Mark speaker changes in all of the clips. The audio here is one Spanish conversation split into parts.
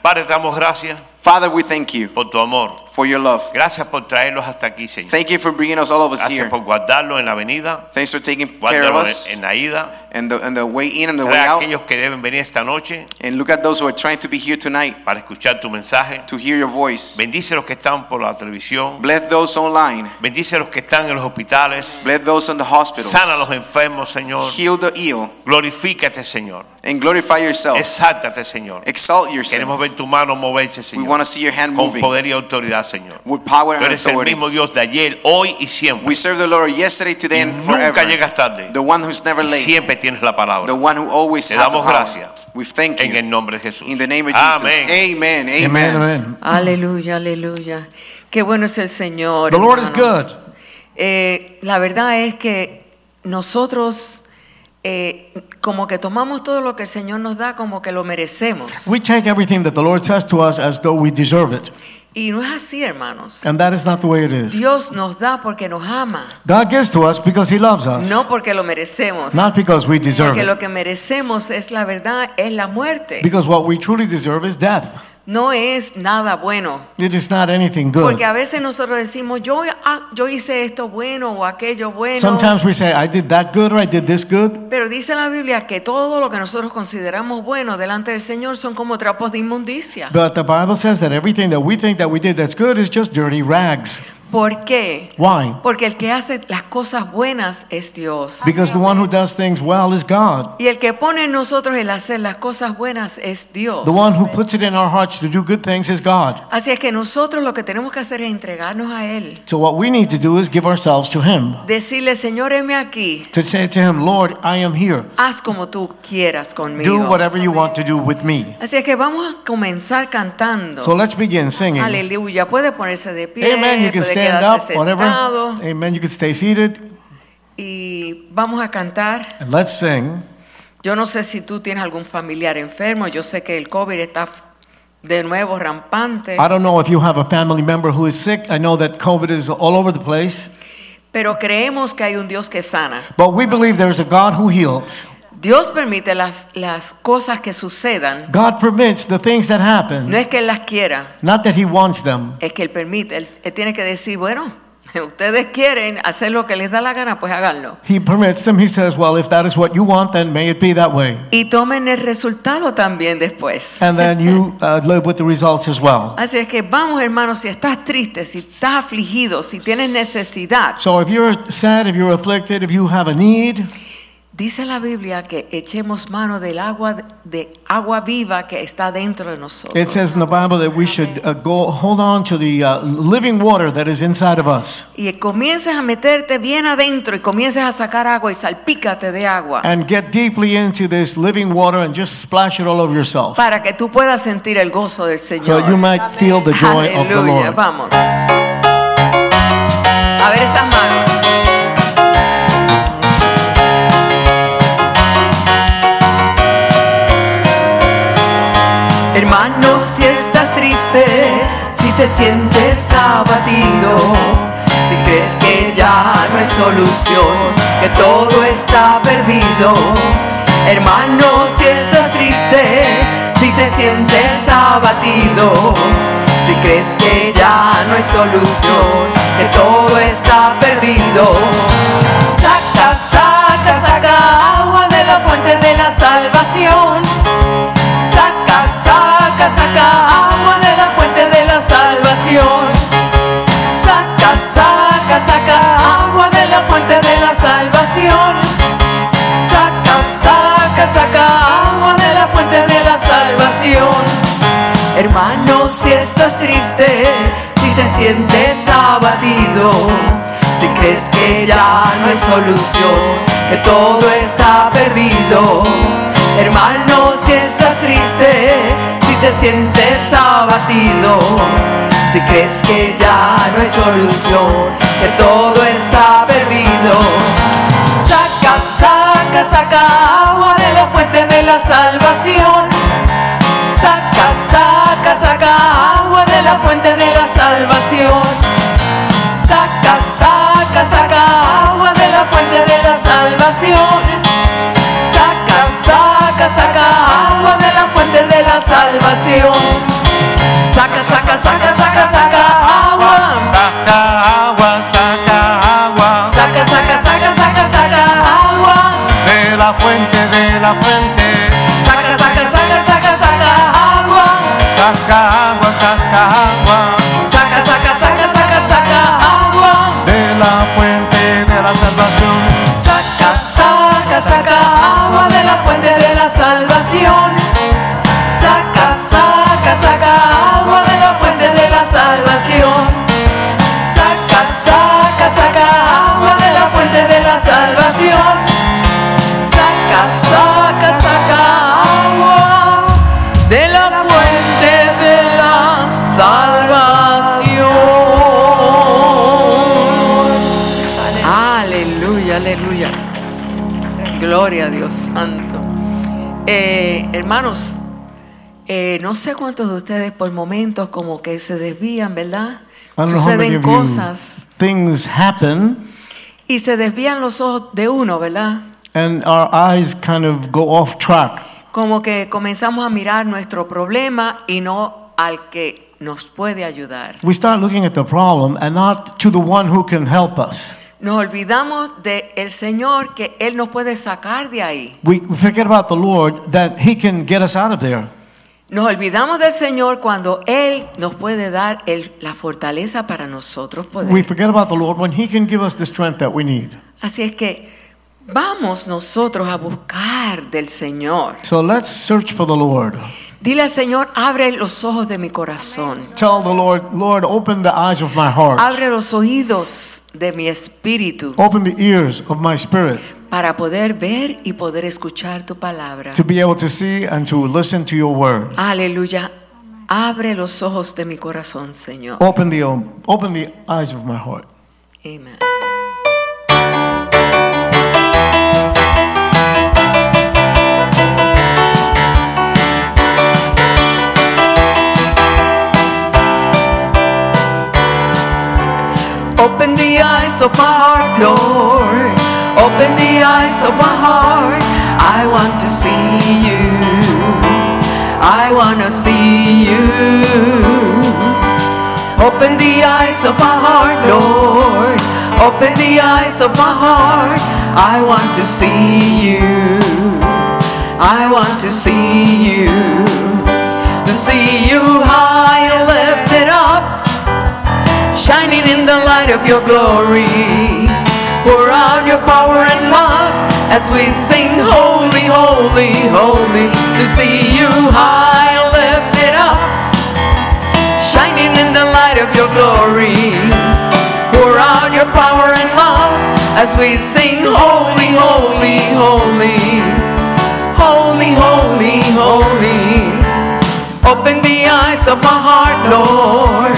Speaker 1: Padre, te damos gracias
Speaker 2: Father, we thank you
Speaker 1: por tu amor.
Speaker 2: for your love.
Speaker 1: Gracias por traerlos hasta aquí, Señor.
Speaker 2: Thank you for bringing us all of us
Speaker 1: Gracias
Speaker 2: here.
Speaker 1: por guardarlos en la avenida,
Speaker 2: Thanks for taking care of
Speaker 1: guardarlos en,
Speaker 2: us
Speaker 1: en la ida.
Speaker 2: and the, and the way in and the way
Speaker 1: Trae a
Speaker 2: out.
Speaker 1: aquellos que deben venir esta noche
Speaker 2: And look at those who are trying to be here tonight
Speaker 1: para escuchar tu mensaje.
Speaker 2: to hear your voice.
Speaker 1: Bendice los que están por la televisión.
Speaker 2: Bless those online.
Speaker 1: Bendice los que están en los hospitales.
Speaker 2: Bless those in the hospitals.
Speaker 1: Sana a los enfermos, Señor.
Speaker 2: Heal the ill
Speaker 1: Glorifícate, Señor.
Speaker 2: and glorify yourself.
Speaker 1: Exáltate, Señor.
Speaker 2: Exalt
Speaker 1: Queremos
Speaker 2: yourself.
Speaker 1: ver tu mano moverse,
Speaker 2: We want to
Speaker 1: Señor.
Speaker 2: see your hand
Speaker 1: Con
Speaker 2: moving
Speaker 1: poder y autoridad, Señor.
Speaker 2: with power
Speaker 1: Tú
Speaker 2: and
Speaker 1: eres el
Speaker 2: authority.
Speaker 1: mismo Dios de ayer, hoy y siempre.
Speaker 2: We serve the Lord yesterday, today, and
Speaker 1: Nunca
Speaker 2: forever.
Speaker 1: llegas tarde.
Speaker 2: The one who's never
Speaker 1: Y
Speaker 2: late.
Speaker 1: siempre tienes la palabra.
Speaker 2: The one who always
Speaker 1: Te
Speaker 2: has the
Speaker 1: damos
Speaker 2: power.
Speaker 1: gracias.
Speaker 2: We thank
Speaker 1: En el
Speaker 2: you.
Speaker 1: nombre de Jesús.
Speaker 2: In the name of Jesus.
Speaker 1: Amén.
Speaker 2: Amen.
Speaker 3: Amen.
Speaker 2: Amen.
Speaker 3: Amen.
Speaker 4: Aleluya, aleluya. Qué bueno es el Señor.
Speaker 3: The Lord is
Speaker 4: hermanos.
Speaker 3: good.
Speaker 4: Eh, la verdad es que nosotros eh, como que tomamos todo lo que el Señor nos da como que lo merecemos.
Speaker 3: We take everything that the Lord says to us as though we deserve it.
Speaker 4: y no es así, hermanos.
Speaker 3: And that is not the way it is.
Speaker 4: Dios nos da porque nos ama,
Speaker 3: God gives to us because He loves us,
Speaker 4: no porque lo merecemos.
Speaker 3: not because we deserve
Speaker 4: porque lo
Speaker 3: it.
Speaker 4: que merecemos es la verdad, es la muerte.
Speaker 3: Because what we truly deserve is death.
Speaker 4: no es nada bueno.
Speaker 3: It is not anything good.
Speaker 4: Porque a veces nosotros decimos, yo, ah, yo hice esto bueno o aquello bueno.
Speaker 3: Sometimes we say, I did that good or I did this good.
Speaker 4: Pero dice la Biblia que todo lo que nosotros consideramos bueno delante del Señor son como trapos de inmundicia.
Speaker 3: But the Bible says that everything that we think that we did that's good is just dirty rags.
Speaker 4: ¿Por qué?
Speaker 3: Why?
Speaker 4: Porque el que hace las cosas buenas es Dios.
Speaker 3: Because the one who does things well is God.
Speaker 4: Y el que pone en nosotros el hacer las cosas buenas es Dios.
Speaker 3: The one who puts it in our hearts to do good things is God.
Speaker 4: Así es que nosotros lo que tenemos que hacer es entregarnos a Él.
Speaker 3: So what we need to do is give ourselves to Him.
Speaker 4: Decirle, Señor, heme aquí.
Speaker 3: To say to Him, Lord, I am here.
Speaker 4: Haz como tú quieras conmigo.
Speaker 3: Do whatever you want to do with me.
Speaker 4: Así es que vamos a comenzar cantando.
Speaker 3: So let's begin singing.
Speaker 4: Aleluya. Puede ponerse de pie,
Speaker 3: Amen. You
Speaker 4: puede
Speaker 3: can stand
Speaker 4: quedarse
Speaker 3: up,
Speaker 4: sentado.
Speaker 3: whatever. Amen. You can stay seated
Speaker 4: Y vamos a cantar.
Speaker 3: and let's sing.
Speaker 4: Yo no sé si tú tienes algún familiar enfermo. Yo sé que el COVID está de nuevo rampante.
Speaker 3: I don't know if you have a family member who is sick. I know that COVID is all over the place,
Speaker 4: Pero creemos que hay un Dios que sana.
Speaker 3: but we believe there is a God who heals.
Speaker 4: Dios permite las, las cosas que sucedan.
Speaker 3: God permits the things that
Speaker 4: No
Speaker 3: happen,
Speaker 4: es que Él las quiera,
Speaker 3: not that He wants them.
Speaker 4: es que Él permite. Él, él tiene que decir, bueno, ustedes quieren hacer lo que les da la gana, pues háganlo.
Speaker 3: He permits them. He says, Well, if that is what you want, then may it be that way.
Speaker 4: Y tomen el resultado también después.
Speaker 3: And then you uh, live with the results as well.
Speaker 4: Así es que vamos hermanos, si estás triste, si estás afligido, si tienes necesidad,
Speaker 3: So if you're sad, if you're afflicted, if you have a need,
Speaker 4: Dice la Biblia que echemos mano del agua de agua viva que está dentro de nosotros.
Speaker 3: It says in the Bible that we should uh, go hold on to the uh, living water that is inside of us
Speaker 4: y comiences a meterte bien adentro y comiences a sacar agua y salpícate de agua
Speaker 3: and get deeply into this living water and just splash it all over yourself
Speaker 4: para que tú puedas sentir el gozo del
Speaker 3: so
Speaker 4: Señor.
Speaker 3: you might feel the joy of the
Speaker 4: Aleluya,
Speaker 3: Lord.
Speaker 4: vamos. A ver esas manos. Hermano, si estás triste, si te sientes abatido, si crees que ya no hay solución, que todo está perdido. Hermano, si estás triste, si te sientes abatido, si crees que ya no hay solución, que todo está perdido. Saca, saca, saca agua de la fuente de la salvación. Saca, saca, saca agua de la fuente de la salvación. Saca, saca, saca agua de la fuente de la salvación. Saca, saca, saca agua de la fuente de la salvación. Hermano, si estás triste, si te sientes abatido, si crees que ya no hay solución, que todo está perdido. Hermano, si estás triste, si te sientes abatido, Si crees que ya no hay solución, que todo está perdido. Saca, saca, saca agua de la fuente de la salvación. Saca, saca, saca agua de la fuente de la salvación. Saca, saca, saca agua de la fuente de la salvación. Saca, saca, saca agua de la fuente de la salvación. Saca, saca, saca, saca, saca agua.
Speaker 5: Saca agua, saca agua
Speaker 4: Saca, saca, saca, saca, saca agua.
Speaker 5: de la fuente, de la fuente.
Speaker 4: Saca, saca, saca, saca, saca agua.
Speaker 5: Saca agua, saca agua
Speaker 4: Saca, saca, saca, saca, saca agua.
Speaker 5: de la fuente de la salvación.
Speaker 4: Saca, saca, saca agua de la fuente de la salvación. Saca, saca, saca agua de la fuente de la salvación. Saca, saca, saca agua de la fuente de la salvación. Saca, saca, saca agua de la fuente de la salvación. Aleluya, aleluya. Gloria a Dios Santo. Eh, hermanos, eh, no sé cuántos de ustedes por momentos como que se desvían, ¿verdad?
Speaker 3: I don't know how many
Speaker 4: Suceden
Speaker 3: of you-
Speaker 4: cosas
Speaker 3: Things happen,
Speaker 4: y se desvían los ojos de uno, ¿verdad?
Speaker 3: and our eyes kind of go off track.
Speaker 4: Como que comenzamos a mirar nuestro problema y no al que nos puede ayudar.
Speaker 3: We start looking at the problem and not to the one who can help us.
Speaker 4: Nos olvidamos del el Señor que Él nos puede sacar de ahí.
Speaker 3: We forget about the Lord that He can get us out of there.
Speaker 4: Nos olvidamos del Señor cuando Él nos puede dar el- la fortaleza para nosotros
Speaker 3: We
Speaker 4: poder.
Speaker 3: forget about the Lord when He can give us the strength that we need.
Speaker 4: Así es que vamos nosotros a buscar del Señor.
Speaker 3: So let's search for the Lord.
Speaker 4: Dile al Señor, abre los ojos de mi corazón.
Speaker 3: Tell the Lord, Lord, open the eyes of my heart,
Speaker 4: Abre los oídos de mi espíritu
Speaker 3: open the ears of my spirit
Speaker 4: para poder ver y poder escuchar tu palabra.
Speaker 3: to be able to see and to listen to your word.
Speaker 4: Aleluya. Abre los ojos de mi corazón, Señor.
Speaker 3: Open the um, open the eyes of my heart.
Speaker 4: Amen. Open the eyes of my heart, Lord. Open the eyes of my heart. I want to see you. I want to see you. Open the eyes of my heart, Lord. Open the eyes of my heart. I want to see you. I want to see you. To see you high and lifted up, shining in the light of your glory. Pour out your power and love as we sing, Holy, Holy, Holy. To see you high and lifted up shining in the light of your glory. Pour out your power and love as we sing, Holy, Holy, Holy, Holy, Holy, Holy. Open the eyes of my heart, Lord.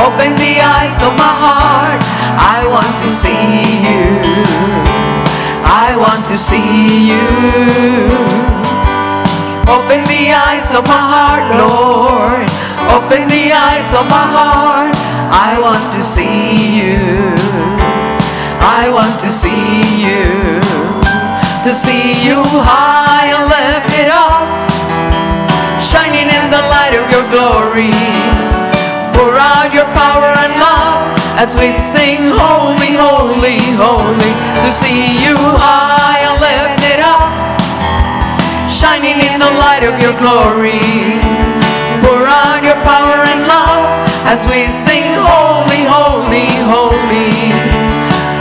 Speaker 4: Open the eyes of my heart. I want to see you. I want to see you. Open the eyes of my heart, Lord. Open the eyes of my heart. I want to see you. I want to see you. To see you high and lifted up, shining in the light of your glory. Pour out your power and love as we sing, Holy, Holy, Holy. To see you high and lifted up shining in the light of your glory. Pour out your power and love as we sing, Holy, Holy, Holy,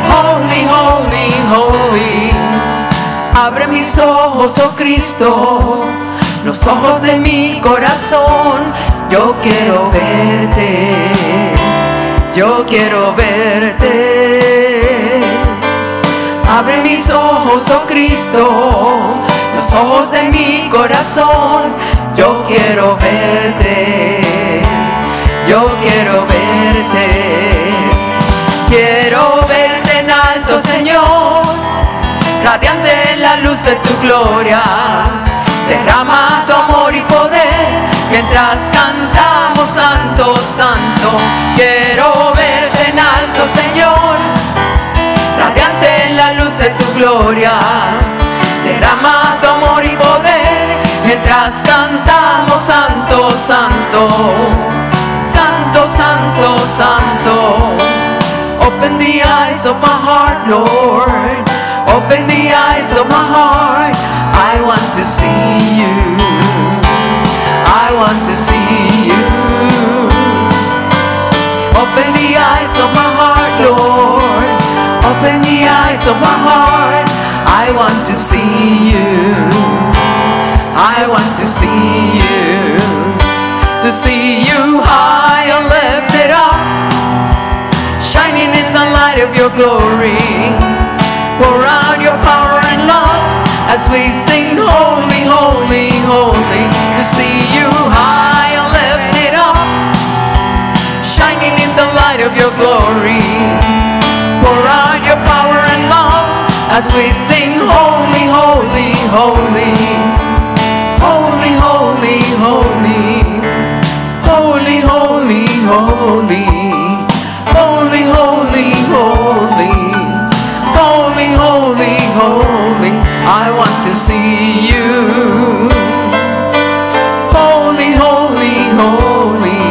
Speaker 4: Holy, Holy, Holy. Abre mis ojos, oh Cristo, los ojos de mi corazón. Yo quiero verte, yo quiero verte. Abre mis ojos, oh Cristo, los ojos de mi corazón. Yo quiero verte, yo quiero verte. Quiero verte en alto, Señor, radiante en la luz de tu gloria. Derrama tu amor y poder mientras cantamos Santo, Santo. Quiero verte en alto, Señor, radiante en la luz de tu gloria. Derrama tu amor y poder mientras cantamos Santo, Santo, Santo, Santo, Santo. Open the eyes of my heart, Lord. Open the eyes of my heart. I want to see you. I want to see you. Open the eyes of my heart, Lord. Open the eyes of my heart. I want to see you. I want to see you, to see you high and lifted up, shining in the light of your glory. Pour out your power and love as we sing, Holy, Holy, Holy, to see you high and lifted up, shining in the light of your glory. Pour out your power and love as we sing, Holy, Holy, Holy. Holy, holy, holy, holy, holy, holy, holy, holy, holy, holy, holy, holy. I want to see you. Holy, holy, holy,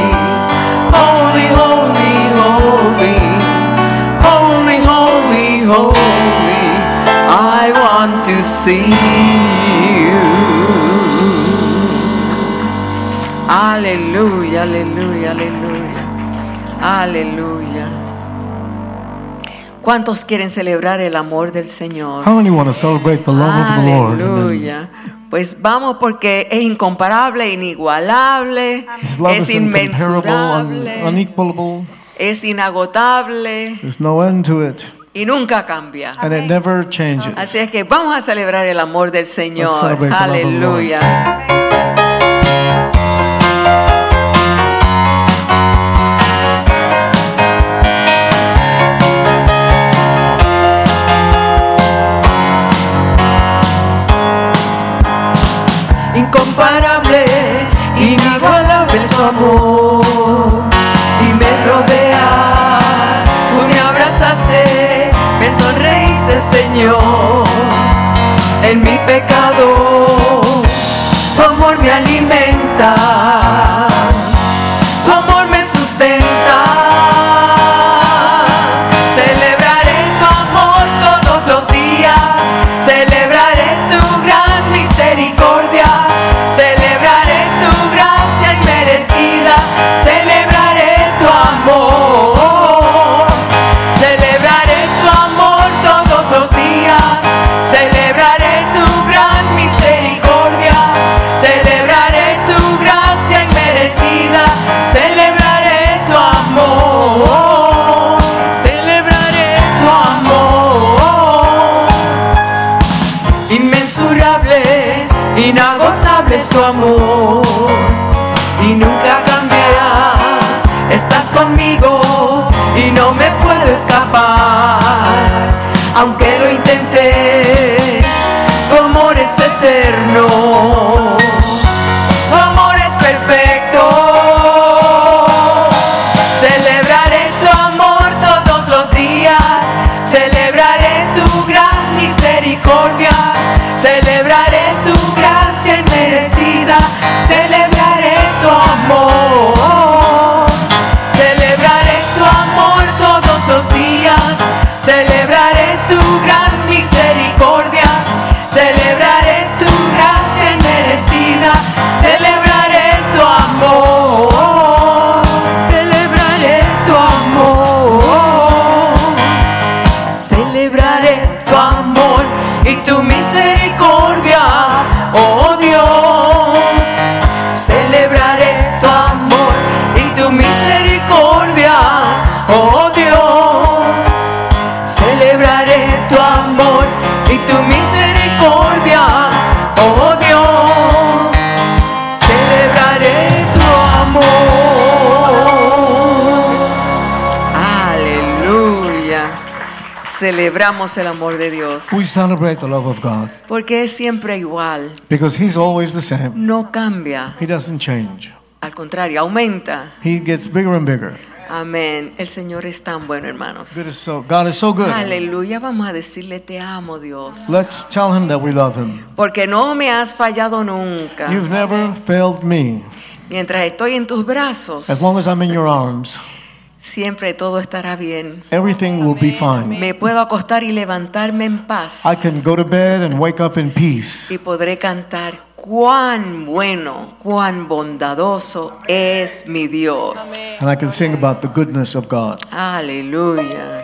Speaker 4: holy, holy, holy, holy, holy, holy. I want to see you. Aleluya, aleluya, aleluya. Aleluya. ¿Cuántos quieren celebrar el amor del Señor?
Speaker 3: How many want to celebrate the love of the Lord? Amen.
Speaker 4: Aleluya. Pues vamos porque es incomparable, inigualable,
Speaker 3: His love
Speaker 4: es
Speaker 3: is incomparable, un-
Speaker 4: inmensurable,
Speaker 3: unequalable.
Speaker 4: es inagotable
Speaker 3: There's no end to it,
Speaker 4: y nunca cambia.
Speaker 3: and it never changes.
Speaker 4: Así es que vamos a celebrar el amor del Señor.
Speaker 3: celebrate the love of the Lord.
Speaker 4: Aleluya. Incomparable, inigualable es su amor. Y me rodea, tú me abrazaste, me sonreíste, Señor. En mi pecado, tu amor me alimenta tu amor me sustenta. Celebraré tu amor todos los días, celebraré tu gran misericordia, celebraré tu gracia inmerecida, celebraré tu amor, celebraré tu amor todos los días, celebraré tu gran misericordia, celebraré tu gracia inmerecida, celebraré tu amor, celebraré tu amor. Inmensurable, inagotable es tu amor y nunca cambiará. Estás conmigo y no me puedo escapar, aunque lo intenté. Tu amor es eterno, tu amor es perfecto. Celebraré tu amor todos los días, celebraré tu gran misericordia, celebraré tu gracia inmerecida, celebraré tu amor, celebraré tu amor todos los días, celebraré tu gran misericordia, celebraré tu gracia Oh Oh Oh Celebramos el amor de Dios.
Speaker 3: We celebrate the love of God
Speaker 4: Porque es siempre igual.
Speaker 3: because He's always the same.
Speaker 4: No cambia.
Speaker 3: He doesn't change.
Speaker 4: Al contrario, aumenta.
Speaker 3: He gets bigger and bigger.
Speaker 4: Amén. El Señor es tan bueno, hermanos.
Speaker 3: Good is so, God is so good.
Speaker 4: Aleluya. Vamos a decirle te amo, Dios.
Speaker 3: Let's tell Him that we love Him.
Speaker 4: Porque no me has fallado nunca.
Speaker 3: You've never failed me.
Speaker 4: Mientras estoy en tus brazos,
Speaker 3: As long as I'm in your arms,
Speaker 4: siempre todo estará bien.
Speaker 3: everything will be fine.
Speaker 4: Me puedo acostar y levantarme en paz.
Speaker 3: I can go to bed and wake up in peace.
Speaker 4: y podré cantar cuán bueno, cuán bondadoso es mi Dios.
Speaker 3: And I can sing about the goodness of God.
Speaker 4: Aleluya.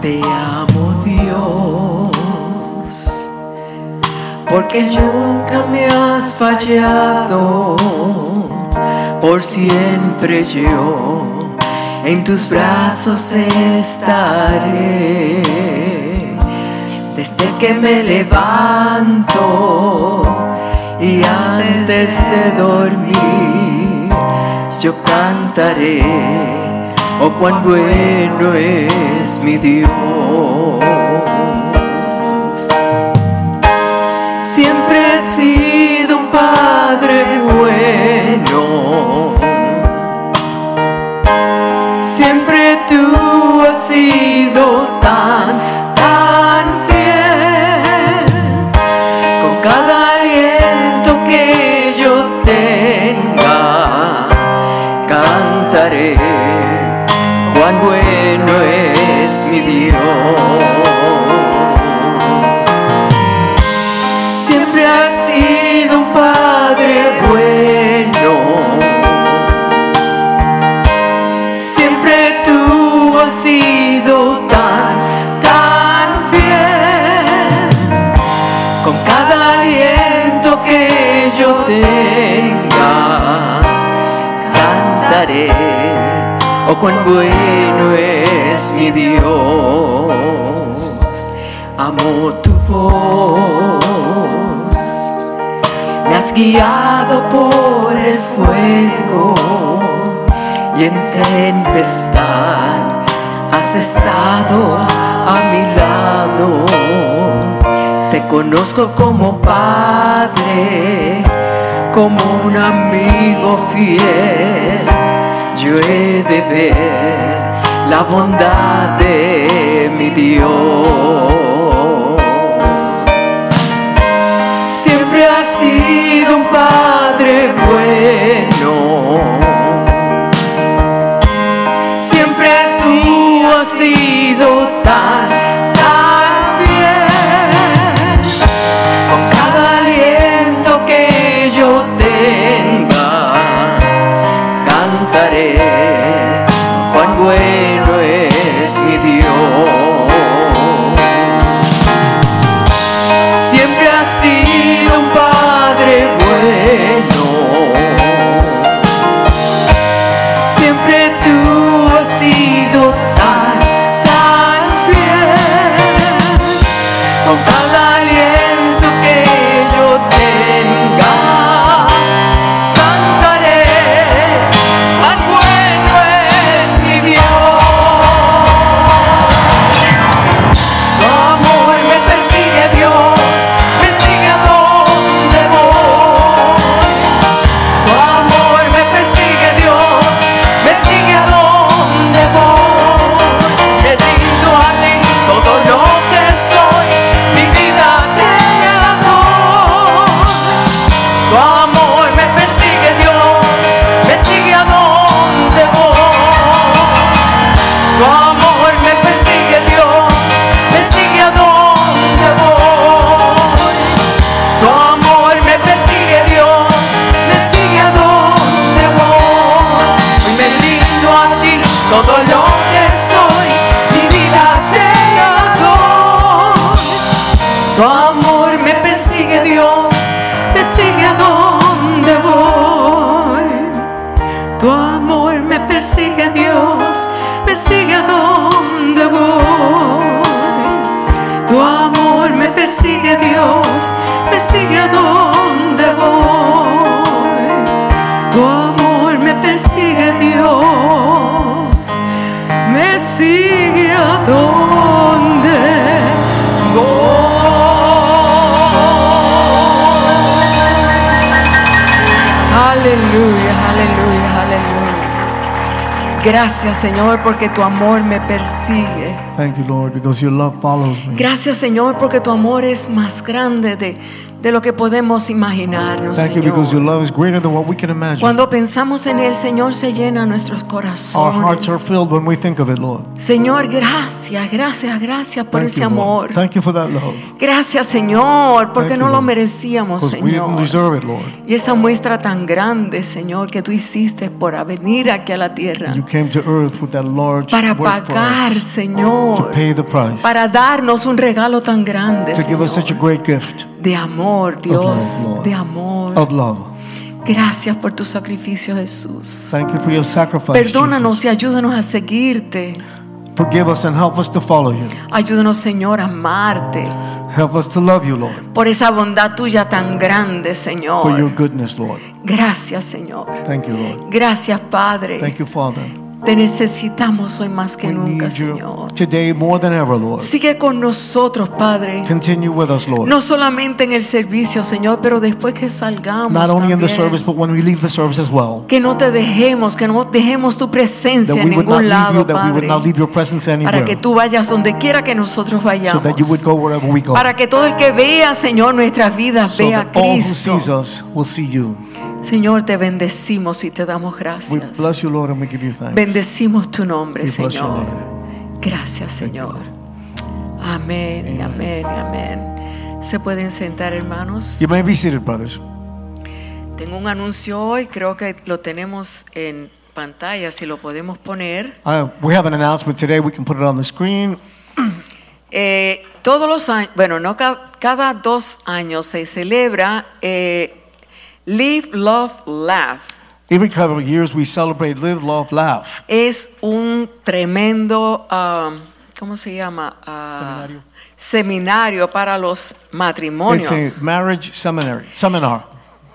Speaker 4: Te amo Dios, porque nunca me has fallado. Por siempre yo en tus brazos estaré. Desde que me levanto y antes de dormir, yo cantaré. Oh, cuán bueno es mi Dios. Siempre he sido un padre bueno. Siempre tú has sido tan, tan fiel. Con cada aliento que yo tenga, cantaré cuán bueno es mi Dios. Siempre ha sido un Padre bueno. Siempre tú has sido tan, tan fiel. Con cada aliento que yo tenga, cantaré. Oh, cuán bueno es mi Dios. Amo tu voz me has guiado por el fuego y en tempestad has estado a mi lado. Te conozco como padre, como un amigo fiel. Yo he de ver la bondad de mi Dios. Siempre has sido un padre bueno. Siempre tú has sido tan, tan bien. Con cada aliento que yo tenga, cantaré cuán bueno es mi Dios. Siempre has sido un padre bueno. Siempre tú has sido tan, tan bien. Con cada aliento que yo tenga, cantaré cuán bueno es mi Dios. Tu amor me persigue Dios, me sigue a donde voy. Tu amor me persigue Dios, me sigue a donde voy. Te rindo a ti todo lo que soy, mi vida te la doy. Tu amor me persigue Dios, me sigue a donde voy. Tu amor me persigue Dios, me sigue a donde voy. Tu amor me persigue Dios, me sigue a donde voy. Hoy me rindo a ti todo lo que soy, Tu amor me persigue, Dios, me sigue a donde voy. Aleluya, aleluya, aleluya. Gracias, Señor, porque tu amor me persigue.
Speaker 3: Thank you, Lord, because your love follows me.
Speaker 4: Gracias Señor porque tu amor es más grande de, de lo que podemos imaginarnos.
Speaker 3: Thank you
Speaker 4: Señor.
Speaker 3: because your love is greater than what we can imagine.
Speaker 4: Cuando pensamos en Él, Señor, se llenan nuestros
Speaker 3: Our hearts
Speaker 4: corazones.
Speaker 3: are filled when we think of it, Lord.
Speaker 4: Señor, gracias, gracias, gracias por
Speaker 3: Thank
Speaker 4: ese
Speaker 3: you,
Speaker 4: amor.
Speaker 3: Lord. Thank you for that love.
Speaker 4: Gracias, Señor, porque
Speaker 3: Thank
Speaker 4: no
Speaker 3: you,
Speaker 4: lo
Speaker 3: Lord.
Speaker 4: merecíamos,
Speaker 3: Because we didn't
Speaker 4: Señor.
Speaker 3: deserve it, Lord.
Speaker 4: Y esa muestra tan grande, Señor, que tú hiciste por venir aquí a la tierra,
Speaker 3: You came to earth with that large
Speaker 4: para
Speaker 3: work for
Speaker 4: pagar,
Speaker 3: us, to
Speaker 4: Señor,
Speaker 3: pay the price,
Speaker 4: para darnos un regalo tan grande,
Speaker 3: to give us
Speaker 4: Señor.
Speaker 3: such a great gift
Speaker 4: de amor, Dios,
Speaker 3: Lord.
Speaker 4: de amor.
Speaker 3: of love.
Speaker 4: Gracias por tu sacrificio, Jesús.
Speaker 3: Thank you for your sacrifice. Jesus.
Speaker 4: Perdónanos y ayúdanos a seguirte.
Speaker 3: Forgive us and help us to follow you.
Speaker 4: Ayúdanos, Señor, a amarte
Speaker 3: Help us to love you, Lord,
Speaker 4: por esa bondad tuya tan grande,
Speaker 3: for your
Speaker 4: Señor.
Speaker 3: goodness, Lord.
Speaker 4: Gracias, Señor.
Speaker 3: Thank you, Lord.
Speaker 4: Gracias, Padre.
Speaker 3: Thank you, Father.
Speaker 4: Te necesitamos hoy más que
Speaker 3: We
Speaker 4: nunca,
Speaker 3: need you
Speaker 4: Señor.
Speaker 3: today more than ever, Lord.
Speaker 4: Sigue con nosotros, Padre.
Speaker 3: Continue with us, Lord.
Speaker 4: No solamente en el servicio, Señor, pero después que
Speaker 3: Not
Speaker 4: salgamos
Speaker 3: only in the
Speaker 4: también.
Speaker 3: service, but when we leave the service as well.
Speaker 4: Que no te dejemos, que no dejemos tu presencia
Speaker 3: That
Speaker 4: en
Speaker 3: we would not leave you,
Speaker 4: ningún lado,
Speaker 3: that we would
Speaker 4: Padre.
Speaker 3: not leave your presence
Speaker 4: Para
Speaker 3: anywhere.
Speaker 4: que tú vayas donde quiera que nosotros
Speaker 3: So
Speaker 4: vayamos.
Speaker 3: that you would go wherever we go.
Speaker 4: Para que todo el que vea, Señor, nuestras vidas
Speaker 3: So
Speaker 4: vea a
Speaker 3: that all who
Speaker 4: Cristo.
Speaker 3: sees us will see you.
Speaker 4: Señor, te bendecimos y te damos
Speaker 3: We
Speaker 4: gracias.
Speaker 3: bless you, Lord, and we give you thanks.
Speaker 4: Bendecimos tu nombre,
Speaker 3: We bless your
Speaker 4: Señor.
Speaker 3: name.
Speaker 4: Gracias, Señor. Amén, y amén, y amén. ¿Se pueden sentar, hermanos?
Speaker 3: You may be seated, brothers.
Speaker 4: Tengo un anuncio hoy, creo que lo tenemos en pantalla, si lo podemos poner.
Speaker 3: Uh, we have an announcement today. We can put it on the screen.
Speaker 4: Eh, todos los años, bueno, no ca- cada dos años se celebra eh, Live, Love, Laugh.
Speaker 3: Every couple of years, we celebrate Live, Love, Laugh.
Speaker 4: Es un tremendo, ah, ¿cómo se llama? Ah,
Speaker 3: Seminario.
Speaker 4: seminario para los matrimonios.
Speaker 3: It's a marriage seminary seminar.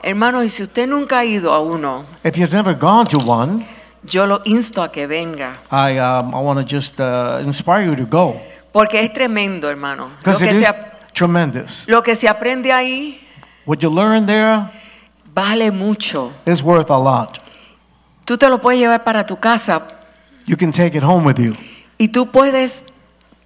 Speaker 4: Hermano, y si usted nunca ha ido a uno,
Speaker 3: If you've never gone to one,
Speaker 4: yo lo insto a que venga,
Speaker 3: I um, I want to just uh, inspire you to go
Speaker 4: porque es tremendo, hermano. Lo
Speaker 3: because it
Speaker 4: que,
Speaker 3: is
Speaker 4: se, ap-
Speaker 3: tremendous.
Speaker 4: lo que se aprende ahí
Speaker 3: What you learn there
Speaker 4: vale mucho.
Speaker 3: is worth a lot.
Speaker 4: Tú te lo puedes llevar para tu casa,
Speaker 3: You can take it home with you,
Speaker 4: Y tú puedes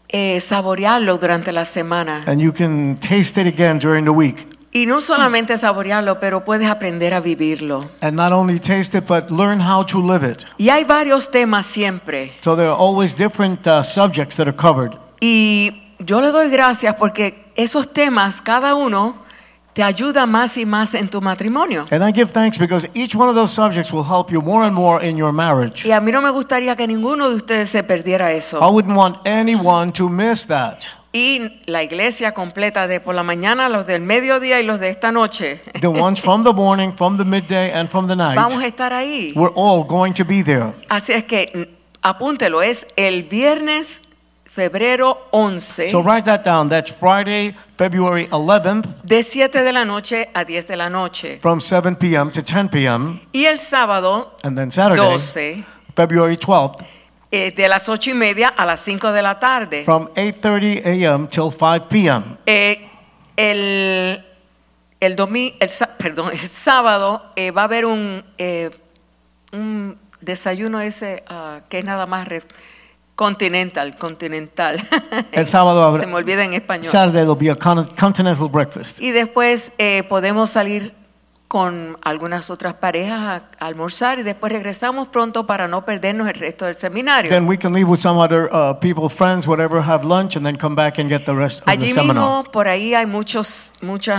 Speaker 4: eh, saborearlo durante la semana.
Speaker 3: and you can taste it again during the week,
Speaker 4: Y no solamente saborearlo, pero puedes aprender a vivirlo.
Speaker 3: and not only taste it but learn how to live it.
Speaker 4: Y hay varios temas siempre.
Speaker 3: So there are always different uh, subjects that are covered.
Speaker 4: Y yo le doy gracias porque esos temas, cada uno, te ayuda más y más en tu matrimonio.
Speaker 3: And I give thanks because each one of those subjects will help you more and more in your marriage.
Speaker 4: Y a mí no me gustaría que ninguno de ustedes se perdiera
Speaker 3: I
Speaker 4: eso.
Speaker 3: wouldn't want anyone to miss that.
Speaker 4: Y la iglesia completa de por la mañana, los del mediodía y los de esta noche.
Speaker 3: The ones from the morning, from the midday, and from the
Speaker 4: Vamos
Speaker 3: night.
Speaker 4: a estar ahí.
Speaker 3: We're all going to be there.
Speaker 4: Así es que mm, apúntelo, es el viernes febrero 11
Speaker 3: So write that down. That's Friday, February 11th
Speaker 4: de 7 de la noche a 10 de la noche
Speaker 3: from 7 p.m. to 10 p.m.
Speaker 4: y el sábado
Speaker 3: And then Saturday,
Speaker 4: 12
Speaker 3: February 12th
Speaker 4: eh, de las 8 y media a las 5 de la tarde.
Speaker 3: from 8.30 a.m. till 5 p.m.
Speaker 4: Eh, el, el, domi- el sa- perdón, el sábado eh, va a haber un, eh, un desayuno ese ah, que es nada más re- continental, continental.
Speaker 3: El sábado habrá-
Speaker 4: Se me olvida en español.
Speaker 3: Saturday, there'll be a con- continental breakfast.
Speaker 4: Y después eh, podemos salir con algunas otras parejas a, a almorzar y después regresamos pronto para no perdernos el resto del seminario.
Speaker 3: Then we can leave with some other uh, people, friends, whatever, have lunch, and then come back and get the rest of the
Speaker 4: Allí
Speaker 3: seminar.
Speaker 4: mismo, por ahí hay muchos muchos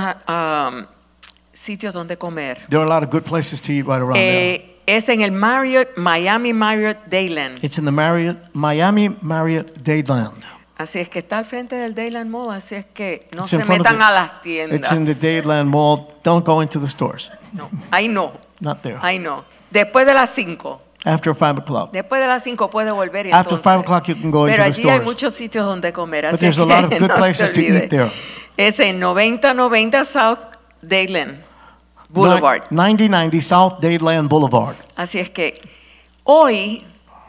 Speaker 4: sitios donde comer.
Speaker 3: There are a lot of good places to eat right around there.
Speaker 4: Eh, es en el Marriott, Miami Marriott Dayland.
Speaker 3: It's in the Marriott, Miami Marriott Dadeland.
Speaker 4: Así es que está al frente del Dayland Mall, así es que no
Speaker 3: It's in
Speaker 4: se
Speaker 3: front of
Speaker 4: metan
Speaker 3: the-
Speaker 4: a las
Speaker 3: It's in the
Speaker 4: tiendas.
Speaker 3: Dadeland Mall. Don't go into the stores.
Speaker 4: No, ahí no,
Speaker 3: Not there.
Speaker 4: ahí no. Después de las 5.
Speaker 3: After 5 o'clock.
Speaker 4: Después de las 5 puede volver y
Speaker 3: After
Speaker 4: entonces-
Speaker 3: five o'clock you can go into
Speaker 4: Pero
Speaker 3: the
Speaker 4: allí hay
Speaker 3: stores.
Speaker 4: muchos sitios donde comer, así
Speaker 3: there's
Speaker 4: que
Speaker 3: a lot of good
Speaker 4: no se
Speaker 3: places to eat
Speaker 4: olvide.
Speaker 3: there.
Speaker 4: Es en 9090 South Dayland. Boulevard.
Speaker 3: 9090 South Dadeland Boulevard.
Speaker 4: Así es que hoy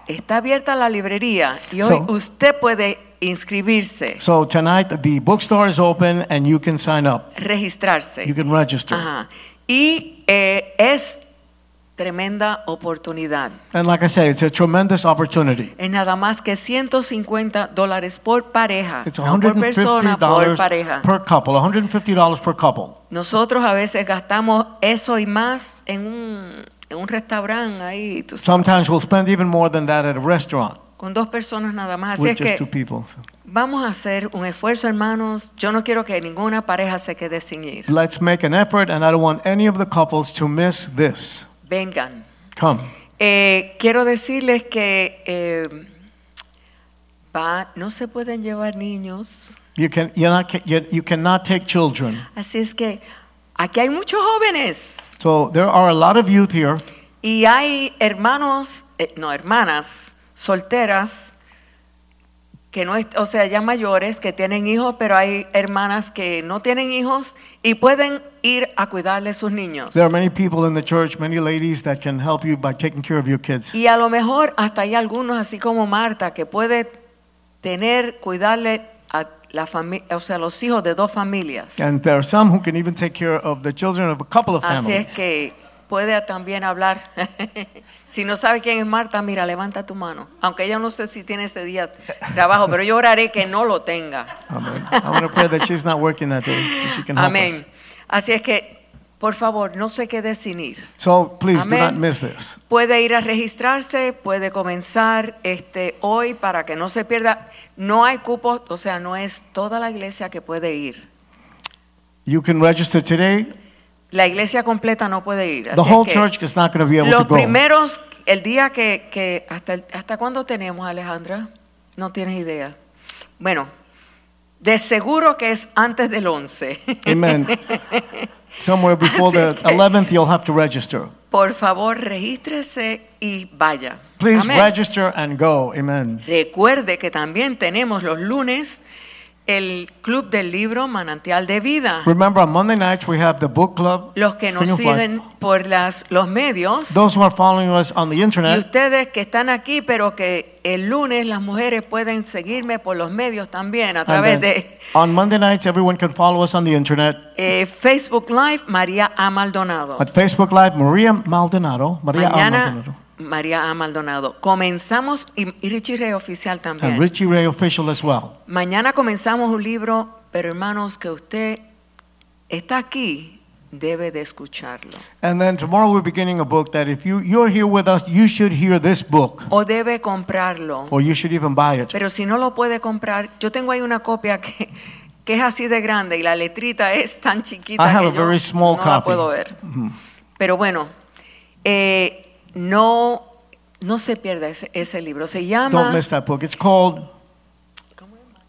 Speaker 4: está abierta la librería y hoy
Speaker 3: So-
Speaker 4: usted puede inscribirse,
Speaker 3: So tonight the bookstore is open and you can sign up.
Speaker 4: registrarse.
Speaker 3: You can register.
Speaker 4: Ajá. Y eh, es tremenda oportunidad.
Speaker 3: And like I said, it's a tremendous opportunity.
Speaker 4: Es nada más que 150 dólares por pareja,
Speaker 3: It's
Speaker 4: no por persona, por pareja.
Speaker 3: $150 per couple, $150 per couple.
Speaker 4: Nosotros a veces gastamos eso y más en un, en un restaurante ahí, tú sabes,
Speaker 3: Sometimes we'll spend even more than that at a restaurant
Speaker 4: con dos personas nada más. Así
Speaker 3: with
Speaker 4: es
Speaker 3: just
Speaker 4: que
Speaker 3: two people.
Speaker 4: Vamos a hacer un esfuerzo, hermanos. Yo no quiero que ninguna pareja se quede sin ir.
Speaker 3: Let's make an effort, and I don't want any of the couples to miss this.
Speaker 4: Vengan.
Speaker 3: Come.
Speaker 4: Eh, quiero decirles que eh, va- no se pueden llevar niños.
Speaker 3: You, can, you're not, you, you cannot take children.
Speaker 4: Así es que aquí hay muchos jóvenes
Speaker 3: So there are a lot of youth here,
Speaker 4: y hay hermanos, eh, no hermanas, solteras, que no, es- o sea, ya mayores, que tienen hijos, pero hay hermanas que no tienen hijos y pueden ir a cuidarles sus niños.
Speaker 3: there are many people in the church, many ladies that can help you by taking care of your kids.
Speaker 4: Y a lo mejor hasta hay algunos, así como Marta, que puede tener, cuidarle a la familia, o sea, a los hijos de dos familias.
Speaker 3: And there are some who can even take care of the children of a couple of
Speaker 4: Así
Speaker 3: families.
Speaker 4: es que puede también hablar. si no sabe quién es Marta, mira, levanta tu mano. Aunque ella no sé si tiene ese día trabajo, pero yo oraré que no lo tenga.
Speaker 3: Amen. I want to pray that she's not working that day, and Oh, she can help
Speaker 4: Amén.
Speaker 3: us.
Speaker 4: Así es que, por favor, no se quede sin ir.
Speaker 3: So please do not
Speaker 4: Amén.
Speaker 3: miss this.
Speaker 4: Puede ir a registrarse, puede comenzar este, hoy para que no se pierda. No hay cupos, o sea, no es toda la iglesia que puede ir.
Speaker 3: You can register today.
Speaker 4: La iglesia completa no puede ir. Así
Speaker 3: The
Speaker 4: es
Speaker 3: whole
Speaker 4: que
Speaker 3: church is not going to be able to
Speaker 4: los
Speaker 3: go.
Speaker 4: primeros, el día que, que hasta, el- ¿hasta cuándo tenemos, Alejandra? No tienes idea. Bueno, de seguro que es antes del 11.
Speaker 3: Amen. Somewhere before
Speaker 4: Así
Speaker 3: the
Speaker 4: es que-
Speaker 3: 11th, you'll have to register.
Speaker 4: Por favor, regístrese y vaya.
Speaker 3: Please
Speaker 4: Amén.
Speaker 3: register and go. Amen.
Speaker 4: Recuerde que también tenemos los lunes el Club del Libro Manantial de Vida.
Speaker 3: Remember, on Monday nights, we have the book club.
Speaker 4: Los que nos
Speaker 3: Spring of Life.
Speaker 4: siguen por las, los medios
Speaker 3: Those who are following us on the
Speaker 4: y
Speaker 3: internet,
Speaker 4: ustedes que están aquí, pero que el lunes las mujeres pueden seguirme por los medios también a través
Speaker 3: and
Speaker 4: de
Speaker 3: then on Monday nights, everyone can follow us on the internet
Speaker 4: eh, Facebook Live María A. Maldonado.
Speaker 3: at Facebook Live, Maria Maldonado. Maria A.
Speaker 4: Mañana
Speaker 3: Maldonado.
Speaker 4: María A. Maldonado. Comenzamos, y, y Richie Rey Oficial
Speaker 3: And
Speaker 4: también.
Speaker 3: Richie Ray official as well.
Speaker 4: Mañana comenzamos un libro, pero hermanos, que usted está aquí, debe de escucharlo.
Speaker 3: And then tomorrow we're beginning a book that if you, you're here with us, you should hear this book
Speaker 4: O debe comprarlo.
Speaker 3: or you should even buy it.
Speaker 4: Pero si no lo puede comprar, yo tengo ahí una copia que, que es así de grande y la letrita es tan chiquita
Speaker 3: I have
Speaker 4: que
Speaker 3: a
Speaker 4: yo
Speaker 3: very small
Speaker 4: no la
Speaker 3: copy.
Speaker 4: puedo ver. Pero bueno, eh, no, no se pierda ese, ese libro. Se llama
Speaker 3: Don't miss that book. It's called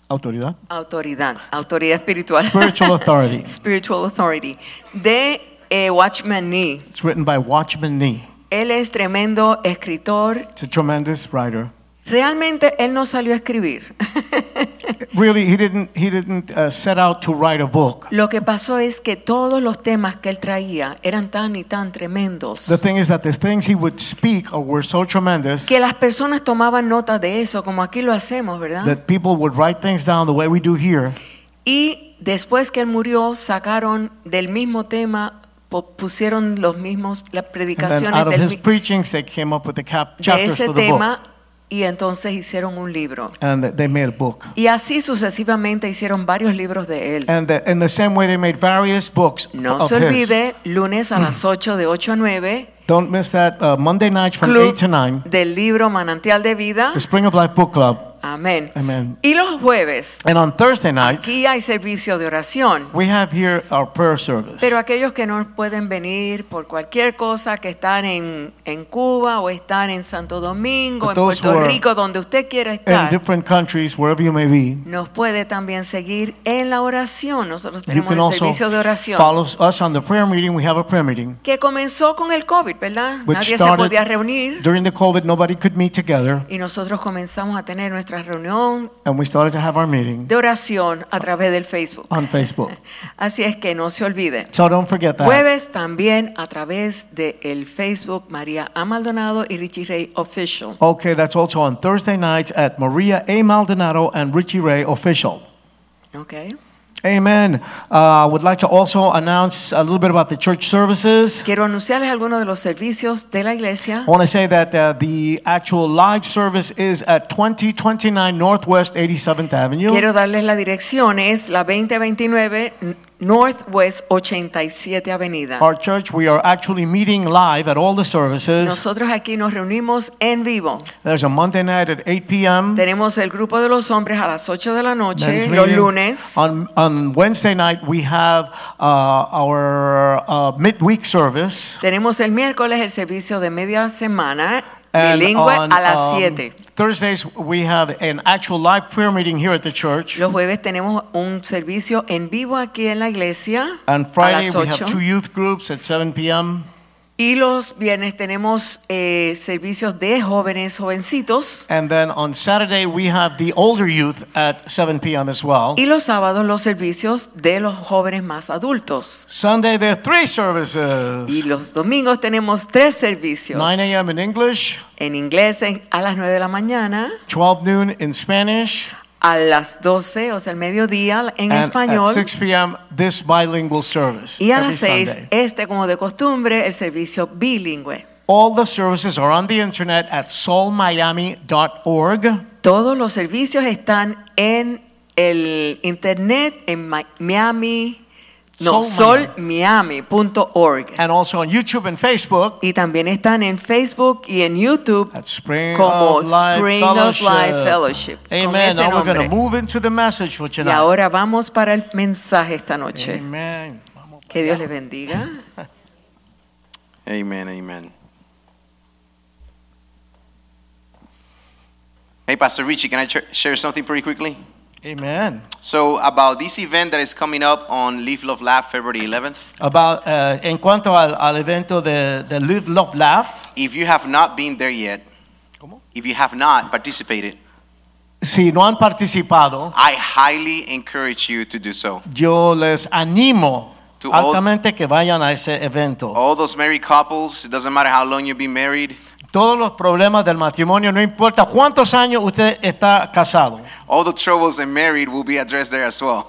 Speaker 3: Autoridad.
Speaker 4: Autoridad, Autoridad Espiritual.
Speaker 3: Spiritual Authority.
Speaker 4: Spiritual Authority. De eh, Watchman Nee.
Speaker 3: It's written by Watchman Nee.
Speaker 4: Él es tremendo escritor.
Speaker 3: It's a tremendous writer.
Speaker 4: Realmente él no salió a escribir.
Speaker 3: Really, he didn't, he didn't uh, set out to write a book.
Speaker 4: Lo que pasó es que todos los temas que él traía eran tan y tan
Speaker 3: The
Speaker 4: tremendos
Speaker 3: thing is that the things he would speak uh, were so tremendous
Speaker 4: que las personas tomaban nota de eso, como aquí lo hacemos, ¿verdad?
Speaker 3: that people would write things down the way we do here.
Speaker 4: Y después que él murió, sacaron del mismo tema, po- pusieron los mismos las
Speaker 3: And then
Speaker 4: predicaciones
Speaker 3: out of
Speaker 4: del,
Speaker 3: his
Speaker 4: mi-
Speaker 3: preachings, they came up with the cap-
Speaker 4: de
Speaker 3: chapters
Speaker 4: ese
Speaker 3: for the book.
Speaker 4: tema y entonces hicieron un libro.
Speaker 3: And they made a book.
Speaker 4: Y así sucesivamente hicieron varios libros de él.
Speaker 3: And the, in the same way, they made various books
Speaker 4: No
Speaker 3: of
Speaker 4: se
Speaker 3: his.
Speaker 4: olvide, lunes a las 8 de 8 a 9,
Speaker 3: Don't miss that uh, Monday night from 8
Speaker 4: Club
Speaker 3: to 9,
Speaker 4: del libro Manantial de Vida.
Speaker 3: the Spring of Life Book Club.
Speaker 4: Amén.
Speaker 3: Amen.
Speaker 4: Y los jueves,
Speaker 3: And on Thursday night,
Speaker 4: aquí hay servicio de oración.
Speaker 3: we have here our prayer service.
Speaker 4: Pero aquellos que no pueden venir por cualquier cosa, que están en, en Cuba o están en Santo Domingo,
Speaker 3: But
Speaker 4: en
Speaker 3: those
Speaker 4: Puerto
Speaker 3: who are
Speaker 4: Rico, donde usted quiera
Speaker 3: in
Speaker 4: estar,
Speaker 3: different countries, wherever you may be.
Speaker 4: nos puede también seguir en la oración. Nosotros
Speaker 3: You
Speaker 4: tenemos
Speaker 3: can
Speaker 4: el
Speaker 3: also
Speaker 4: servicio de oración.
Speaker 3: follow us on the prayer meeting. We have a prayer meeting.
Speaker 4: que comenzó con el COVID, ¿verdad?
Speaker 3: Which
Speaker 4: Nadie se
Speaker 3: started
Speaker 4: podía reunir
Speaker 3: During the COVID, nobody could meet together.
Speaker 4: y nosotros comenzamos a tener nuestra nuestra reunión
Speaker 3: and we started to have our meeting
Speaker 4: de oración a través del Facebook.
Speaker 3: on Facebook.
Speaker 4: Así es que no se olviden.
Speaker 3: So don't forget that.
Speaker 4: Jueves también a través del el Facebook María A. Maldonado y Richie Rey Official.
Speaker 3: Okay, that's also on Thursday nights at Maria A. Maldonado and Richie Ray Official.
Speaker 4: Okay.
Speaker 3: Amen. Uh, I would like to also announce a little bit about the church services.
Speaker 4: Quiero anunciarles algunos de los servicios de la iglesia.
Speaker 3: I want to say that uh, the actual live service is at 2029 Northwest 87th Avenue.
Speaker 4: Quiero darles la dirección, es la 2029 Northwest 87 Avenida.
Speaker 3: Our church, we are actually meeting live at all the services.
Speaker 4: Nosotros aquí nos reunimos en vivo.
Speaker 3: There's a Monday night at 8 p.m.
Speaker 4: Tenemos el grupo de los hombres a las 8 de la
Speaker 3: Men's
Speaker 4: noche, los
Speaker 3: meeting.
Speaker 4: lunes.
Speaker 3: On, on Wednesday night, we have uh, our uh, midweek service.
Speaker 4: Tenemos el miércoles el servicio de media semana
Speaker 3: And
Speaker 4: bilingüe
Speaker 3: on,
Speaker 4: a las
Speaker 3: um,
Speaker 4: 7.
Speaker 3: Thursdays, we have an actual live prayer meeting here at the church.
Speaker 4: Los jueves tenemos un servicio en vivo aquí en la iglesia
Speaker 3: On
Speaker 4: a
Speaker 3: Friday,
Speaker 4: las
Speaker 3: we
Speaker 4: 8.
Speaker 3: have two youth groups at 7 p.m.
Speaker 4: Y los viernes tenemos eh, servicios de jóvenes, jovencitos.
Speaker 3: And then on Saturday, we have the older youth at 7 p.m. as well.
Speaker 4: Y los sábados los servicios de los jóvenes más adultos.
Speaker 3: Sunday, there are three
Speaker 4: Y
Speaker 3: services
Speaker 4: los domingos tenemos tres servicios.
Speaker 3: 9 a.m. in English,
Speaker 4: En inglés en- a las 9 de la mañana,
Speaker 3: 12 noon in Spanish,
Speaker 4: a las 12, o sea, el mediodía en
Speaker 3: and
Speaker 4: español.
Speaker 3: at 6 p.m., this bilingual service.
Speaker 4: y a
Speaker 3: every
Speaker 4: las 6,
Speaker 3: Sunday.
Speaker 4: este como de costumbre, el servicio bilingüe.
Speaker 3: All the services are on the internet at soulmiami.org.
Speaker 4: Todos los servicios están en el internet en Mi- Miami, no,
Speaker 3: Soul
Speaker 4: solmiami.org.
Speaker 3: and also on YouTube and Facebook
Speaker 4: Y también están en Facebook y en YouTube
Speaker 3: at Spring
Speaker 4: como
Speaker 3: of Life
Speaker 4: Spring of
Speaker 3: Fellowship.
Speaker 4: Life Fellowship. con
Speaker 3: Amen.
Speaker 4: ese
Speaker 3: Now we're going
Speaker 4: nombre.
Speaker 3: to move into the message for
Speaker 4: Y
Speaker 3: tonight.
Speaker 4: ahora vamos para el mensaje esta noche.
Speaker 3: Amen.
Speaker 4: Que Dios les bendiga.
Speaker 2: Amen, amen. Hey, Pastor Richie, can I ch- share something pretty quickly?
Speaker 3: Amen.
Speaker 2: So, about this event that is coming up on Live, Love, Laugh, February 11th.
Speaker 3: About, eh, en cuanto al, al evento de, de Live, Love, Laugh,
Speaker 2: If you have not been there yet,
Speaker 3: ¿Cómo?
Speaker 2: if you have not participated,
Speaker 3: si no han participado,
Speaker 2: I highly encourage you to do so.
Speaker 3: yo les animo
Speaker 2: To all,
Speaker 3: altamente que vayan a ese evento.
Speaker 2: all those married couples, it doesn't matter how long you've been married,
Speaker 3: Todos los problemas del matrimonio, no importa cuántos años usted está casado.
Speaker 2: all the troubles in married will be addressed there as well.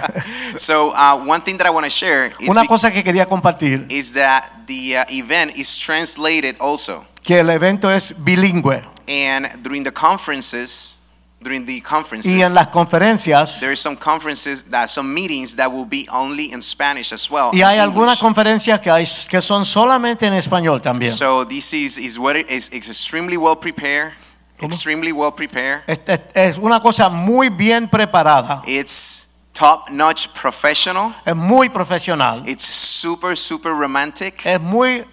Speaker 2: so, uh, one thing that I want to share is,
Speaker 3: Una
Speaker 2: be-
Speaker 3: cosa que quería compartir,
Speaker 2: is that the uh, event is translated also.
Speaker 3: que el evento es bilingüe.
Speaker 2: And during the conferences, during the conferences,
Speaker 3: Y en las conferencias,
Speaker 2: there is some conferences that some meetings that will be only in Spanish as well.
Speaker 3: y
Speaker 2: and
Speaker 3: hay algunas
Speaker 2: English.
Speaker 3: conferencias que, hay, que son solamente en español también.
Speaker 2: So this is is what it is it's extremely well prepared.
Speaker 3: ¿Cómo?
Speaker 2: Extremely well prepared.
Speaker 3: Es, es- es una cosa muy bien preparada,
Speaker 2: It's top notch professional.
Speaker 3: es muy profesional,
Speaker 2: It's super super romantic.
Speaker 3: es muy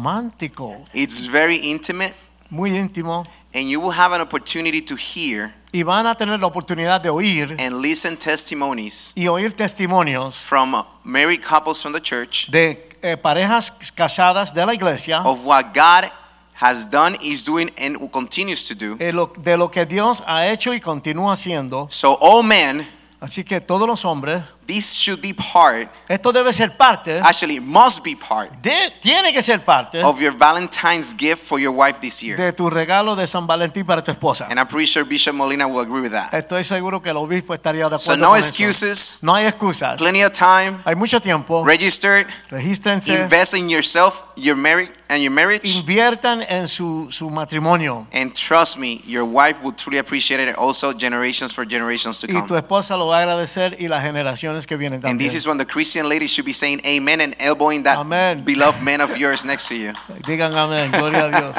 Speaker 3: romántico,
Speaker 2: It's very intimate,
Speaker 3: muy íntimo.
Speaker 2: and you will have an opportunity to hear
Speaker 3: Y van a tener la oportunidad de oír
Speaker 2: and listen testimonies
Speaker 3: y oír testimonios
Speaker 2: from married couples from the church
Speaker 3: de eh, parejas casadas de la iglesia,
Speaker 2: of what God has done, is doing, and continues to do.
Speaker 3: eh, lo- de lo que Dios ha hecho y continúa haciendo.
Speaker 2: So, all men,
Speaker 3: Así que todos los hombres,
Speaker 2: this should be part.
Speaker 3: esto debe ser parte,
Speaker 2: Actually, it must be part
Speaker 3: de- tiene que ser parte
Speaker 2: of your Valentine's gift for your wife this year.
Speaker 3: de tu regalo de San Valentín para tu esposa.
Speaker 2: And I'm pretty sure Bishop Molina will agree with that.
Speaker 3: Estoy seguro que el obispo estaría de acuerdo.
Speaker 2: So no
Speaker 3: con eso.
Speaker 2: excuses,
Speaker 3: No hay excusas.
Speaker 2: plenty of time.
Speaker 3: Hay mucho tiempo.
Speaker 2: Register,
Speaker 3: Regístrense.
Speaker 2: invest in yourself, your marriage, and your marriage.
Speaker 3: Inviertan en su, su matrimonio.
Speaker 2: And trust me, your wife will truly appreciate it, and also generations for generations to
Speaker 3: Y tu
Speaker 2: come.
Speaker 3: esposa lo va a agradecer y las generaciones que vienen
Speaker 2: And
Speaker 3: también.
Speaker 2: this is when the Christian ladies should be saying amen and elbowing that
Speaker 3: Amen.
Speaker 2: beloved man of yours next to you.
Speaker 3: Digan amén. Gloria a Dios.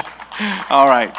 Speaker 2: All right.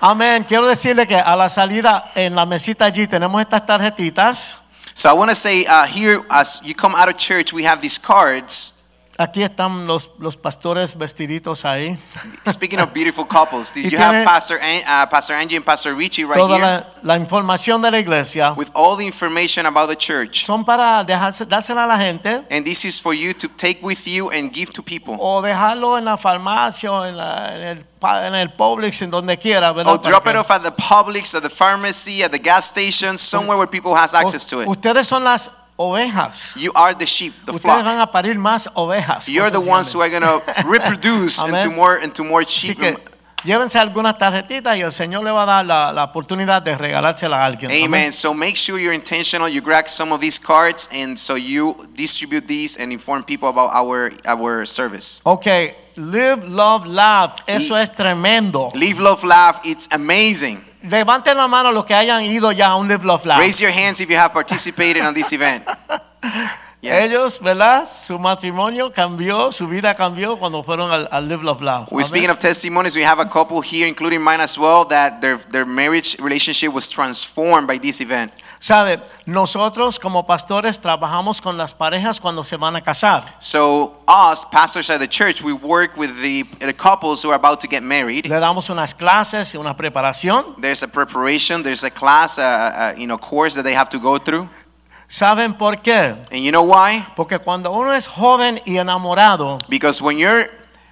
Speaker 3: Amén. Quiero decirle que a la salida en la mesita allí tenemos estas tarjetitas.
Speaker 2: So I want to say uh, here, as you come out of church, we have these cards
Speaker 3: Aquí están los, los pastores vestiditos ahí.
Speaker 2: Speaking of beautiful couples,
Speaker 3: Y
Speaker 2: did you have
Speaker 3: tiene-
Speaker 2: Pastor, An- uh, Pastor Angie and Pastor Richie right
Speaker 3: Toda
Speaker 2: here
Speaker 3: la, la información de la iglesia
Speaker 2: with all the information about the church.
Speaker 3: son para dejarse, dársela a la gente
Speaker 2: And this is for you to take with you and give to people.
Speaker 3: o dejarlo en la farmacia, o en, la- en el, pa- en el Publix, en donde quiera. ¿verdad?
Speaker 2: Or
Speaker 3: Oh, Para
Speaker 2: Oh, drop
Speaker 3: que-
Speaker 2: it off at the Publix, at the pharmacy, at the gas station, somewhere where people
Speaker 3: Oh,
Speaker 2: has access to it.
Speaker 3: Ustedes son las ovejas.
Speaker 2: You are the sheep, the
Speaker 3: Ustedes van
Speaker 2: flock.
Speaker 3: a parir más ovejas.
Speaker 2: You're the ones
Speaker 3: ¿Cuántos
Speaker 2: who are
Speaker 3: entienden?
Speaker 2: going to reproduce
Speaker 3: Amén.
Speaker 2: into more into more
Speaker 3: Así
Speaker 2: sheep.
Speaker 3: que llévense algunas tarjetitas y el Señor le va a dar la, la oportunidad de regalársela a alguien.
Speaker 2: Amen.
Speaker 3: Amén.
Speaker 2: So make sure you're intentional. You grab some of these cards, and so you distribute these and inform people about our our service.
Speaker 3: Ok, live, love, laugh. Eso
Speaker 2: Y-
Speaker 3: es tremendo.
Speaker 2: Live, love, laugh. It's amazing.
Speaker 3: Levanten la mano los que hayan ido ya a un live, love, laugh.
Speaker 2: Raise your hands if you have participated on this event. Yes.
Speaker 3: Ellos, ¿verdad? Su matrimonio cambió, su vida cambió cuando fueron al, al live, love, laugh.
Speaker 2: We're
Speaker 3: Amén.
Speaker 2: speaking of testimonies. We have a couple here, including mine as well, that their, their marriage relationship was transformed by this event.
Speaker 3: Sabe, nosotros como pastores trabajamos con las parejas cuando se van a casar.
Speaker 2: So, us, pastors at the church, we work with the, the couples who are about to get married.
Speaker 3: Le damos unas clases, una preparación.
Speaker 2: There's a preparation, there's a class, a, a you know, course that they have to go through.
Speaker 3: ¿Saben por qué?
Speaker 2: And you know why?
Speaker 3: Porque cuando uno es joven y enamorado,
Speaker 2: Because when you're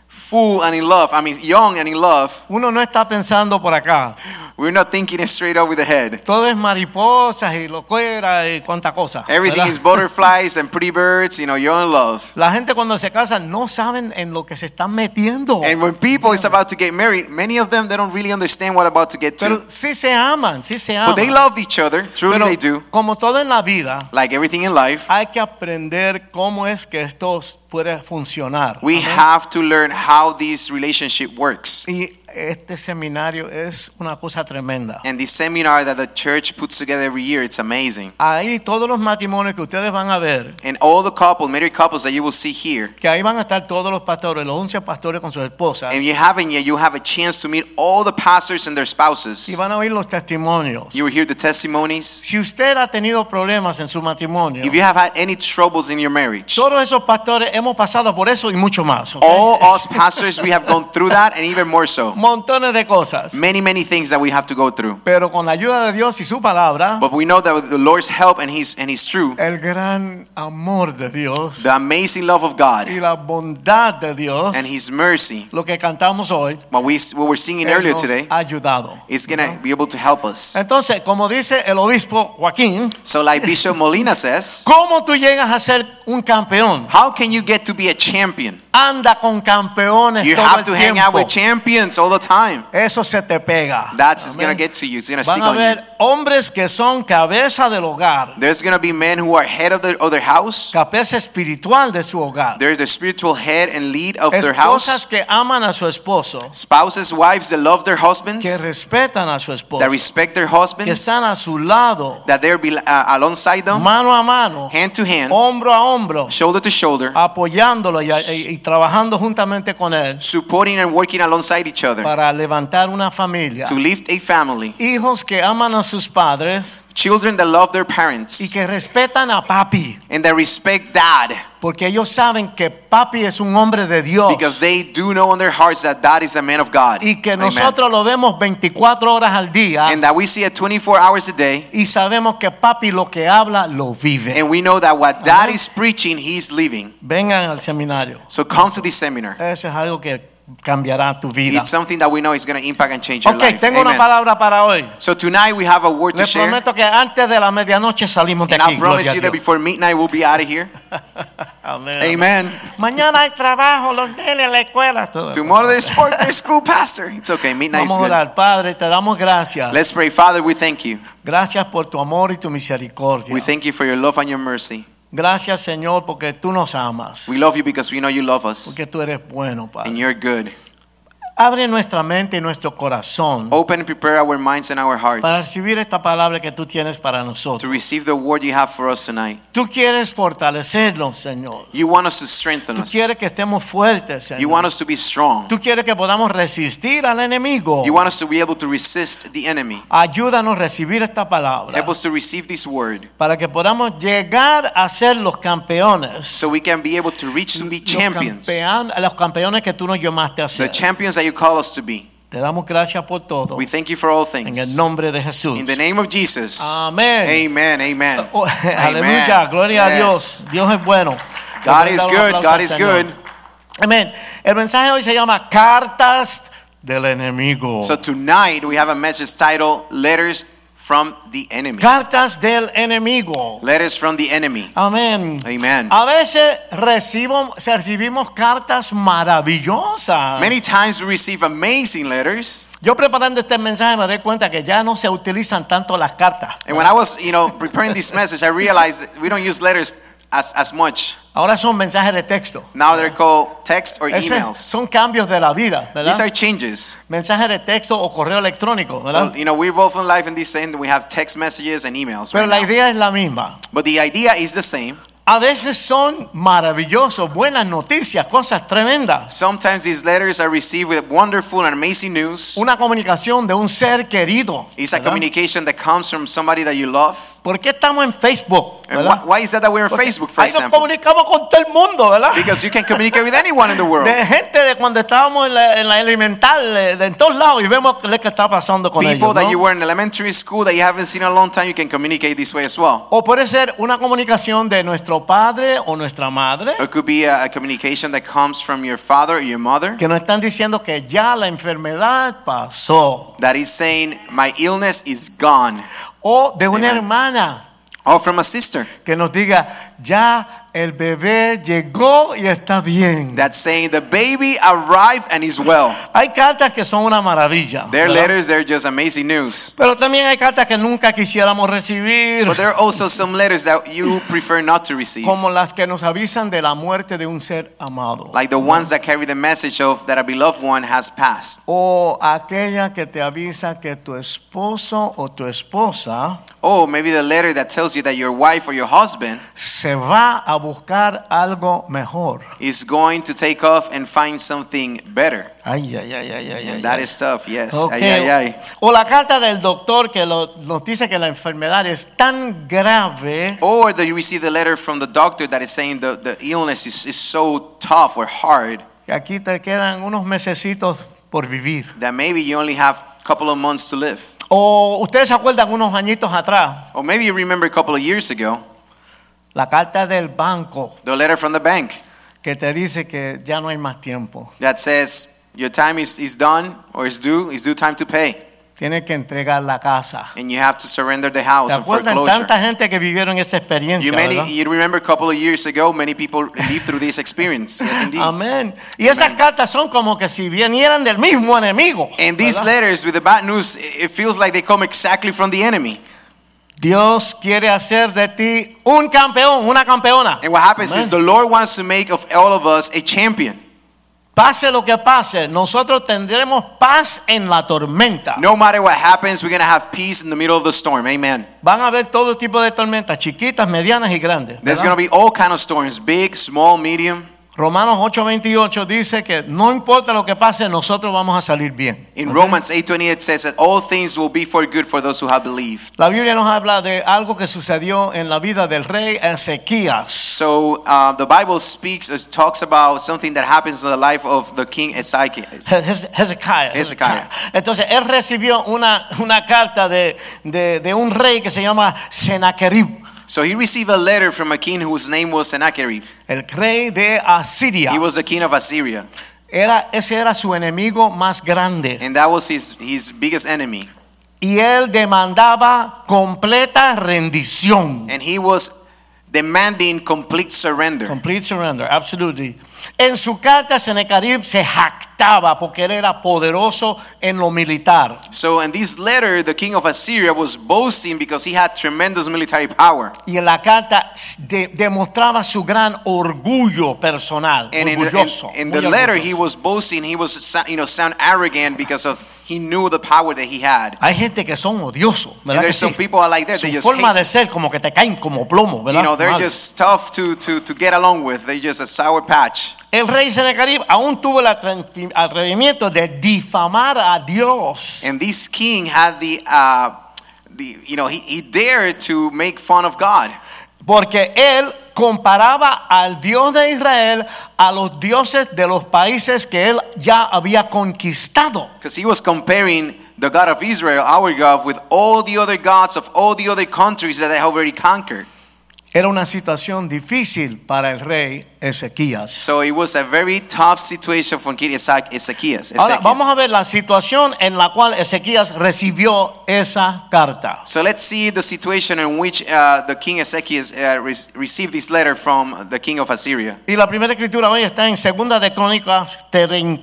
Speaker 2: full and in love, I mean, young and in love,
Speaker 3: uno no está pensando por acá.
Speaker 2: we're not thinking it straight over the head.
Speaker 3: Todo es mariposas y locuera y cuánta cosa.
Speaker 2: Everything
Speaker 3: ¿verdad?
Speaker 2: is butterflies and pretty birds. You know, you're in love.
Speaker 3: La gente cuando se casa no saben en lo que se están metiendo.
Speaker 2: And when people is about to get married, many of them they don't really understand what about to get to.
Speaker 3: Pero sí se aman, sí se aman.
Speaker 2: But they love each other. Truly,
Speaker 3: Pero Ah,
Speaker 2: they do.
Speaker 3: como todo en la vida,
Speaker 2: Like everything in life,
Speaker 3: hay que aprender cómo es que esto puede funcionar.
Speaker 2: we
Speaker 3: Amén.
Speaker 2: have to learn how this relationship works.
Speaker 3: Y este seminario es una cosa tremenda.
Speaker 2: And the seminar that the church puts together every year, it's amazing.
Speaker 3: Ahí todos los matrimonios que ustedes van a ver,
Speaker 2: And all the couple, married couples that you will see here,
Speaker 3: que ahí van a estar todos los pastores, los 11 pastores con sus esposas,
Speaker 2: and you haven't yet, you have a chance to meet all the pastors and their
Speaker 3: y
Speaker 2: spouses.
Speaker 3: van a oír los testimonios.
Speaker 2: You will hear the testimonies.
Speaker 3: Si usted ha tenido problemas en su matrimonio,
Speaker 2: If you have had any troubles in your marriage,
Speaker 3: todos esos pastores hemos pasado por eso y mucho más. ¿ok?
Speaker 2: all us pastors, we have gone through that and even more so.
Speaker 3: Montones de cosas.
Speaker 2: Many, many things that we have to go through.
Speaker 3: Pero con la ayuda de Dios y su palabra,
Speaker 2: But we know that with the Lord's help and His and His true,
Speaker 3: el gran amor de Dios
Speaker 2: the amazing love of God
Speaker 3: y la bondad de Dios,
Speaker 2: and His mercy,
Speaker 3: lo que cantamos hoy,
Speaker 2: what we what we're singing
Speaker 3: Él
Speaker 2: earlier
Speaker 3: nos
Speaker 2: today,
Speaker 3: ha ayudado.
Speaker 2: is gonna be able to help us.
Speaker 3: Entonces, como dice el obispo Joaquín,
Speaker 2: So, like Bishop Molina says,
Speaker 3: ¿cómo tú llegas a ser un campeón?
Speaker 2: how can you get to be a champion?
Speaker 3: Anda con campeones
Speaker 2: You
Speaker 3: todo
Speaker 2: have
Speaker 3: el
Speaker 2: to
Speaker 3: tiempo.
Speaker 2: hang out with champions all the time.
Speaker 3: Eso se te pega.
Speaker 2: That's it's gonna
Speaker 3: Amén.
Speaker 2: get to you. It's gonna
Speaker 3: Van
Speaker 2: stick
Speaker 3: a
Speaker 2: on you.
Speaker 3: haber hombres que son cabeza del hogar,
Speaker 2: There's gonna be men who are head of the of their house.
Speaker 3: cabeza espiritual de su hogar.
Speaker 2: They're the spiritual head and lead of their
Speaker 3: Esposas
Speaker 2: house.
Speaker 3: que aman a su esposo,
Speaker 2: Spouses, wives that love their
Speaker 3: que
Speaker 2: husbands,
Speaker 3: respetan a su esposo,
Speaker 2: that respect their
Speaker 3: que
Speaker 2: husbands,
Speaker 3: están a su lado,
Speaker 2: that they're be, uh, alongside them,
Speaker 3: mano a mano,
Speaker 2: hand to hand,
Speaker 3: hombro a hombro,
Speaker 2: shoulder to shoulder,
Speaker 3: Ah. apoyándolo y, y- y trabajando juntamente con él
Speaker 2: supporting and working alongside each other
Speaker 3: para levantar una familia.
Speaker 2: to lift a family.
Speaker 3: Hijos que aman a sus padres
Speaker 2: Children that love their
Speaker 3: y
Speaker 2: parents
Speaker 3: que respetan a papi,
Speaker 2: and that respect dad
Speaker 3: porque ellos saben que papi es un hombre de Dios.
Speaker 2: because they do know in their hearts that dad is a man of God.
Speaker 3: y que
Speaker 2: Amen.
Speaker 3: nosotros lo vemos 24 horas al día
Speaker 2: and that we see it 24 hours a day
Speaker 3: y sabemos que papi lo que habla lo vive.
Speaker 2: and we know that what dad
Speaker 3: Amen.
Speaker 2: is preaching, he's living.
Speaker 3: Vengan al seminario.
Speaker 2: So come to this seminar.
Speaker 3: Eso es algo que cambiará tu vida.
Speaker 2: It's something that we know is going to impact and change your
Speaker 3: Ok,
Speaker 2: life.
Speaker 3: tengo una
Speaker 2: Amen.
Speaker 3: palabra para hoy.
Speaker 2: So tonight we have a word to
Speaker 3: Les
Speaker 2: share.
Speaker 3: prometo que antes de la medianoche salimos de
Speaker 2: And
Speaker 3: aquí.
Speaker 2: I promise
Speaker 3: gloria a
Speaker 2: you that
Speaker 3: Dios.
Speaker 2: before midnight we'll be out of here.
Speaker 3: Amén.
Speaker 2: Amen.
Speaker 3: Mañana hay trabajo, los nenes, la escuela. todo.
Speaker 2: Tomorrow there's sport, there's school, pastor. It's okay. Midnight is
Speaker 3: Vamos a
Speaker 2: good.
Speaker 3: orar, Padre, te damos gracias.
Speaker 2: Let's pray. Father, we thank you.
Speaker 3: Gracias por tu amor y tu misericordia.
Speaker 2: We thank you for your love and your mercy.
Speaker 3: Gracias, Señor, porque tú nos amas.
Speaker 2: We love you because we know you love us
Speaker 3: Porque tú eres bueno, Padre.
Speaker 2: and you're good.
Speaker 3: Abre nuestra mente y nuestro corazón
Speaker 2: Open and prepare our minds and our
Speaker 3: para
Speaker 2: hearts
Speaker 3: recibir esta palabra que tú tienes para
Speaker 2: to
Speaker 3: nosotros.
Speaker 2: receive the word you have for us tonight.
Speaker 3: Tú quieres fortalecernos, Señor.
Speaker 2: You want us to strengthen
Speaker 3: Tú
Speaker 2: us.
Speaker 3: quieres que estemos fuertes,
Speaker 2: You want
Speaker 3: Señor.
Speaker 2: us to be strong.
Speaker 3: Tú quieres que podamos resistir al enemigo.
Speaker 2: You want us to be able to resist the enemy.
Speaker 3: Ayúdanos a recibir esta palabra
Speaker 2: Help us to receive this word
Speaker 3: para que podamos llegar a ser los campeones.
Speaker 2: so we can be able to reach to be
Speaker 3: Los
Speaker 2: champions.
Speaker 3: campean- los campeones que tú nos llamaste a
Speaker 2: The
Speaker 3: ser.
Speaker 2: champions that you call us to be.
Speaker 3: Te damos gracias por todo.
Speaker 2: We thank you for all
Speaker 3: En el
Speaker 2: things.
Speaker 3: nombre de Jesús.
Speaker 2: In the name of Jesus.
Speaker 3: Amén.
Speaker 2: Amen. Amen.
Speaker 3: Oh, Aleluya,
Speaker 2: Amen.
Speaker 3: gloria a
Speaker 2: Yes.
Speaker 3: Dios. Dios es bueno.
Speaker 2: God
Speaker 3: Le
Speaker 2: is
Speaker 3: doy un
Speaker 2: good.
Speaker 3: aplauso
Speaker 2: God
Speaker 3: al
Speaker 2: is
Speaker 3: Señor.
Speaker 2: good.
Speaker 3: Amén. El mensaje hoy se llama Cartas del enemigo.
Speaker 2: So tonight we have a message titled Letters from the Enemy.
Speaker 3: Cartas del enemigo.
Speaker 2: Letters from the Enemy.
Speaker 3: Amén.
Speaker 2: Amen.
Speaker 3: A veces recibo- recibimos cartas maravillosas.
Speaker 2: Many times we receive amazing letters.
Speaker 3: Yo preparando este mensaje me doy cuenta que ya no se utilizan tanto las cartas.
Speaker 2: And when I was, you know, preparing this message, I realized that we don't use letters as, as much.
Speaker 3: Ahora son mensajes de texto.
Speaker 2: Now they're called text or
Speaker 3: Esos
Speaker 2: emails.
Speaker 3: son cambios de la vida, ¿verdad?
Speaker 2: These are changes.
Speaker 3: mensajes de texto o correo electrónico, ¿verdad?
Speaker 2: So, you know, we're both in life in this same. We have text messages and emails.
Speaker 3: Pero
Speaker 2: right
Speaker 3: la
Speaker 2: now.
Speaker 3: idea es la misma.
Speaker 2: But the idea is the same.
Speaker 3: A veces son maravillosos, buenas noticias, cosas tremendas.
Speaker 2: Sometimes these letters are received with wonderful and amazing news.
Speaker 3: Una comunicación de un ser querido.
Speaker 2: It's a
Speaker 3: ¿verdad?
Speaker 2: communication that comes from somebody that you love.
Speaker 3: ¿Por qué estamos en Facebook?
Speaker 2: And
Speaker 3: ¿verdad?
Speaker 2: why, why is that that we're on
Speaker 3: Porque
Speaker 2: Facebook, for
Speaker 3: ahí nos
Speaker 2: example?
Speaker 3: comunicamos con todo el mundo, ¿verdad?
Speaker 2: Because you can communicate with anyone in the world.
Speaker 3: De gente de cuando estábamos en la, en la elemental, eh, de en todos lados, y vemos lo que está pasando con
Speaker 2: People
Speaker 3: ellos.
Speaker 2: that
Speaker 3: ¿no?
Speaker 2: you were in elementary school that you haven't seen in a long time, you can communicate this way as well.
Speaker 3: O puede ser una comunicación de nuestro padre o nuestra madre,
Speaker 2: It could be a, a communication that comes from your father or your mother
Speaker 3: que nos están diciendo que ya la enfermedad pasó.
Speaker 2: that is saying, My illness is gone.
Speaker 3: O de una
Speaker 2: Amen.
Speaker 3: hermana
Speaker 2: Or from a sister
Speaker 3: que nos diga, ya el bebé llegó y está bien.
Speaker 2: that's saying, The baby arrived and is well.
Speaker 3: hay cartas que son una maravilla.
Speaker 2: Their
Speaker 3: ¿verdad?
Speaker 2: letters, they're just amazing news.
Speaker 3: Pero también hay cartas que nunca quisiéramos recibir,
Speaker 2: But there are also some letters that you prefer not to receive.
Speaker 3: como las que nos avisan de la muerte de un ser amado.
Speaker 2: like the ones that carry the message of that a beloved one has passed,
Speaker 3: o aquella que te avisa que tu esposo o tu esposa
Speaker 2: or Oh, maybe the letter that tells you that your wife or your husband
Speaker 3: se va a buscar algo mejor.
Speaker 2: is going to take off and find something better.
Speaker 3: Ay, ay, ay, ay, ay. ay,
Speaker 2: And that
Speaker 3: ay.
Speaker 2: is tough, yes.
Speaker 3: Ok.
Speaker 2: Ay, ay, ay.
Speaker 3: O la carta del doctor que lo- nos dice que la enfermedad es tan grave
Speaker 2: Or that you receive the letter from the doctor that is saying the, the illness is, is so tough or hard
Speaker 3: que aquí te quedan unos mesecitos por vivir.
Speaker 2: that maybe you only have a couple of months to live.
Speaker 3: O ustedes se acuerdan unos añitos atrás,
Speaker 2: Or maybe you remember a couple of years ago,
Speaker 3: la carta del banco
Speaker 2: the letter from the bank
Speaker 3: que te dice que ya no hay más tiempo.
Speaker 2: that says your time is, is done or is due, is due time to pay.
Speaker 3: Tienes que entregar la casa.
Speaker 2: And you have to surrender the
Speaker 3: ¿Te
Speaker 2: house and
Speaker 3: acuerdan
Speaker 2: foreclosure.
Speaker 3: tanta gente que vivieron esa experiencia?
Speaker 2: You many,
Speaker 3: verdad?
Speaker 2: you remember a couple of years ago, many people lived through this experience. Yes, indeed.
Speaker 3: Amén. Y esas
Speaker 2: Amén.
Speaker 3: cartas son como que si vinieran del mismo enemigo.
Speaker 2: and these
Speaker 3: ¿verdad?
Speaker 2: letters with the bad news, it it feels like they come exactly from the enemy.
Speaker 3: Dios quiere hacer de ti un campeón, una campeona.
Speaker 2: And what happens is
Speaker 3: Amén.
Speaker 2: the Lord wants to make of all of us a champion.
Speaker 3: Pase lo que pase, nosotros tendremos paz en la tormenta.
Speaker 2: No matter what happens, we're gonna have peace in the middle of the storm. Amen.
Speaker 3: Van a haber todo tipo de tormentas, chiquitas, medianas y grandes.
Speaker 2: There's
Speaker 3: ¿verdad?
Speaker 2: gonna be all kind of storms, big, small, medium.
Speaker 3: Romanos 8:28 dice que no importa lo que pase, nosotros vamos a salir bien.
Speaker 2: In Romans 8:28 it says that all things will be for good for those who have believed.
Speaker 3: La Biblia nos habla de algo que sucedió en la vida del rey Ezequías.
Speaker 2: So uh, the Bible speaks, it talks about something that happens in the life of the king Ezekiel.
Speaker 3: He- He- Hezekiah,
Speaker 2: Hezekiah.
Speaker 3: Entonces él recibió una, una carta de, de- de un rey que se llama Sennacherib,
Speaker 2: So he received a letter from a king whose name was Sennacherib.
Speaker 3: el rey de Asiria.
Speaker 2: He was the king of Assyria,
Speaker 3: Era, ese era su enemigo más grande.
Speaker 2: and that was his, his biggest enemy.
Speaker 3: Y él demandaba completa rendición.
Speaker 2: And he was demanding complete surrender.
Speaker 3: Complete surrender, absolutely. En su carta Senecarib se jactaba porque él era poderoso en lo militar.
Speaker 2: So in this letter, the king of Assyria was boasting because he had tremendous military power.
Speaker 3: Y en la carta de- demostraba su gran orgullo personal.
Speaker 2: And in, in-
Speaker 3: orgulloso,
Speaker 2: in
Speaker 3: muy
Speaker 2: the letter, he
Speaker 3: orgulloso.
Speaker 2: was boasting. He was so- you know sound arrogant because of he knew the power that he had.
Speaker 3: Hay gente que son odiosos.
Speaker 2: And
Speaker 3: ¿verdad que
Speaker 2: there's some
Speaker 3: sí?
Speaker 2: people are like that.
Speaker 3: Su
Speaker 2: They just
Speaker 3: forma de
Speaker 2: hate.
Speaker 3: ser como que te caen como plomo, ¿verdad?
Speaker 2: You know, they're
Speaker 3: Mal.
Speaker 2: just tough to, to, to get along with. They're just a sour patch.
Speaker 3: El rey Senecarib aún tuvo el atrevi- atrevimiento de difamar a Dios.
Speaker 2: And this king had the, uh, the you know, he, he dared to make fun of God
Speaker 3: Porque él comparaba al Dios de Israel a los dioses de los países que él ya había conquistado.
Speaker 2: because he was comparing the God of Israel, our God, with all the other gods of all the other countries that they had already conquered.
Speaker 3: Era una situación difícil para el rey Ezequías.
Speaker 2: So it was a very tough situation for King Ezek- Ezekias.
Speaker 3: Ahora
Speaker 2: Ezekias.
Speaker 3: vamos a ver la situación en la cual Ezequías recibió esa carta.
Speaker 2: So let's see the situation in which uh, the king Ezekias uh, re- received this letter from the king of Assyria.
Speaker 3: Y la primera escritura hoy está en Segunda de Crónicas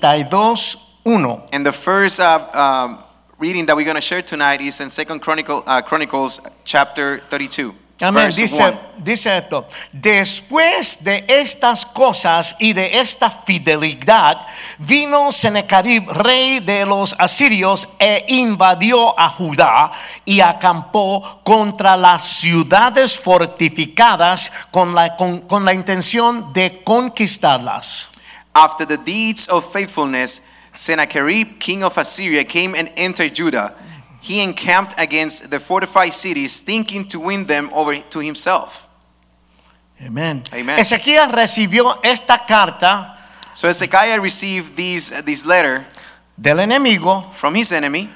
Speaker 3: 32, 1.
Speaker 2: And the first uh, um, reading that we're going to share tonight is in Second Chronicle, uh, Chronicles chapter 32.
Speaker 3: Amén.
Speaker 2: verse
Speaker 3: Dice,
Speaker 2: 1.
Speaker 3: dice esto. Después de estas cosas y de esta fidelidad, vino Senecarib, rey de los asirios, e invadió a Judá y acampó contra las ciudades fortificadas con la, con- con la intención de conquistarlas.
Speaker 2: After the deeds of faithfulness, Sennacherib, king of Assyria, came and entered Judah. He encamped against the fortified cities, thinking to win them over to himself.
Speaker 3: Amén.
Speaker 2: Amén.
Speaker 3: Ezequías recibió esta carta
Speaker 2: So Hezekiah received these, uh, this letter
Speaker 3: del enemigo
Speaker 2: from his enemy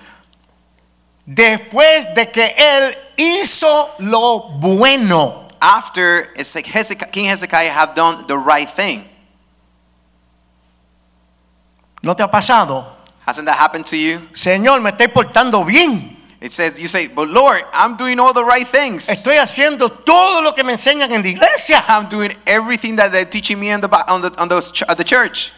Speaker 3: después de que él hizo lo bueno.
Speaker 2: after Ezek- Hezek- King Hezekiah had done the right thing.
Speaker 3: ¿No te ha pasado?
Speaker 2: Hasn't that happened to you?
Speaker 3: Señor, me estoy portando bien.
Speaker 2: It says, you say, but Lord, I'm doing all the right things.
Speaker 3: Estoy haciendo todo lo que me enseñan en la iglesia.
Speaker 2: I'm doing everything that they're teaching me on the, Bi- on the, on those ch- at the church.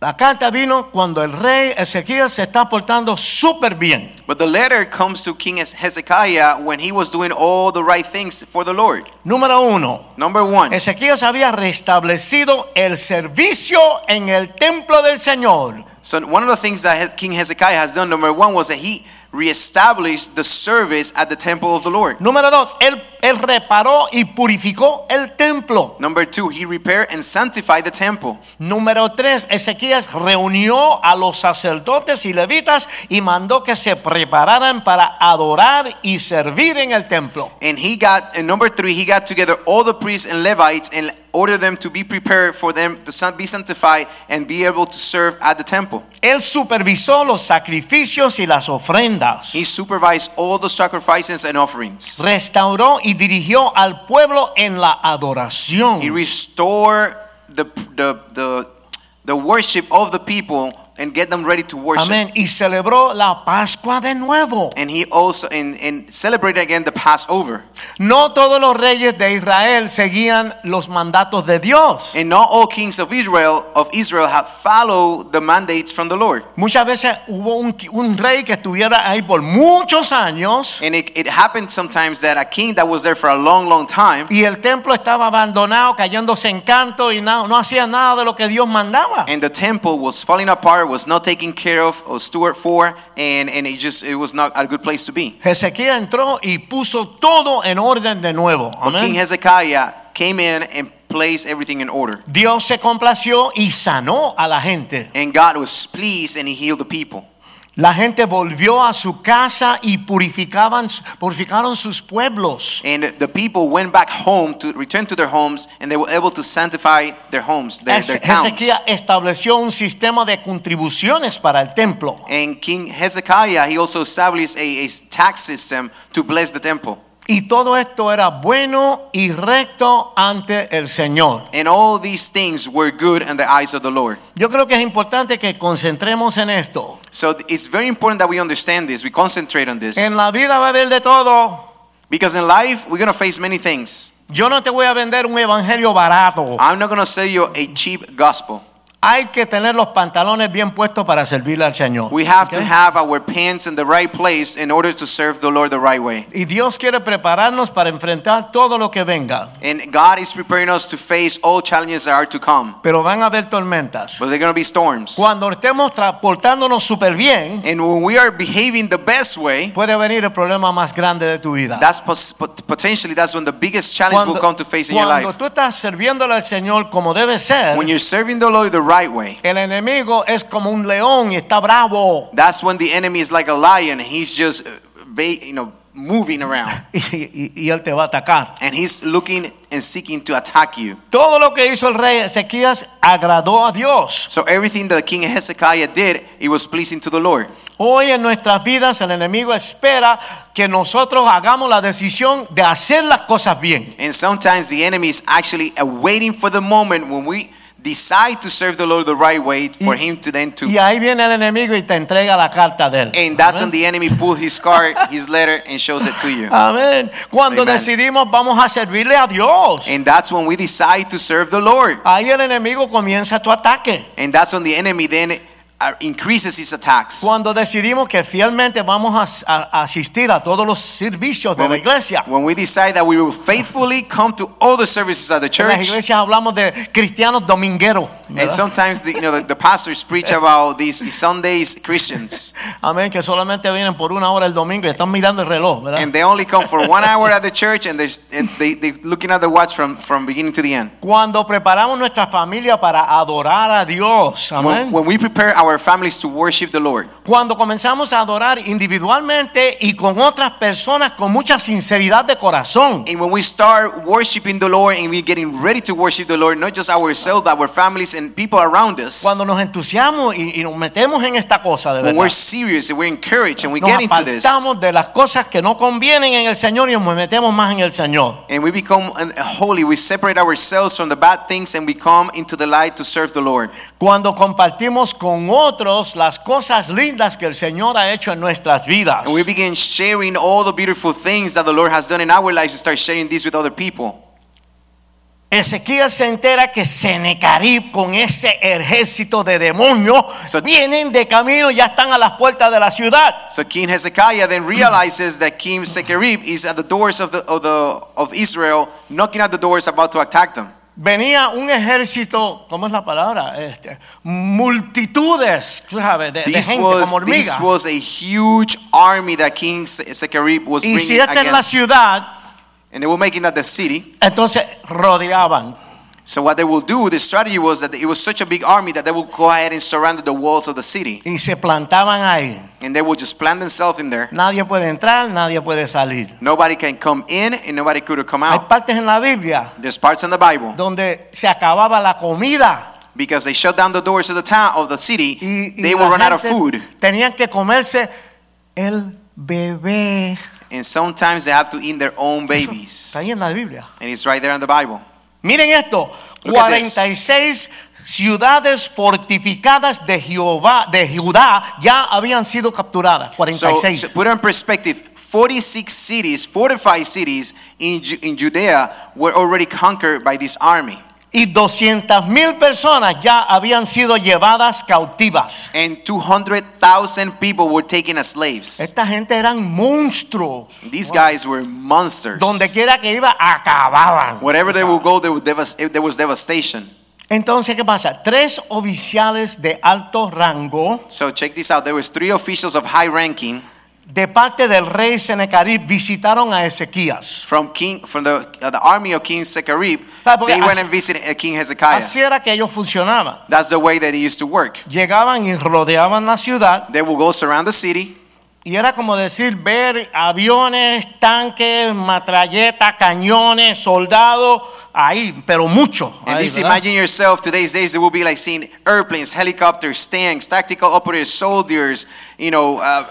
Speaker 3: La carta vino cuando el rey Ezequiel se está portando súper bien.
Speaker 2: But the letter comes to King Hezekiah when he was doing all the right things for the Lord.
Speaker 3: Número uno,
Speaker 2: Number one,
Speaker 3: Ezequiel se había restablecido el servicio en el templo del Señor.
Speaker 2: so one of the things that He- King Hezekiah has done, number one, was that he reestablished the service at the temple of the Lord.
Speaker 3: Número dos, él, él reparó y purificó el templo.
Speaker 2: Number two, he repaired and sanctified the temple.
Speaker 3: Número tres, Ezequías reunió a los sacerdotes y levitas y mandó que se prepararan para adorar y servir en el templo.
Speaker 2: And he got, and number three, he got together all the priests and Levites and ordered them to be prepared for them to san- be sanctified and be able to serve at the temple.
Speaker 3: Él supervisó los sacrificios y las ofrendas.
Speaker 2: He supervised all the sacrifices and offerings.
Speaker 3: Restauró y dirigió al pueblo en la adoración.
Speaker 2: He restored the, the, the, the worship of the people and get them ready to worship.
Speaker 3: Amén. Y celebró la Pascua de nuevo.
Speaker 2: And he also and, and celebrated again the Passover.
Speaker 3: No todos los reyes de Israel seguían los mandatos de Dios.
Speaker 2: And not all kings of Israel of Israel have followed the mandates from the Lord.
Speaker 3: Muchas veces hubo un, un rey que estuviera ahí por muchos años
Speaker 2: And it, it happened sometimes that a king that was there for a long, long time
Speaker 3: y el templo estaba abandonado, cayéndose en canto y no, no hacía nada de lo que Dios mandaba.
Speaker 2: and the temple was falling apart, was not taken care of, or steward for, and, and it just it was not a good place to be.
Speaker 3: Ezequiel entró y puso todo en orden de nuevo.
Speaker 2: But King
Speaker 3: Amén.
Speaker 2: Hezekiah came in and placed everything in order.
Speaker 3: Dios se complació y sanó a la gente.
Speaker 2: And God was pleased and he healed the people.
Speaker 3: La gente volvió a su casa y purificaban, purificaron sus pueblos.
Speaker 2: And the people went back home to return to their homes and they were able to sanctify their homes, their, their
Speaker 3: Eze-
Speaker 2: towns.
Speaker 3: Ezequiel estableció un sistema de contribuciones para el templo.
Speaker 2: And King Hezekiah, he also established a, a tax system to bless the temple.
Speaker 3: Y todo esto era bueno y recto ante el Señor.
Speaker 2: And all these things were good in the eyes of the Lord.
Speaker 3: Yo creo que es importante que concentremos en esto.
Speaker 2: So it's very important that we understand this, we concentrate on this.
Speaker 3: En la vida va a haber de todo.
Speaker 2: Because in life, we're going to face many things.
Speaker 3: Yo no te voy a vender un evangelio barato.
Speaker 2: I'm not going to sell you a cheap gospel.
Speaker 3: Hay que tener los pantalones bien puestos para servirle al Señor.
Speaker 2: We have
Speaker 3: ¿Ok?
Speaker 2: to have our pants in the right place in order to serve the Lord the right way.
Speaker 3: Y Dios quiere prepararnos para enfrentar todo lo que venga.
Speaker 2: And God is preparing us to face all challenges that are to come.
Speaker 3: Pero van a haber tormentas.
Speaker 2: But they're going to be storms.
Speaker 3: Cuando estemos transportándonos súper bien,
Speaker 2: And when we are behaving the best way,
Speaker 3: puede venir el problema más grande de tu vida.
Speaker 2: that's pos- pot- potentially that's when the biggest challenge will come to face in your
Speaker 3: cuando
Speaker 2: life.
Speaker 3: tú estás sirviéndole al Señor como debe ser,
Speaker 2: When you're serving the Lord the right way,
Speaker 3: el enemigo es como un león y está bravo.
Speaker 2: that's when the enemy is like a lion. He's just, uh, ba- you know, moving around.
Speaker 3: Y, y- y él te va a atacar.
Speaker 2: And he's looking and seeking to attack you.
Speaker 3: Todo lo que hizo el rey Ezequías agradó a Dios.
Speaker 2: So everything that King Hezekiah did, it was pleasing to the Lord.
Speaker 3: Hoy en nuestras vidas el enemigo espera que nosotros hagamos la decisión de hacer las cosas bien.
Speaker 2: And sometimes the enemy is actually waiting for the moment when we decide to serve the Lord the right way for
Speaker 3: Y-
Speaker 2: him to then to.
Speaker 3: Y ahí viene el enemigo y te entrega la carta de él.
Speaker 2: And that's when the enemy pulls his card, his letter, and shows it to you.
Speaker 3: Amén. Cuando
Speaker 2: Amen.
Speaker 3: decidimos vamos a servirle a Dios,
Speaker 2: And that's when we decide to serve the Lord.
Speaker 3: ahí el enemigo comienza tu ataque.
Speaker 2: And that's when the enemy then uh, increases his attacks.
Speaker 3: Cuando decidimos que fielmente vamos a as- a, a asistir a todos los servicios de
Speaker 2: When
Speaker 3: la
Speaker 2: we,
Speaker 3: iglesia.
Speaker 2: when we decide that we will faithfully come to all the services of the
Speaker 3: En las
Speaker 2: church,
Speaker 3: iglesias hablamos de cristianos domingueros. ¿verdad?
Speaker 2: and sometimes the, you know the, the pastors preach about these, these Sundays Christians,
Speaker 3: Amén, que solamente vienen por una hora el domingo y están mirando el reloj, ¿verdad?
Speaker 2: and they only come for one hour at the church, and, there's- and they they looking at the watch from from beginning to the end.
Speaker 3: Cuando preparamos nuestra familia para adorar a Dios, amén.
Speaker 2: When, when we prepare our families to worship the Lord,
Speaker 3: Cuando comenzamos a adorar individualmente y con otras personas con mucha sinceridad de corazón.
Speaker 2: and when we start worshiping the Lord, and we're getting ready to worship the Lord, not just ourselves, our families and people around us.
Speaker 3: Cuando nos entusiasmamos y, y nos metemos en esta cosa de
Speaker 2: When
Speaker 3: verdad.
Speaker 2: we're serious and we're encouraged and we
Speaker 3: Nos
Speaker 2: get into this,
Speaker 3: apartamos de las cosas que no convienen en el Señor y nos metemos más en el Señor.
Speaker 2: and we become an- holy, we separate ourselves from the bad things and we come into the light to serve the Lord.
Speaker 3: Cuando compartimos con otros las cosas lindas que el Señor ha hecho en nuestras vidas.
Speaker 2: And we begin sharing all the beautiful things that the Lord has done in our lives. We start sharing these with other people.
Speaker 3: Ezequiel se entera que Senecarib con ese ejército de demonios
Speaker 2: So-
Speaker 3: vienen de camino, ya están a las puertas de la ciudad.
Speaker 2: So King Hezekiah then realizes that King Sennacherib is at the doors of the of the of Israel, knocking at the doors, about to attack them.
Speaker 3: Venía un ejército, ¿cómo es la palabra? Este, multitudes, tú sabes, de, de
Speaker 2: This
Speaker 3: gente
Speaker 2: was
Speaker 3: como
Speaker 2: this
Speaker 3: hormigas.
Speaker 2: was a huge army that King Sennacherib was
Speaker 3: Y
Speaker 2: bringing
Speaker 3: si esta es la
Speaker 2: against,
Speaker 3: ciudad,
Speaker 2: and they were making that the city.
Speaker 3: entonces rodeaban.
Speaker 2: So what they will do, the strategy was that it was such a big army that they will go ahead and surrender the walls of the city,
Speaker 3: y se plantaban ahí.
Speaker 2: and they will just plant themselves in there.
Speaker 3: Nadie puede entrar, nadie puede salir.
Speaker 2: Nobody can come in, and nobody could come
Speaker 3: Hay
Speaker 2: out.
Speaker 3: partes en la Biblia
Speaker 2: There's parts in the Bible
Speaker 3: donde se acababa la comida
Speaker 2: because they shut down the doors of the town of the city.
Speaker 3: y, y
Speaker 2: They
Speaker 3: la
Speaker 2: will run out of
Speaker 3: gente
Speaker 2: food,
Speaker 3: tenían que comerse el bebé.
Speaker 2: and sometimes they have to eat their own babies,
Speaker 3: Está ahí en la Biblia.
Speaker 2: and it's right there in the Bible.
Speaker 3: Miren esto,
Speaker 2: Look at this.
Speaker 3: 46 ciudades fortificadas de Jehová, de Judá ya habían sido capturadas,
Speaker 2: So,
Speaker 3: 46.
Speaker 2: so put it in perspective: 46 cities, fortified cities in Ju- in Judea, were already conquered by this army.
Speaker 3: y 200 mil personas ya habían sido llevadas cautivas.
Speaker 2: and 200,000 people were taken as slaves.
Speaker 3: Esta gente eran monstruos.
Speaker 2: These guys were monsters.
Speaker 3: Donde quiera que iba, acababan.
Speaker 2: Wherever they would go, there was, devas- eh, there was devastation.
Speaker 3: Entonces, ¿qué pasa? Tres oficiales de alto rango
Speaker 2: So check this out. There was three officials of high ranking
Speaker 3: de parte del rey Senecarib visitaron a Ezequías.
Speaker 2: from King from the uh, the army of King Sennacherib.
Speaker 3: Ah, porque
Speaker 2: They went
Speaker 3: así-
Speaker 2: and visited uh, King Hezekiah.
Speaker 3: Así era que ellos funcionaban.
Speaker 2: That's the way that they used to work.
Speaker 3: Llegaban y rodeaban la ciudad
Speaker 2: They would go surround the city.
Speaker 3: y era como decir ver aviones, tanques, matralletas, cañones, soldados ahí, pero muchos.
Speaker 2: And
Speaker 3: ahí,
Speaker 2: just
Speaker 3: ¿verdad?
Speaker 2: imagine yourself today's days. It would be like seeing airplanes, helicopters, tanks, tactical operators, soldiers. You know, uh,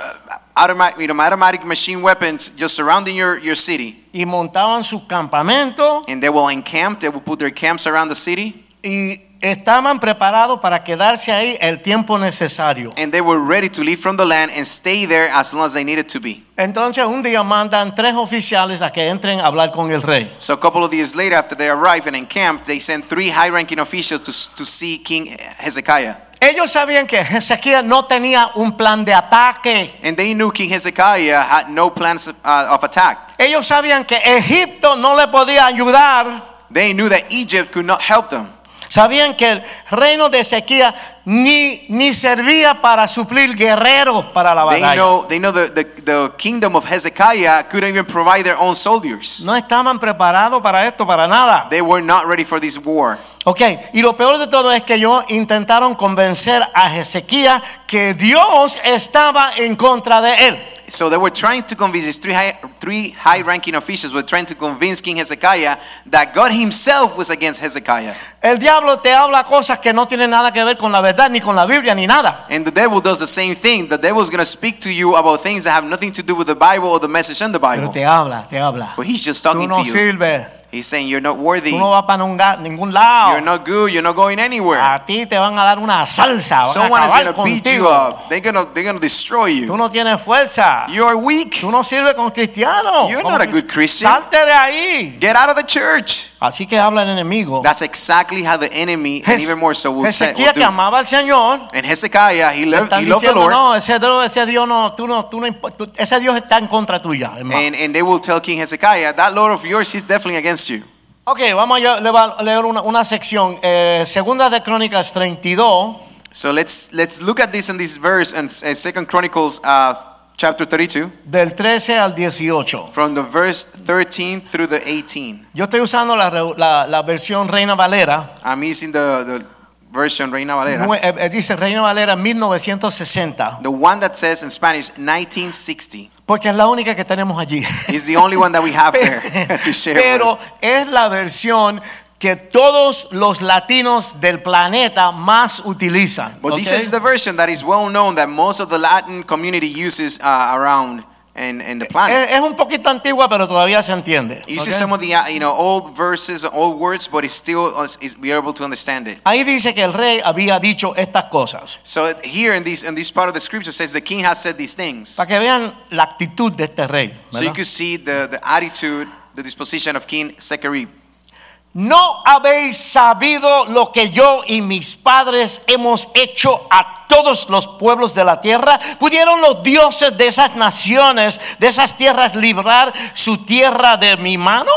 Speaker 2: automatic, you know, automatic machine weapons just surrounding your your city.
Speaker 3: Y montaban sus campamentos
Speaker 2: and they will encamp. They will put their camps around the city,
Speaker 3: y estaban preparados para quedarse ahí el tiempo necesario.
Speaker 2: and they were ready to leave from the land and stay there as long as they needed to be.
Speaker 3: Entonces un día mandan tres oficiales a que entren a hablar con el rey.
Speaker 2: So a couple of years later, after they arrived and encamped, they sent three high-ranking officials to, to see King Hezekiah.
Speaker 3: Ellos sabían que Ezequiel no tenía un plan de ataque.
Speaker 2: And they knew King Hezekiah had no plans of, uh, of attack.
Speaker 3: Ellos sabían que Egipto no le podía ayudar.
Speaker 2: They knew that Egypt could not help them.
Speaker 3: Sabían que el reino de Ezequiel ni, ni servía para suplir guerreros para la
Speaker 2: They
Speaker 3: batalla.
Speaker 2: know, they know the, the, the kingdom of Hezekiah couldn't even provide their own soldiers.
Speaker 3: No estaban preparados para esto, para nada.
Speaker 2: They were not ready for this war.
Speaker 3: Ok, y lo peor de todo es que ellos intentaron convencer a Ezequiel que Dios estaba en contra de él.
Speaker 2: So they were trying to convince these three, high, three high-ranking officials were trying to convince King Hezekiah that God Himself was against Hezekiah,
Speaker 3: El diablo te habla cosas que no tienen nada que ver con la verdad, ni con la Biblia, ni nada.
Speaker 2: and the devil does the same thing. The devil's going to speak to you about things that have nothing to do with the Bible or the message in the
Speaker 3: Pero
Speaker 2: Bible,
Speaker 3: te habla, te habla.
Speaker 2: but he's just
Speaker 3: Tú
Speaker 2: talking
Speaker 3: no
Speaker 2: to you.
Speaker 3: sirves,
Speaker 2: He's saying you're not worthy.
Speaker 3: tú no vas para nunca- ningún
Speaker 2: You're
Speaker 3: lado.
Speaker 2: not good. You're not going anywhere.
Speaker 3: A ti Ah, te van a dar una salsa, van
Speaker 2: Someone
Speaker 3: a
Speaker 2: is
Speaker 3: acabar
Speaker 2: gonna beat you
Speaker 3: contigo.
Speaker 2: up. They're gonna they're gonna destroy
Speaker 3: Tú
Speaker 2: you.
Speaker 3: no tienes fuerza.
Speaker 2: You are weak.
Speaker 3: Tú no sirves con cristiano.
Speaker 2: You're
Speaker 3: Como
Speaker 2: not a
Speaker 3: cri-
Speaker 2: good Christian.
Speaker 3: Salte de ahí.
Speaker 2: Get out of the church.
Speaker 3: Así que habla el enemigo.
Speaker 2: That's exactly how the enemy and
Speaker 3: Jes-
Speaker 2: even more so will say
Speaker 3: Ezequiel
Speaker 2: will
Speaker 3: que
Speaker 2: do.
Speaker 3: amaba al Señor.
Speaker 2: And Hezekiah, he
Speaker 3: le
Speaker 2: loved
Speaker 3: están
Speaker 2: he loved the
Speaker 3: diciendo,
Speaker 2: Lord.
Speaker 3: no, ese Dios, ese Dios no, tú no, tú no, impo- tú- ese Dios está en contra tuya, hermano.
Speaker 2: And and they will tell King Hezekiah, that Lord of yours, he's definitely against you.
Speaker 3: Ok, vamos a lle- le va- leer una, una sección. eh, segunda de Crónicas 32,
Speaker 2: So let's let's look at this in this verse in Second Chronicles uh, chapter 32,
Speaker 3: del 13 al 18.
Speaker 2: from the verse 13 through the 18.
Speaker 3: Yo estoy usando la, re- la- la versión Reina Valera.
Speaker 2: I'm using the, the version Reina Valera.
Speaker 3: Nue- eh, eh, dice Reina Valera 1960,
Speaker 2: The one that says in Spanish 1960
Speaker 3: porque es la única que tenemos allí.
Speaker 2: is the only one that we have there to share. with.
Speaker 3: Pero es la versión que todos los latinos del planeta más utilizan.
Speaker 2: but this
Speaker 3: ¿ok?
Speaker 2: is the version that is well known that most of the Latin community uses uh, around and and the planet.
Speaker 3: es, es un poquito antigua, pero todavía se entiende.
Speaker 2: It uses
Speaker 3: ¿ok?
Speaker 2: some of the uh, you know old verses, old words, but it's still us- is, we are able to understand it.
Speaker 3: Ahí dice que el rey había dicho estas cosas.
Speaker 2: So here in this in this part of the scripture says the king has said these things.
Speaker 3: Para que vean la actitud de este rey.
Speaker 2: So you
Speaker 3: ¿verdad?
Speaker 2: could see the the attitude, the disposition of King Sennacherib.
Speaker 3: No habéis sabido lo que yo y mis padres hemos hecho a todos los pueblos de la tierra. ¿Pudieron los dioses de esas naciones, de esas tierras, librar su tierra de mi mano?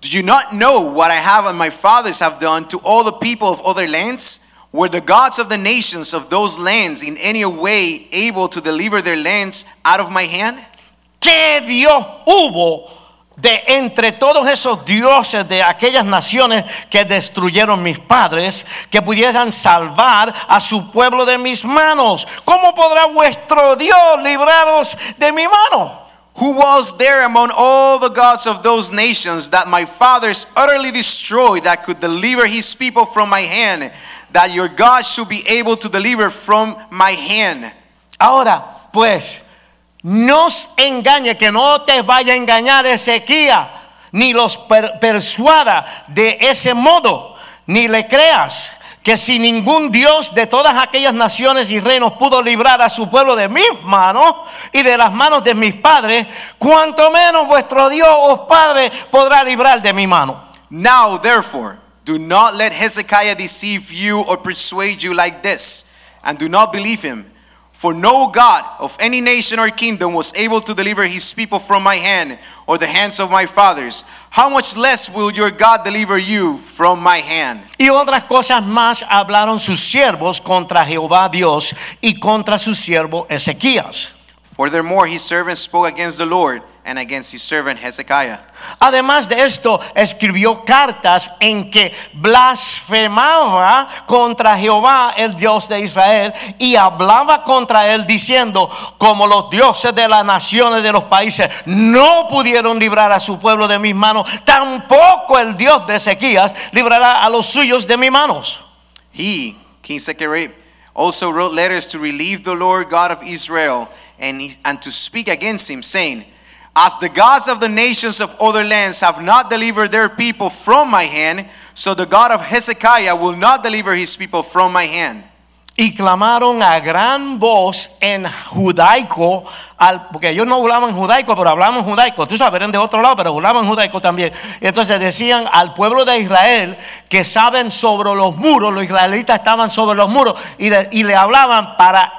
Speaker 2: Do you not know what I have and my fathers have done to all the people of other lands? Were the gods of the nations of those lands in any way able to deliver their lands out of my hand?
Speaker 3: ¿Qué Dios hubo de entre todos esos dioses de aquellas naciones que destruyeron mis padres, que pudieran salvar a su pueblo de mis manos? ¿Cómo podrá vuestro Dios libraros de mi mano?
Speaker 2: Who was there among all the gods of those nations that my fathers utterly destroyed that could deliver his people from my hand? That your God should be able to deliver from my hand.
Speaker 3: Ahora, pues, no os engañe, que no te vaya a engañar Ezequiel, ni los per- persuada de ese modo, ni le creas que si ningún Dios de todas aquellas naciones y reinos pudo librar a su pueblo de mis manos y de las manos de mis padres, cuanto menos vuestro Dios os Padre podrá librar de mi mano.
Speaker 2: Now, therefore, do not let Hezekiah deceive you or persuade you like this, and do not believe him. For no God of any nation or kingdom was able to deliver his people from my hand or the hands of my fathers. How much less will your God deliver you from my hand?
Speaker 3: Y otras cosas más hablaron sus siervos contra Jehová Dios y contra su siervo Ezequías.
Speaker 2: Furthermore, his servant spoke against the Lord and against his servant Hezekiah.
Speaker 3: Además de esto, escribió cartas en que blasfemaba contra Jehová, el Dios de Israel, y hablaba contra él diciendo, como los dioses de las naciones de los países no pudieron librar a su pueblo de mis manos, tampoco el Dios de Ezequías librará a los suyos de mis manos.
Speaker 2: He, King Sennacherib, also wrote letters to relieve the Lord God of Israel and, he- and to speak against him, saying, As the gods of the nations of other lands have not delivered their people from my hand, So the God of Hezekiah will not deliver his people from my hand.
Speaker 3: Y clamaron a gran voz en judaico, al, porque ellos no hablaban judaico, pero hablaban judaico. Tú sabes, eran de otro lado, pero hablaban judaico también. Entonces decían al pueblo de Israel que saben sobre los muros, los israelitas estaban sobre los muros, y, de- y le hablaban para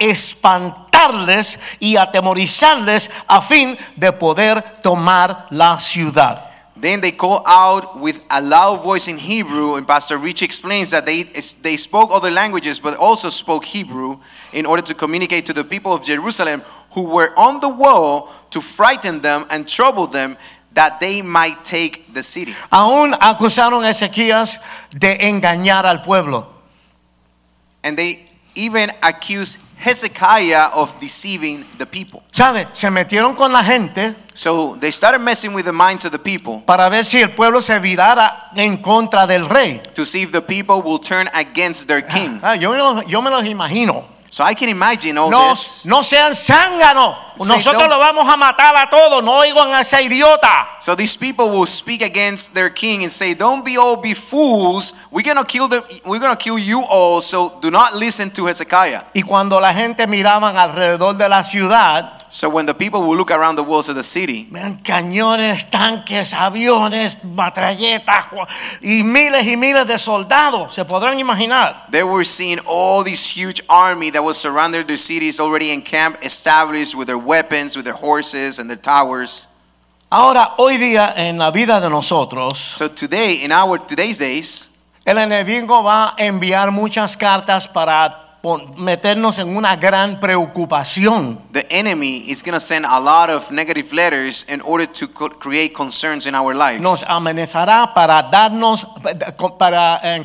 Speaker 3: espantarles y atemorizarles a fin de poder tomar la ciudad.
Speaker 2: Then they call out with a loud voice in Hebrew, and Pastor Rich explains that they, they spoke other languages but also spoke Hebrew in order to communicate to the people of Jerusalem who were on the wall to frighten them and trouble them that they might take the city.
Speaker 3: Aún acusaron a Ezequías de engañar al pueblo.
Speaker 2: And they even accused Hezekiah of deceiving the people.
Speaker 3: ¿Sabe? Se metieron con la gente
Speaker 2: So they started messing with the minds of the people
Speaker 3: para ver si el pueblo se virara en contra del rey.
Speaker 2: to see if the people will turn against their king.
Speaker 3: Ah, yo, me los- yo me los imagino.
Speaker 2: So I can imagine all
Speaker 3: No,
Speaker 2: this.
Speaker 3: no sean zánganos.
Speaker 2: Sí,
Speaker 3: Nosotros
Speaker 2: no.
Speaker 3: lo vamos a matar a todos. No oigan a ese idiota.
Speaker 2: So these people will speak against their king and say, "Don't be all be fools. We're gonna kill them. We're gonna kill you all. So do not listen to Hezekiah."
Speaker 3: Y cuando la gente miraban alrededor de la ciudad,
Speaker 2: So when the people will look around the walls of the city,
Speaker 3: vean cañones, tanques, aviones, matralletas ju- y miles y miles de soldados. Se podrán imaginar.
Speaker 2: they were seeing all this huge army that was surrounding the cities already encamped, established with their weapons, with their horses and their towers.
Speaker 3: Ahora, hoy día, en la vida de nosotros,
Speaker 2: So today, in our today's days,
Speaker 3: el enemigo va a enviar muchas cartas para pon- meternos en una gran preocupación.
Speaker 2: the enemy is gonna send a lot of negative letters in order to co- create concerns in our lives.
Speaker 3: nos amenazará para darnos para eh,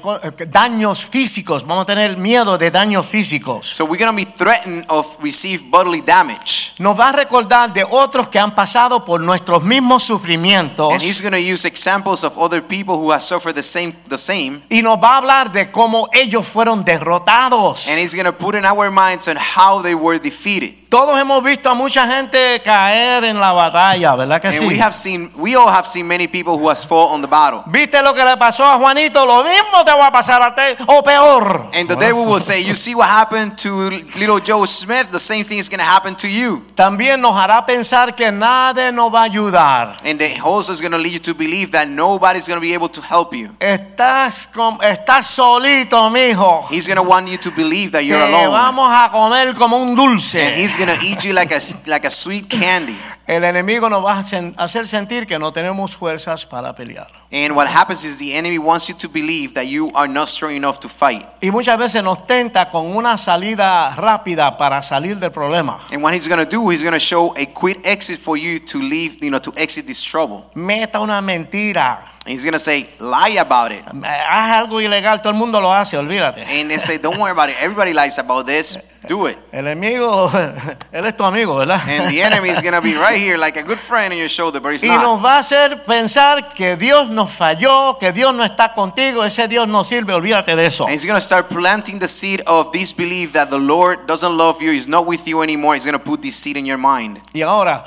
Speaker 3: daños físicos. Vamos a tener miedo de daños físicos.
Speaker 2: So we're gonna be threatened of receive bodily damage.
Speaker 3: Nos va a recordar de otros que han pasado por nuestros mismos sufrimientos
Speaker 2: And he's going to use examples of other people who have suffered the same the same
Speaker 3: y nos va a hablar de cómo ellos fueron derrotados.
Speaker 2: and he's going to put in our minds on how they were defeated.
Speaker 3: Todos hemos visto a mucha gente caer en la batalla, ¿verdad que
Speaker 2: And
Speaker 3: sí?
Speaker 2: we have seen we all have seen many people who has fought on the battle.
Speaker 3: ¿Viste lo que le pasó a Juanito? Lo mismo te va a pasar a ti o peor.
Speaker 2: And the devil will say, "You see what happened to little Joe Smith? The same thing is going to happen to you."
Speaker 3: También nos hará pensar que nadie nos va a ayudar.
Speaker 2: And the also is going to lead you to believe that nobody's going to be able to help you.
Speaker 3: Estás, com- estás solito, mijo.
Speaker 2: He's going to want you to believe that
Speaker 3: Te
Speaker 2: you're alone.
Speaker 3: vamos a comer como un
Speaker 2: And
Speaker 3: dulce.
Speaker 2: he's going to eat you like a like a sweet candy.
Speaker 3: El enemigo nos va a sen- hacer sentir que no tenemos fuerzas para pelear.
Speaker 2: And what happens is the enemy wants you to believe that you are not strong enough to fight.
Speaker 3: Y muchas veces nos tenta con una salida rápida para salir del problema.
Speaker 2: And what he's gonna do, he's gonna show a quick exit for you to leave, you know, to exit this trouble.
Speaker 3: Meta una mentira.
Speaker 2: And he's gonna say, lie about it.
Speaker 3: Eh, Haz algo ilegal, todo el mundo lo hace, olvídate.
Speaker 2: And they say, don't worry about it. Everybody lies about this. Do it.
Speaker 3: El enemigo, él es tu amigo, ¿verdad?
Speaker 2: And the enemy is gonna be right here, like a good friend on your shoulder, but he's
Speaker 3: Y
Speaker 2: not.
Speaker 3: nos va a hacer pensar que Dios nos falló, que Dios no está contigo, ese Dios no sirve, olvídate de eso.
Speaker 2: And he's gonna start planting the seed of disbelief that the Lord doesn't love you, He's not with you anymore. He's gonna put this seed in your mind.
Speaker 3: Y ahora,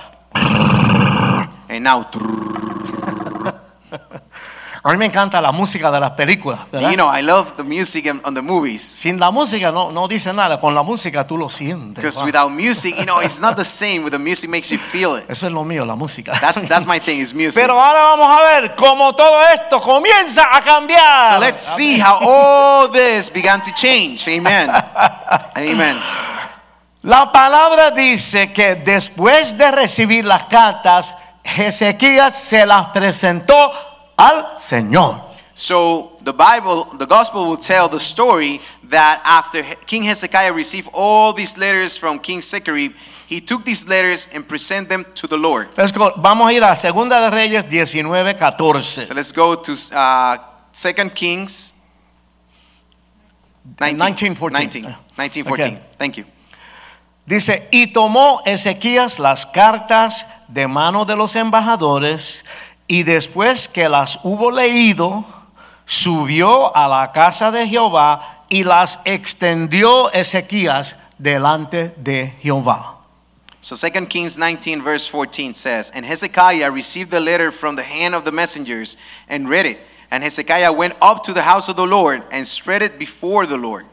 Speaker 2: And now,
Speaker 3: A mí me encanta la música de las películas. ¿verdad?
Speaker 2: you know, I love the music and- on the movies.
Speaker 3: Sin la música no, no dice nada. Con la música tú lo sientes.
Speaker 2: Because
Speaker 3: Wow.
Speaker 2: without music, you know, it's not the same. With the music, makes you feel it.
Speaker 3: Eso es lo mío, la música.
Speaker 2: That's that's my thing. Is music.
Speaker 3: Pero ahora vamos a ver cómo todo esto comienza a cambiar.
Speaker 2: So let's see how all this began to change. Amen. Amen.
Speaker 3: La palabra dice que después de recibir las cartas, Ezequías se las presentó al Señor.
Speaker 2: So the Bible, the gospel will tell the story that after He- King Hezekiah received all these letters from King Sennacherib, he took these letters and present them to the Lord.
Speaker 3: Let's go. Vamos a ir a Segunda de Reyes 19, 14.
Speaker 2: So let's go to uh, 2 Kings 19,
Speaker 3: 19:14.
Speaker 2: 19, 19:14.
Speaker 3: Okay.
Speaker 2: Thank you.
Speaker 3: Dice, y tomó Ezequías las cartas de mano de los embajadores y después que las hubo leído, subió a la casa de Jehová y las extendió Ezequías delante de Jehová.
Speaker 2: So 2 Kings 19 verse 14 says, And Hezekiah received the letter from the hand of the messengers and read it. And Hezekiah went up to the house of the Lord and spread it before the Lord.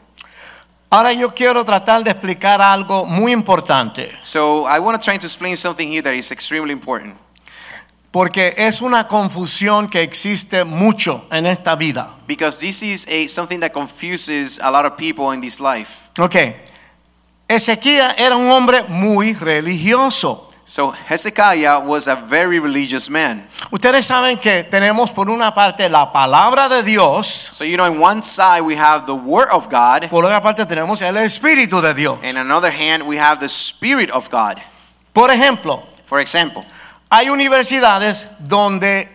Speaker 3: Ahora yo quiero tratar de explicar algo muy importante,
Speaker 2: So I want to try to explain something here that is extremely important
Speaker 3: porque es una confusión que existe mucho en esta vida.
Speaker 2: because this is a something that confuses a lot of people in this life.
Speaker 3: Ok, Ezequiel era un hombre muy religioso.
Speaker 2: So Hezekiah was a very religious man.
Speaker 3: Ustedes saben que tenemos por una parte la palabra de Dios,
Speaker 2: So you know, on one side we have the word of God,
Speaker 3: por otra parte tenemos el Espíritu de Dios.
Speaker 2: and on another hand we have the spirit of God.
Speaker 3: Por ejemplo,
Speaker 2: For example,
Speaker 3: hay universidades donde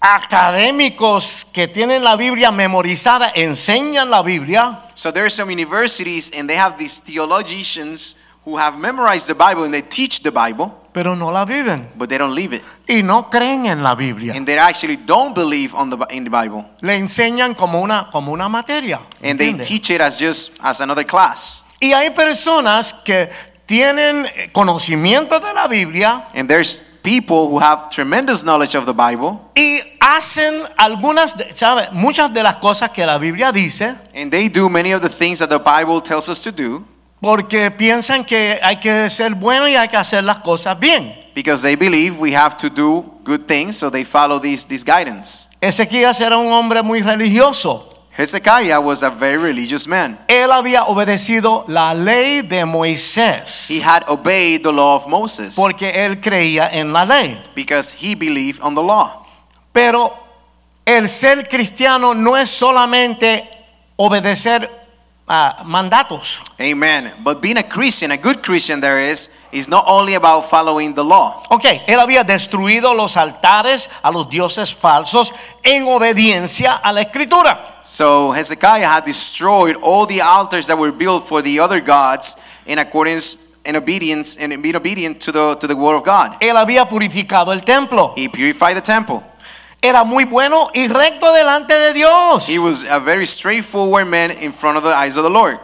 Speaker 3: académicos que tienen la Biblia memorizada enseñan la Biblia,
Speaker 2: so there are some universities and they have these theologians who have memorized the Bible and they teach the Bible,
Speaker 3: pero no la viven
Speaker 2: but they don't live it,
Speaker 3: y no creen en la Biblia.
Speaker 2: and they actually don't believe on the Bi- in the Bible,
Speaker 3: Le enseñan como una como una materia.
Speaker 2: and they
Speaker 3: ¿entiende?
Speaker 2: teach it as just as another class.
Speaker 3: Y hay personas que tienen eh, conocimiento de la Biblia
Speaker 2: And there's people who have tremendous knowledge of the Bible
Speaker 3: y hacen algunas, de- ¿sabe? Muchas de las cosas que la Biblia dice
Speaker 2: and they do many of the things that the Bible tells us to do
Speaker 3: porque piensan que hay que ser bueno y hay que hacer las cosas bien.
Speaker 2: because they believe we have to do good things, so they follow these, these guidance.
Speaker 3: Ezequías era un hombre muy religioso.
Speaker 2: Hezekiah was a very religious man.
Speaker 3: Él había obedecido la ley de
Speaker 2: He
Speaker 3: Moisés
Speaker 2: had obeyed the law of Moses
Speaker 3: porque él creía en la ley.
Speaker 2: because he believed on the law.
Speaker 3: Pero el ser cristiano no es solamente obedecer a mandatos.
Speaker 2: Amen. But being a Christian, a good Christian there is, is not only about following the law.
Speaker 3: Ok, él había destruido los altares a los dioses falsos en obediencia a la escritura.
Speaker 2: So Hezekiah had destroyed all the altars that were built for the other gods in accordance and obedience and in being obedient to the to the word of God.
Speaker 3: Él había purificado el templo.
Speaker 2: He purified the temple.
Speaker 3: Era muy bueno y recto delante de Dios.
Speaker 2: He was a very straightforward man in front of the eyes of the Lord.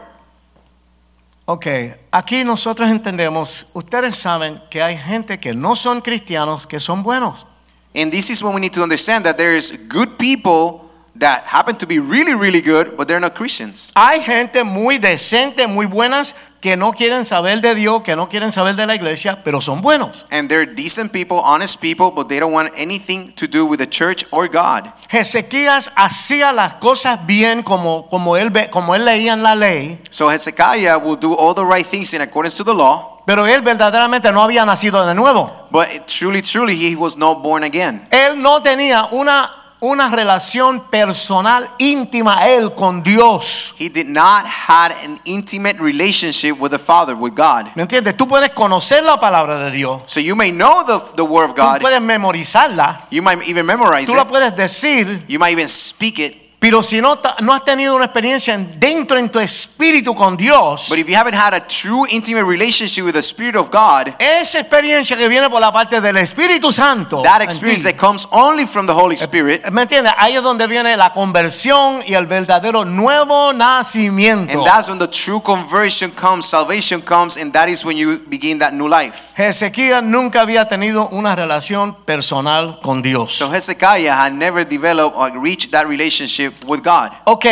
Speaker 3: Ok, aquí nosotros entendemos, ustedes saben que hay gente que no son cristianos que son buenos.
Speaker 2: And this is when we need to understand that there is good people that happen to be really, really good, but they're not Christians.
Speaker 3: Hay gente muy decente, muy buenas, que no quieren saber de Dios, que no quieren saber de la iglesia, pero son buenos.
Speaker 2: And they're decent people, honest people, but they don't want anything to do with the church or God.
Speaker 3: Ezequías hacía las cosas bien como, como, él, ve- como él leía en la ley,
Speaker 2: So Hezekiah will do all the right things in accordance to the law,
Speaker 3: pero él verdaderamente no había nacido de nuevo.
Speaker 2: but truly, truly, he was not born again.
Speaker 3: Él no tenía una, una relación personal íntima, él con Dios.
Speaker 2: He did not had an intimate relationship with the Father, with God.
Speaker 3: ¿Me entiendes? Tú puedes conocer la palabra de Dios.
Speaker 2: So you may know the, the word of
Speaker 3: Tú
Speaker 2: God.
Speaker 3: puedes memorizarla,
Speaker 2: You might even memorize
Speaker 3: tú la
Speaker 2: it.
Speaker 3: puedes decir,
Speaker 2: You might even speak it.
Speaker 3: pero si no, ta- no has tenido una experiencia en- dentro en tu espíritu con Dios,
Speaker 2: But if you haven't had a true intimate relationship with the Spirit of God,
Speaker 3: esa experiencia que viene por la parte del Espíritu Santo,
Speaker 2: that
Speaker 3: en
Speaker 2: experience
Speaker 3: ti,
Speaker 2: that comes only from the Holy Spirit,
Speaker 3: ¿me entiendes? Ahí es donde viene la conversión y el verdadero nuevo nacimiento.
Speaker 2: and that's when the true conversion comes, salvation comes, and that is when you begin that new life.
Speaker 3: Ezequiel nunca había tenido una relación personal con Dios.
Speaker 2: So Hezekiah had never developed or reached that relationship with God.
Speaker 3: Ok,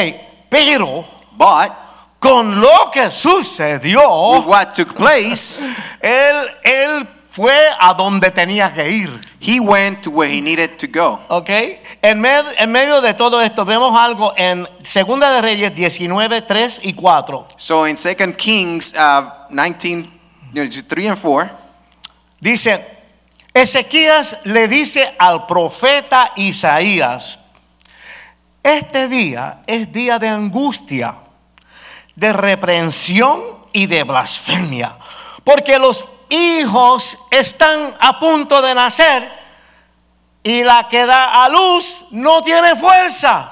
Speaker 3: pero
Speaker 2: But
Speaker 3: con lo que sucedió,
Speaker 2: with what took place,
Speaker 3: Él, él fue a donde tenía que ir.
Speaker 2: he went to where he needed to go.
Speaker 3: ¿Ok? En, med- en medio de todo esto vemos algo en Segunda de Reyes 19, 3 y 4.
Speaker 2: So in 2 Kings uh, 19, no, 3 and 4,
Speaker 3: Dice, Ezequías le dice al profeta Isaías, este día es día de angustia, de reprensión y de blasfemia, porque los hijos están a punto de nacer y la que da a luz no tiene fuerza.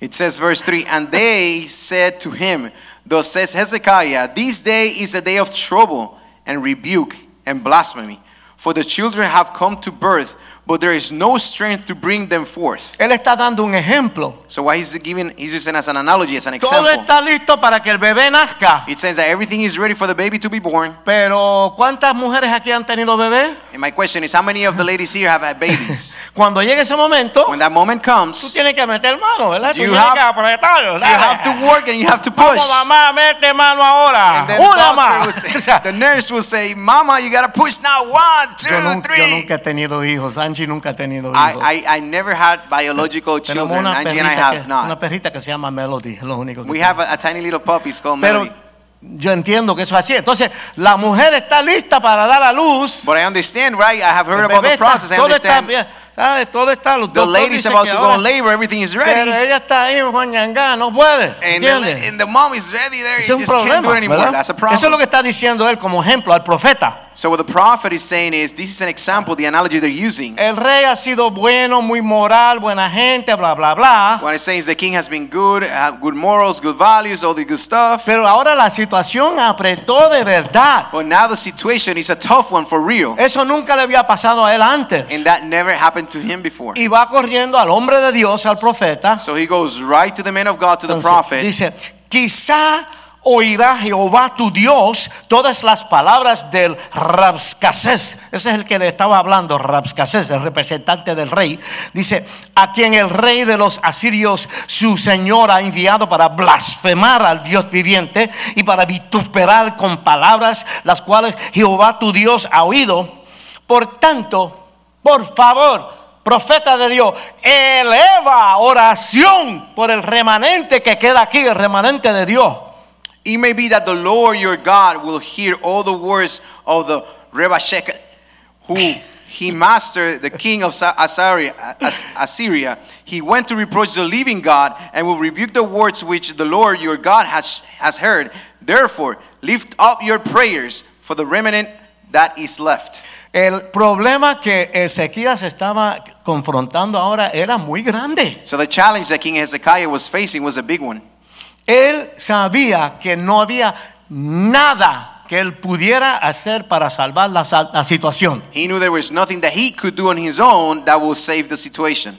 Speaker 2: it says, verse 3 And they said to him, Thus says Hezekiah, This day is a day of trouble and rebuke and blasphemy, for the children have come to birth, but there is no strength to bring them forth.
Speaker 3: Él está dando un ejemplo.
Speaker 2: So why he's giving, he's using as an analogy, as an
Speaker 3: Todo
Speaker 2: example.
Speaker 3: está listo para que el bebé nazca.
Speaker 2: It says that everything is ready for the baby to be born.
Speaker 3: Pero ¿cuántas mujeres aquí han tenido bebé?
Speaker 2: And my question is, how many of the ladies here have had babies?
Speaker 3: Cuando llegue ese momento,
Speaker 2: when that moment
Speaker 3: tú
Speaker 2: comes, you
Speaker 3: tienes que meter mano, ¿verdad? Tú
Speaker 2: You
Speaker 3: tienes
Speaker 2: have-
Speaker 3: que apretar. ¿verdad?
Speaker 2: have to work and you have to push.
Speaker 3: Vamos, mamá, mete mano ahora.
Speaker 2: And then the,
Speaker 3: Una
Speaker 2: doctor
Speaker 3: más.
Speaker 2: will say-
Speaker 3: O sea,
Speaker 2: the nurse will say, Mama, you gotta push now. One, two,
Speaker 3: yo, nun- yo
Speaker 2: three.
Speaker 3: nunca he tenido hijos. Angie nunca ha tenido hijos.
Speaker 2: I, I, I never had biological
Speaker 3: Tenemos
Speaker 2: children.
Speaker 3: una
Speaker 2: Angie and I
Speaker 3: perrita, que,
Speaker 2: have
Speaker 3: una
Speaker 2: not.
Speaker 3: perrita que se llama Melody, es lo único que
Speaker 2: We
Speaker 3: tengo.
Speaker 2: have a, a tiny little puppy. It's called
Speaker 3: Pero
Speaker 2: Melody.
Speaker 3: yo entiendo que eso es así. Entonces, la mujer está lista para dar a luz.
Speaker 2: But I understand, right? I have heard
Speaker 3: El
Speaker 2: about
Speaker 3: bebé
Speaker 2: the
Speaker 3: está-
Speaker 2: process. I
Speaker 3: todo está
Speaker 2: understand.
Speaker 3: bien, ¿sabes? Todo está. Los
Speaker 2: The
Speaker 3: doctores
Speaker 2: lady's
Speaker 3: dicen
Speaker 2: about
Speaker 3: que
Speaker 2: to go
Speaker 3: ahora-
Speaker 2: on labor. Everything is ready.
Speaker 3: Pero ella está ahí, Juananga, no puede.
Speaker 2: And the,
Speaker 3: ¿entiendes?
Speaker 2: la- and the mom is ready there.
Speaker 3: Ese
Speaker 2: You
Speaker 3: es un
Speaker 2: just can't
Speaker 3: problema.
Speaker 2: do it anymore.
Speaker 3: ¿verdad?
Speaker 2: That's a
Speaker 3: Eso es lo
Speaker 2: problem.
Speaker 3: que está diciendo él como ejemplo al profeta.
Speaker 2: So what the prophet is saying is, this is an example, the analogy they're using.
Speaker 3: El rey ha sido bueno, muy moral, buena gente, bla, bla, bla.
Speaker 2: What it's saying is the king has been good, have good morals, good values, all the good stuff.
Speaker 3: Pero ahora la situación apretó de verdad.
Speaker 2: But now the situation is a tough one for real.
Speaker 3: Eso nunca le había pasado a él antes.
Speaker 2: And that never happened to him before.
Speaker 3: Y va corriendo al hombre de Dios, al profeta.
Speaker 2: So he goes right to the man of God, to the
Speaker 3: Entonces,
Speaker 2: prophet.
Speaker 3: Dice, quizá oirá Jehová tu Dios todas las palabras del Rabscasés. Ese es el que le estaba hablando, Rabscasés, el representante del rey. Dice, a quien el rey de los asirios, su señor, ha enviado para blasfemar al Dios viviente y para vituperar con palabras las cuales Jehová tu Dios ha oído. Por tanto, por favor, profeta de Dios, eleva oración por el remanente que queda aquí, el remanente de Dios.
Speaker 2: It may be that the Lord your God will hear all the words of the Rebashek, who he mastered, the king of Sa- Assyria, As- Assyria. He went to reproach the living God and will rebuke the words which the Lord your God has, has heard. Therefore, lift up your prayers for the remnant that is left.
Speaker 3: El problema que Ezequías estaba confrontando ahora era muy grande.
Speaker 2: So the challenge that King Hezekiah was facing was a big one.
Speaker 3: Él sabía que no había nada que él pudiera hacer para salvar la, sal- la situación.
Speaker 2: He knew there was nothing that he could do on his own that will save the situation.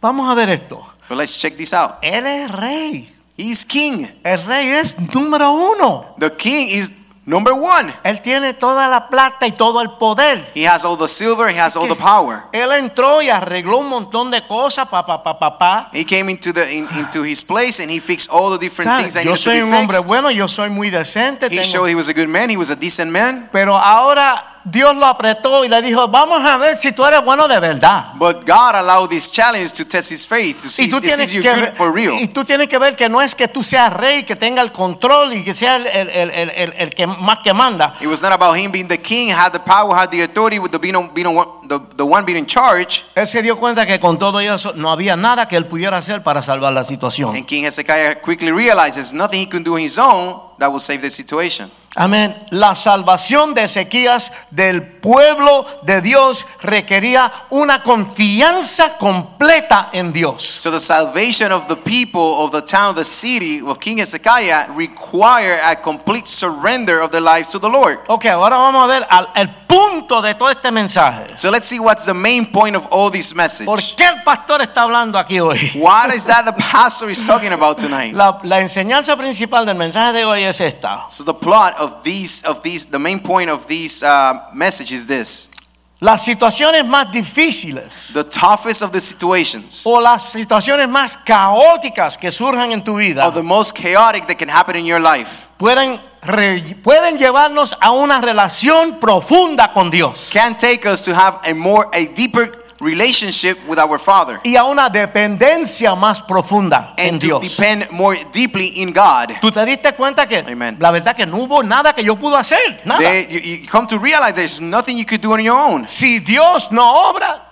Speaker 3: Vamos a ver esto.
Speaker 2: But let's check this out.
Speaker 3: Él es rey.
Speaker 2: He's king.
Speaker 3: El rey es número uno.
Speaker 2: The king is number one.
Speaker 3: Él tiene toda la plata y todo el poder.
Speaker 2: He has all the silver, he has all the power.
Speaker 3: Él entró y arregló un montón de cosas, papá, papá, papá.
Speaker 2: He came into the in- into his place and he fixed all the different things that
Speaker 3: Yo
Speaker 2: needed to
Speaker 3: soy
Speaker 2: be
Speaker 3: un hombre
Speaker 2: fixed.
Speaker 3: bueno, yo soy muy decente.
Speaker 2: He
Speaker 3: tengo-
Speaker 2: showed he was a good man, he was a decent man.
Speaker 3: Pero ahora Dios lo apretó y le dijo, vamos a ver si tú eres bueno de verdad.
Speaker 2: But God allowed this challenge to test his faith to see
Speaker 3: Y tú,
Speaker 2: if this
Speaker 3: tienes
Speaker 2: is you
Speaker 3: que
Speaker 2: good
Speaker 3: ver,
Speaker 2: for real.
Speaker 3: y tú tienes que ver que no es que tú seas rey, que tenga el control y que sea el, el- el- el- el- el que más que manda.
Speaker 2: It was not about him being the king, had the power, had the authority, with the being, on, being on one, the, the one being in charge.
Speaker 3: Él se dio cuenta que con todo eso no había nada que él pudiera hacer para salvar la situación.
Speaker 2: And King Hezekiah quickly realized there's nothing he can do on his own that will save the situation.
Speaker 3: Amén. La salvación de Ezequías del pueblo de Dios requería una confianza completa en Dios.
Speaker 2: So the salvation of the people of the town, the city of King Hezekiah require a complete surrender of their lives to the Lord.
Speaker 3: Ok, ahora vamos a ver al, el punto de todo este mensaje.
Speaker 2: So let's see what's the main point of all this message.
Speaker 3: ¿Por qué el pastor está hablando aquí hoy?
Speaker 2: What is that the pastor is talking about tonight?
Speaker 3: La, la enseñanza principal del mensaje de hoy es esta.
Speaker 2: So the plot of these, of these, the main point of these uh, message is this:
Speaker 3: Las situaciones más difíciles
Speaker 2: the toughest of the situations,
Speaker 3: o las situaciones más caóticas que surjan en tu vida
Speaker 2: of the most chaotic that can happen in your life,
Speaker 3: pueden, re- pueden llevarnos a una relación profunda con Dios.
Speaker 2: can take us to have a more, a deeper relationship with our Father
Speaker 3: y a una dependencia más profunda en
Speaker 2: and to
Speaker 3: Dios.
Speaker 2: depend more deeply in God.
Speaker 3: Tú te diste cuenta que
Speaker 2: Amen.
Speaker 3: la verdad que no hubo nada que yo pudo hacer, nada.
Speaker 2: They, you, you come to realize there's nothing you could do on your own.
Speaker 3: si Dios no obra,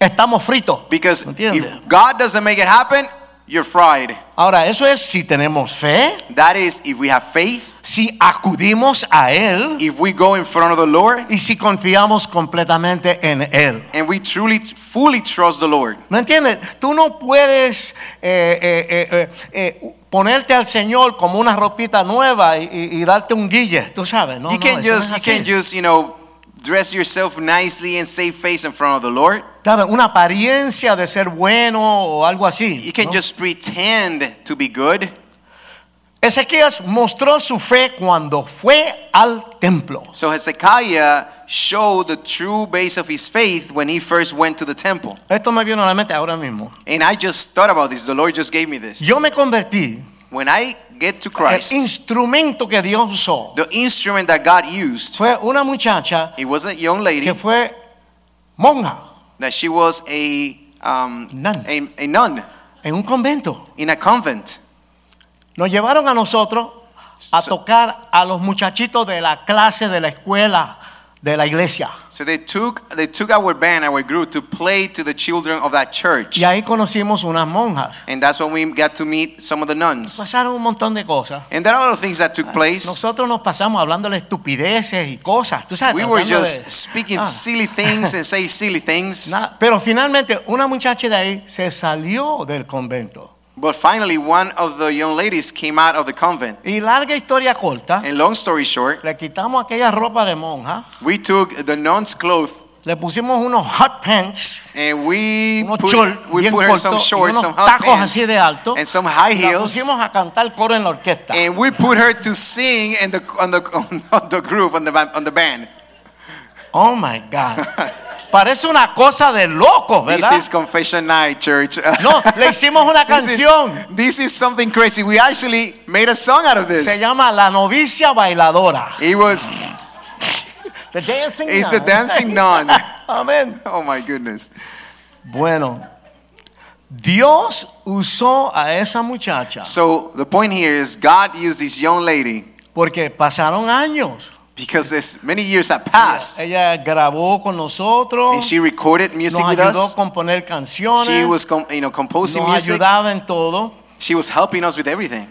Speaker 3: estamos fritos.
Speaker 2: Because
Speaker 3: ¿Entiende?
Speaker 2: if God doesn't make it happen, you're fried.
Speaker 3: Ahora, eso es si tenemos fe,
Speaker 2: That is, if we have faith,
Speaker 3: si acudimos a él
Speaker 2: if we go in front of the Lord,
Speaker 3: y si confiamos completamente en él.
Speaker 2: and we truly, fully trust the Lord.
Speaker 3: ¿No entiendes? Tú no puedes eh, eh, eh, eh, eh, ponerte al Señor como una ropita nueva y, y- y darte un guille, tú sabes, no,
Speaker 2: you
Speaker 3: no,
Speaker 2: can't
Speaker 3: eso no es
Speaker 2: just, you
Speaker 3: así.
Speaker 2: can't just, you know, dress yourself nicely and save face in front of the Lord.
Speaker 3: Claro, una apariencia de ser bueno o algo así.
Speaker 2: You can
Speaker 3: ¿no?
Speaker 2: just pretend to be good.
Speaker 3: Ezequías mostró su fe cuando fue al templo.
Speaker 2: So Hezekiah showed the true base of his faith when he first went to the temple.
Speaker 3: Esto me vino a la mente ahora mismo.
Speaker 2: And I just thought about this. The Lord just gave me this.
Speaker 3: Yo me Eh, convertí
Speaker 2: When I get to
Speaker 3: el
Speaker 2: Christ,
Speaker 3: instrumento que Dios usó.
Speaker 2: the instrument that God used,
Speaker 3: Fue una muchacha
Speaker 2: it wasn't a young lady,
Speaker 3: que fue monja
Speaker 2: that she was a, um,
Speaker 3: Nun.
Speaker 2: a, a nun
Speaker 3: en un convento.
Speaker 2: in a convent.
Speaker 3: Nos llevaron a nosotros a
Speaker 2: So-
Speaker 3: tocar a los muchachitos de la clase de la escuela de la iglesia.
Speaker 2: So they took, they took our band, our group, to play to the children of that church.
Speaker 3: Y ahí conocimos unas monjas.
Speaker 2: And that's when we got to meet some of the nuns.
Speaker 3: Pasaron un montón de cosas.
Speaker 2: And there are other things that took place.
Speaker 3: Nosotros nos pasamos hablando de estupideces y cosas. Tú sabes,
Speaker 2: We were
Speaker 3: tratando de-
Speaker 2: just speaking
Speaker 3: Ah.
Speaker 2: silly things and say silly things.
Speaker 3: Nada. Pero finalmente una muchacha de ahí se salió del convento.
Speaker 2: But finally, one of the young ladies came out of the convent.
Speaker 3: Y larga historia corta,
Speaker 2: And long story short,
Speaker 3: le quitamos aquella ropa de monja,
Speaker 2: we took the nun's clothes
Speaker 3: le pusimos unos hot pants,
Speaker 2: and we
Speaker 3: unos
Speaker 2: put,
Speaker 3: shorts
Speaker 2: we
Speaker 3: bien
Speaker 2: put her some
Speaker 3: cortos, y
Speaker 2: shorts,
Speaker 3: unos
Speaker 2: some hot
Speaker 3: tacos
Speaker 2: pants,
Speaker 3: así de alto.
Speaker 2: and some high
Speaker 3: la
Speaker 2: heels. Eh.
Speaker 3: pusimos a cantar coro en la orquesta.
Speaker 2: And we put her to sing in the, on, the, on, the group, on the, ba- on the band.
Speaker 3: Oh my God. Parece una cosa de locos, ¿verdad?
Speaker 2: This is confession night, church.
Speaker 3: No, le hicimos una
Speaker 2: This is-
Speaker 3: canción.
Speaker 2: This is, something crazy. We actually made a song out of this.
Speaker 3: Se llama La novicia bailadora.
Speaker 2: It was,
Speaker 3: The dancing
Speaker 2: It's the
Speaker 3: nun.
Speaker 2: dancing nun.
Speaker 3: Amén.
Speaker 2: oh my goodness.
Speaker 3: Bueno, Dios usó a esa muchacha
Speaker 2: So the point here is God used this young lady
Speaker 3: porque pasaron años.
Speaker 2: because this, many years have passed.
Speaker 3: Ella grabó con
Speaker 2: and
Speaker 3: nosotros,
Speaker 2: she recorded music
Speaker 3: nos
Speaker 2: with
Speaker 3: ayudó a
Speaker 2: us.
Speaker 3: componer canciones,
Speaker 2: She was, com- you know, composing
Speaker 3: nos
Speaker 2: music.
Speaker 3: ayudaba en todo
Speaker 2: She was helping us with everything.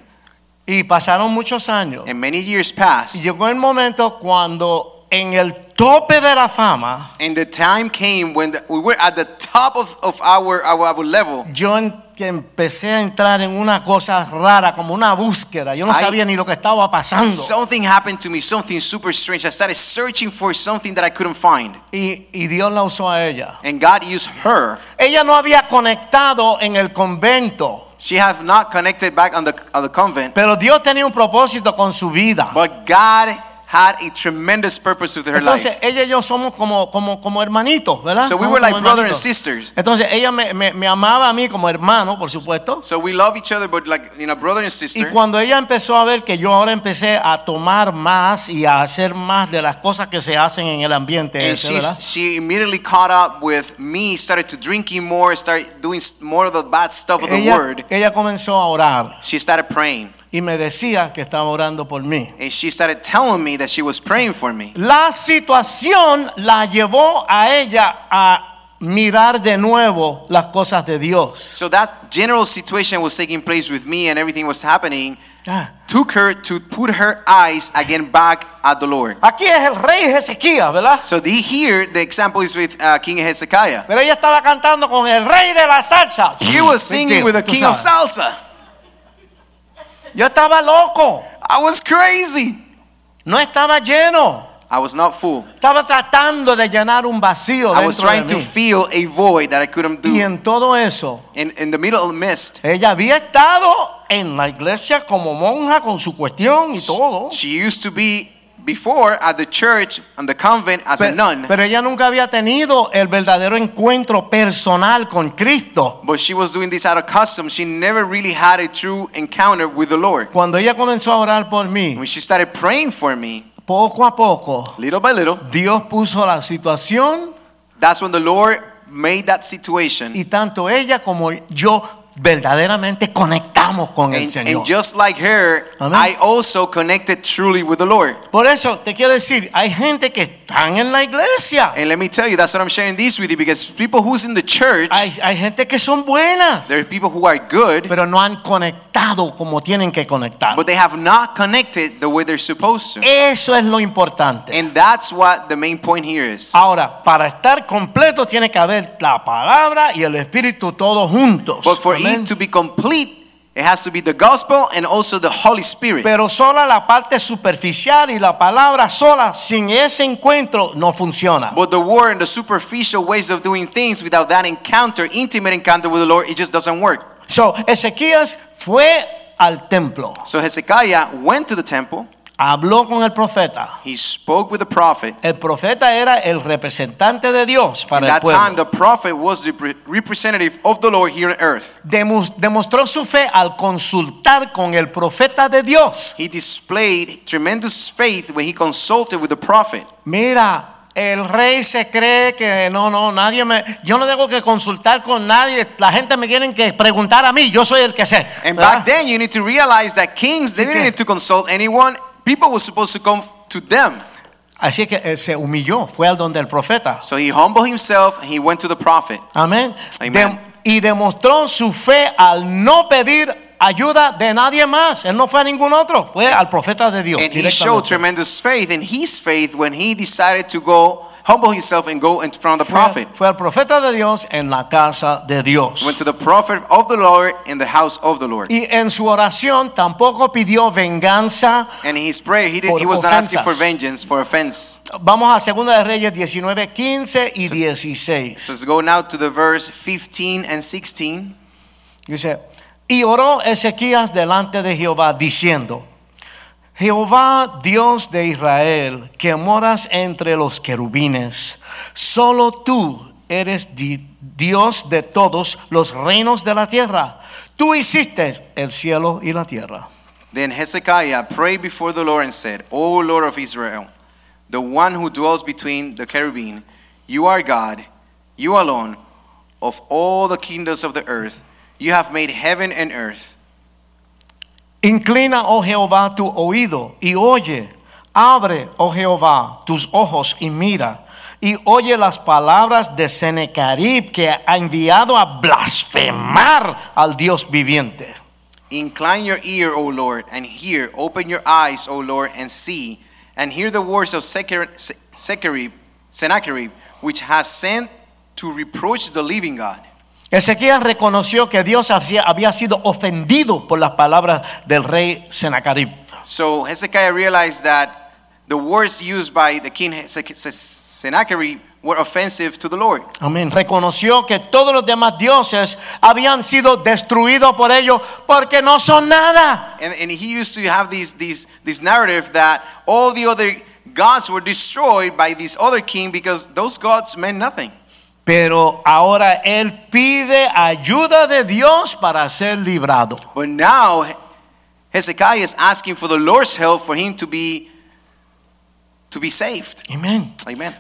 Speaker 3: y pasaron muchos años.
Speaker 2: And many years
Speaker 3: Y
Speaker 2: passed,
Speaker 3: llegó el momento cuando en el tope de la fama
Speaker 2: and the time came when the- we were at the top of, of our, our our level.
Speaker 3: yo en- que empecé a entrar en una cosa rara, como una búsqueda. Yo no
Speaker 2: Ay.
Speaker 3: sabía ni lo que estaba pasando.
Speaker 2: Something happened to me, something super strange. I started searching for something that I couldn't find,
Speaker 3: y, y Dios la usó a ella.
Speaker 2: and God used her.
Speaker 3: Ella no había conectado en el convento,
Speaker 2: She have not connected back on the on the convent,
Speaker 3: pero Dios tenía un propósito con su vida.
Speaker 2: but God had a tremendous purpose with her
Speaker 3: Entonces ah,
Speaker 2: life.
Speaker 3: ella y yo somos como, como, como hermanitos, ¿verdad?
Speaker 2: So we
Speaker 3: Somos
Speaker 2: were like
Speaker 3: como
Speaker 2: brother and
Speaker 3: hermanitos.
Speaker 2: sisters.
Speaker 3: Entonces ella me, me- me amaba a mí como hermano, por supuesto.
Speaker 2: So we love each other, but like you know, brother and
Speaker 3: Y
Speaker 2: sister.
Speaker 3: cuando ella empezó a ver que yo ahora empecé a tomar más y a hacer más de las cosas que se hacen en el ambiente
Speaker 2: and
Speaker 3: ese,
Speaker 2: she
Speaker 3: Eh, ¿verdad?
Speaker 2: she immediately caught up with me started to drinking more started doing s- more of the bad stuff of the
Speaker 3: Ella,
Speaker 2: word
Speaker 3: ella comenzó a orar
Speaker 2: she started praying
Speaker 3: y me decía que estaba orando por mí.
Speaker 2: and she started telling me that she was praying for me
Speaker 3: La situación la llevó a ella a mirar de nuevo las cosas de Dios.
Speaker 2: so that general situation was taking place with me and everything was happening
Speaker 3: Ah,
Speaker 2: took her to put her eyes again back at the lord
Speaker 3: Aquí es el rey Ezequías, ¿verdad?
Speaker 2: so the, here the example is with uh, king hezekiah
Speaker 3: Pero ella estaba cantando con el rey de la salsa.
Speaker 2: she was singing with the
Speaker 3: Tú
Speaker 2: king of
Speaker 3: sabes.
Speaker 2: salsa
Speaker 3: Yo estaba loco,
Speaker 2: i was crazy
Speaker 3: no estaba lleno.
Speaker 2: i was not full
Speaker 3: Estaba tratando de llenar un vacío
Speaker 2: i was
Speaker 3: dentro de
Speaker 2: trying to
Speaker 3: mí.
Speaker 2: feel a void that i couldn't
Speaker 3: Y
Speaker 2: do
Speaker 3: en todo eso,
Speaker 2: in, in the middle of mist
Speaker 3: ella había estado en la iglesia como monja con su cuestión y todo.
Speaker 2: She used to be before at the church and the convent as
Speaker 3: Pe-
Speaker 2: a nun,
Speaker 3: Pero ella nunca había tenido el verdadero encuentro personal con Cristo.
Speaker 2: but she was doing this out of custom. She never really had a true encounter with the Lord.
Speaker 3: Cuando ella comenzó a orar por mí,
Speaker 2: When she started praying for me,
Speaker 3: poco a poco,
Speaker 2: little by little,
Speaker 3: Dios puso la situación
Speaker 2: that's when the Lord made that situation.
Speaker 3: y tanto ella como yo verdaderamente conectamos con el
Speaker 2: And,
Speaker 3: Señor.
Speaker 2: and just like her,
Speaker 3: Amen.
Speaker 2: I also connected truly with the Lord.
Speaker 3: Por eso te quiero decir, hay gente que están en la iglesia,
Speaker 2: And let me tell you, that's what I'm sharing this with you because people who's in the church,
Speaker 3: hay, hay gente que son buenas,
Speaker 2: there are people who are good,
Speaker 3: pero no han conectado como tienen que conectar.
Speaker 2: but they have not connected the way they're supposed to.
Speaker 3: Eso es lo importante.
Speaker 2: And that's what the main point here is.
Speaker 3: Ahora, para estar completo tiene que haber la palabra y el espíritu todos juntos.
Speaker 2: But for
Speaker 3: Amén.
Speaker 2: it to be complete, It has to be the gospel and also the Holy Spirit.
Speaker 3: Pero sola la parte superficial y la palabra sola sin ese encuentro no funciona.
Speaker 2: But the word and the superficial ways of doing things without that encounter, intimate encounter with the Lord, it just doesn't work.
Speaker 3: So, Ezequías fue al templo,
Speaker 2: So Hezekiah went to the temple,
Speaker 3: habló con el profeta.
Speaker 2: he spoke with the prophet.
Speaker 3: El profeta era el representante de Dios
Speaker 2: At
Speaker 3: para el
Speaker 2: that time,
Speaker 3: pueblo.
Speaker 2: the prophet was the pre- representative of the Lord here on earth.
Speaker 3: Demu- Demostró su fe al consultar con el profeta de Dios.
Speaker 2: He displayed tremendous faith when he consulted with the prophet.
Speaker 3: Mira, el rey se cree que no, no, nadie me, yo no tengo que consultar con nadie. La gente me tiene que preguntar a mí, yo soy el que sé.
Speaker 2: And
Speaker 3: ¿verdad?
Speaker 2: back then, you need to realize that kings they didn't
Speaker 3: Okay.
Speaker 2: need to consult anyone. People were supposed to come to them.
Speaker 3: Así que eh, se humilló, fue al donde el profeta.
Speaker 2: So he humbled himself and he went to the prophet.
Speaker 3: Amén.
Speaker 2: Amen.
Speaker 3: De- y demostró su fe al no pedir ayuda de nadie más. Él no fue a ningún otro, fue al profeta de Dios.
Speaker 2: And he showed
Speaker 3: directamente.
Speaker 2: tremendous faith in his faith when he decided to go humble himself and go in front of the
Speaker 3: fue,
Speaker 2: prophet.
Speaker 3: fue al profeta de Dios en la casa de Dios.
Speaker 2: He went to the prophet of the Lord in the house of the Lord.
Speaker 3: Y en su oración tampoco pidió venganza.
Speaker 2: And in his prayer, he did,
Speaker 3: Por
Speaker 2: he was not asking for
Speaker 3: ofensas.
Speaker 2: vengeance, for offense.
Speaker 3: Vamos a Segunda de Reyes 19, 15 y 16.
Speaker 2: So let's go now to the verse 15 and 16.
Speaker 3: Dice, y oró Ezequías delante de Jehová diciendo, Jehová Dios de Israel, que moras entre los querubines, solo tú eres di- Dios de todos los reinos de la tierra. Tú hiciste el cielo y la tierra.
Speaker 2: Then Hezekiah prayed before the Lord and said, O Lord of Israel, the one who dwells between the cherubim, you are God, you alone, of all the kingdoms of the earth. You have made heaven and earth.
Speaker 3: Inclina, oh Jehová, tu oído y oye. Abre, oh Jehová, tus ojos y mira. Y oye las palabras de Senecarib que ha enviado a blasfemar al Dios viviente.
Speaker 2: Incline your ear, O Lord, and hear. Open your eyes, O Lord, and see. And hear the words of Secher- Se- Secherib, Sennacherib, which has sent to reproach the living God.
Speaker 3: Ezequiel reconoció que Dios hacía- había sido ofendido por las palabras del rey Senecarib.
Speaker 2: So Hezekiah realized that the words used by the king He- Se- Se- Sennacherib were offensive to the Lord.
Speaker 3: Amén. Reconoció que todos los demás dioses habían sido destruidos por ellos porque no son nada.
Speaker 2: And, and he used to have these, these, this narrative that all the other gods were destroyed by this other king because those gods meant nothing.
Speaker 3: Pero ahora él pide ayuda de Dios para ser librado.
Speaker 2: But now Hezekiah is asking for the Lord's help for him to be to be saved.
Speaker 3: Amén.
Speaker 2: Amen.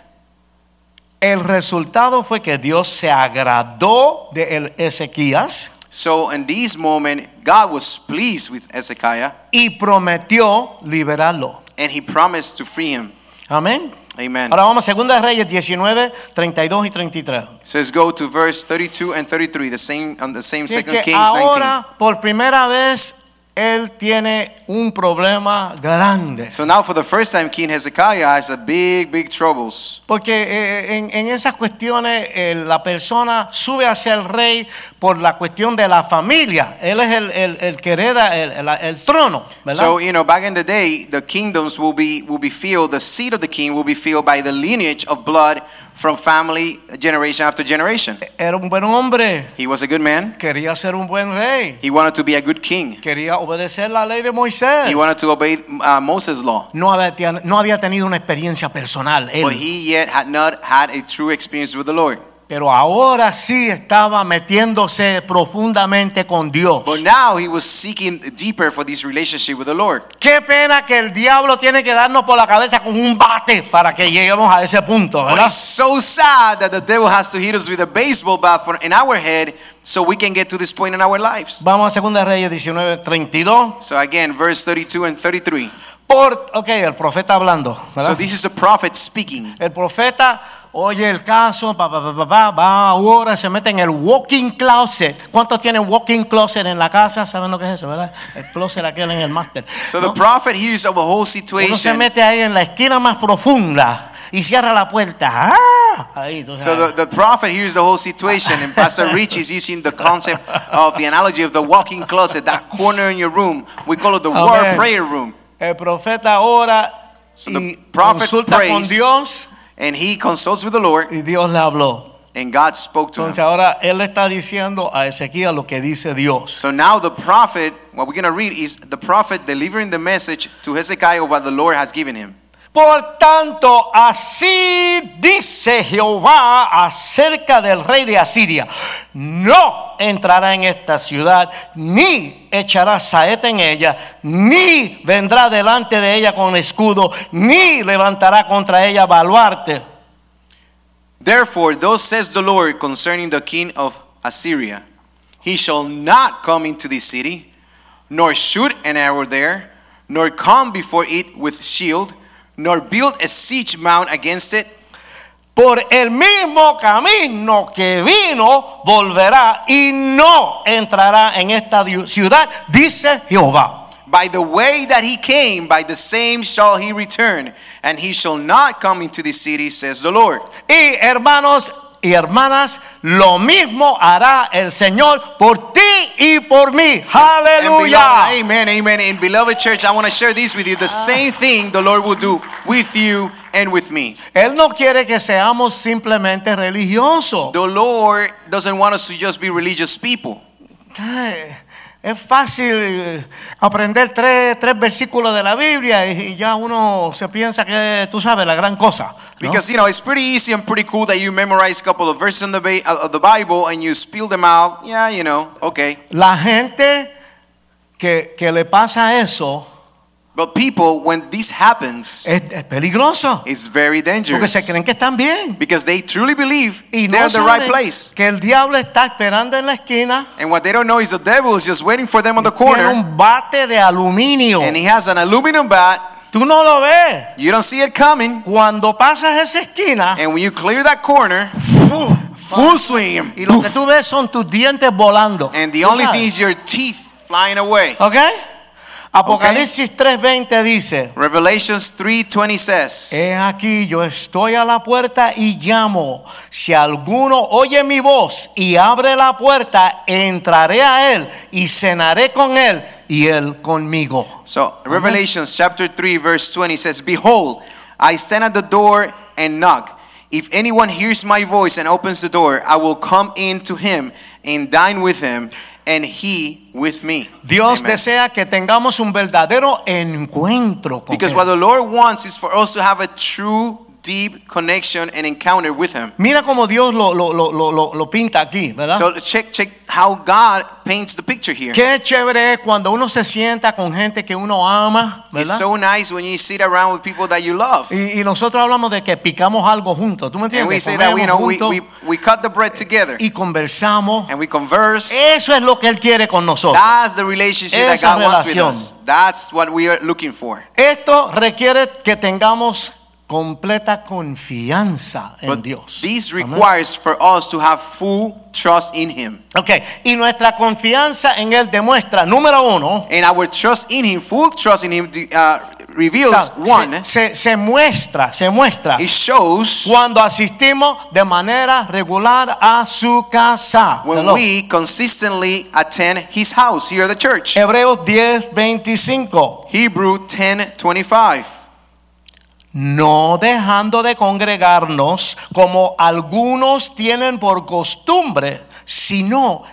Speaker 3: El resultado fue que Dios se agradó de el- Ezequías
Speaker 2: So in this moment, God was pleased with Hezekiah
Speaker 3: y prometió liberarlo.
Speaker 2: and he promised to free him.
Speaker 3: Amén.
Speaker 2: Amen.
Speaker 3: Ahora vamos a 2 Reyes 19, 32 y 33.
Speaker 2: So let's go to verse 32 and 33, the same on the same
Speaker 3: Así es
Speaker 2: second
Speaker 3: que
Speaker 2: Kings 19.
Speaker 3: ahora por primera vez él tiene un problema grande.
Speaker 2: So now for the first time King Hezekiah has a big big troubles.
Speaker 3: Porque eh, en, en esas cuestiones eh, la persona sube a ser rey por la cuestión de la familia. Él es el, el- el que hereda el, el- el trono, ¿verdad?
Speaker 2: So you know, back in the day, the kingdoms will be will be filled. The seat of the king will be filled by the lineage of blood from family generation after generation.
Speaker 3: Era un buen hombre,
Speaker 2: He was a good man.
Speaker 3: quería ser un buen rey,
Speaker 2: He wanted to be a good king.
Speaker 3: quería obedecer la ley de Moisés.
Speaker 2: He wanted to obey uh, Moses' law,
Speaker 3: No había, ten- no había tenido una experiencia personal él,
Speaker 2: but he yet had not had a true experience with the Lord.
Speaker 3: pero ahora sí estaba metiéndose profundamente con Dios.
Speaker 2: But now he was seeking deeper for this relationship with the Lord.
Speaker 3: Qué pena que el diablo tiene que darnos por la cabeza con un bate para que lleguemos a ese punto,
Speaker 2: But
Speaker 3: ¿verdad?
Speaker 2: it's so sad that the devil has to hit us with a baseball bat for, in our head so we can get to this point in our lives.
Speaker 3: Vamos a 2 Reyes 19, 32.
Speaker 2: So again, verse 32 and 33.
Speaker 3: Por, ok, el profeta hablando. ¿verdad?
Speaker 2: So this is the prophet speaking.
Speaker 3: el profeta oye el caso, pa, pa, pa, pa, pa, va ahora, se mete en el walking closet. ¿Cuántos tienen walking closet en la casa? ¿Saben lo que es eso, verdad? El closet aquel en el máster.
Speaker 2: So
Speaker 3: ¿no?
Speaker 2: the prophet hears of a whole
Speaker 3: Uno se
Speaker 2: situation
Speaker 3: mete ahí en la esquina más profunda y cierra la puerta. ¡Ah! ah, ahí, tú
Speaker 2: So
Speaker 3: sabes.
Speaker 2: the, the prophet hears the whole situation, and Pastor Rich is using the concept of the analogy of the walking closet, that corner in your room. We call it the
Speaker 3: Amen.
Speaker 2: war prayer room.
Speaker 3: el profeta ora
Speaker 2: So
Speaker 3: y
Speaker 2: the prophet
Speaker 3: consulta con
Speaker 2: prays.
Speaker 3: Dios
Speaker 2: And he consults with the Lord,
Speaker 3: y Dios le habló.
Speaker 2: and God spoke to
Speaker 3: Entonces
Speaker 2: him.
Speaker 3: ahora él le está diciendo a Ezequiel lo que dice Dios.
Speaker 2: So now the prophet, what we're going to read is the prophet delivering the message to Hezekiah of what the Lord has given him.
Speaker 3: Por tanto, así dice Jehová acerca del rey de Asiria. No entrará en esta ciudad, ni echará saeta en ella, ni vendrá delante de ella con escudo, ni levantará contra ella baluarte.
Speaker 2: Therefore, thus says the Lord concerning the king of Assyria He shall not come into this city, nor shoot an arrow there, nor come before it with shield, nor build a siege mount against it.
Speaker 3: Por el mismo camino que vino, volverá y no entrará en esta di- ciudad, dice Jehová.
Speaker 2: By the way that he came, by the same shall he return, and he shall not come into this city, says the Lord.
Speaker 3: Y hermanos y hermanas, lo mismo hará el Señor por ti y por mí.
Speaker 2: And
Speaker 3: Aleluya.
Speaker 2: beloved- amen, amen. And beloved church, I want to share this with you. The same thing the Lord will do with you and with me.
Speaker 3: Él no quiere que seamos simplemente religiosos.
Speaker 2: The Lord doesn't want us to just be religious people.
Speaker 3: Ay, Es fácil eh, aprender tres, tres versículos de la Biblia y y ya uno se piensa que tú sabes la gran cosa. ¿no?
Speaker 2: Because you know it's pretty easy and pretty cool that you memorize a couple of verses in the ba- uh, of the Bible and you spill them out. Yeah, you know, okay.
Speaker 3: La gente que, que le pasa eso
Speaker 2: But people, when this happens,
Speaker 3: es, es peligroso.
Speaker 2: it's very
Speaker 3: Eh. Porque
Speaker 2: dangerous
Speaker 3: se creen que están bien.
Speaker 2: because they truly believe
Speaker 3: Y no
Speaker 2: they're in the right
Speaker 3: saben
Speaker 2: place.
Speaker 3: que el diablo está esperando en la esquina.
Speaker 2: And what they don't know is the devil is just waiting for them on the
Speaker 3: Tiene
Speaker 2: corner,
Speaker 3: un bate de aluminio.
Speaker 2: and he has an aluminum bat.
Speaker 3: Tú no lo ves.
Speaker 2: You don't see it coming,
Speaker 3: Cuando pasas esa esquina
Speaker 2: and when you clear that corner, full, full swing, and
Speaker 3: y lo que
Speaker 2: poof.
Speaker 3: tú ves son tus dientes volando.
Speaker 2: and the
Speaker 3: ¿Tú
Speaker 2: only
Speaker 3: sabes?
Speaker 2: thing is your teeth flying away.
Speaker 3: ¿Ok? Apocalipsis 3:20 dice,
Speaker 2: Revelations 3:20 says.
Speaker 3: He aquí yo estoy a la puerta y llamo. Si alguno oye mi voz y abre la puerta, entraré a él y cenaré con él y él conmigo.
Speaker 2: So
Speaker 3: Uh-huh.
Speaker 2: Revelation chapter 3 verse 20 says, "Behold, I stand at the door and knock. If anyone hears my voice and opens the door, I will come in to him and dine with him, and he with me."
Speaker 3: Dios
Speaker 2: Amen.
Speaker 3: desea que tengamos un verdadero encuentro con
Speaker 2: Because
Speaker 3: Él.
Speaker 2: what the Lord wants is for us to have a true deep connection and encounter with him.
Speaker 3: Mira cómo Dios lo, lo- lo- lo- lo- lo pinta aquí, ¿verdad?
Speaker 2: So check check how God paints the picture here.
Speaker 3: Qué chévere es cuando uno se sienta con gente que uno ama, ¿verdad?
Speaker 2: It's so nice when you sit around with people that you love.
Speaker 3: y, y nosotros hablamos de que picamos algo juntos, ¿tú me
Speaker 2: And we
Speaker 3: entiendes?
Speaker 2: say that we know
Speaker 3: Comemos
Speaker 2: we,
Speaker 3: juntos
Speaker 2: we, we cut the bread together
Speaker 3: y conversamos.
Speaker 2: and we converse.
Speaker 3: Eso es lo que Él quiere con nosotros.
Speaker 2: That's the relationship that
Speaker 3: Esa
Speaker 2: God wants with
Speaker 3: relación.
Speaker 2: us. That's what we are looking for.
Speaker 3: Esto requiere que tengamos completa confianza en
Speaker 2: But
Speaker 3: Dios.
Speaker 2: this
Speaker 3: Amén.
Speaker 2: requires for us to have full trust in Him.
Speaker 3: Ok, y nuestra confianza en Él demuestra, número uno,
Speaker 2: And our trust in Him, full trust in Him, uh, reveals
Speaker 3: o sea,
Speaker 2: one,
Speaker 3: se, se- se muestra, se muestra
Speaker 2: it shows
Speaker 3: cuando asistimos de manera regular a su casa.
Speaker 2: when
Speaker 3: Hello.
Speaker 2: we consistently attend His house here at the church.
Speaker 3: Hebreos 10, 25.
Speaker 2: Hebrew 10 25.
Speaker 3: No dejando de congregarnos como algunos tienen por costumbre, sino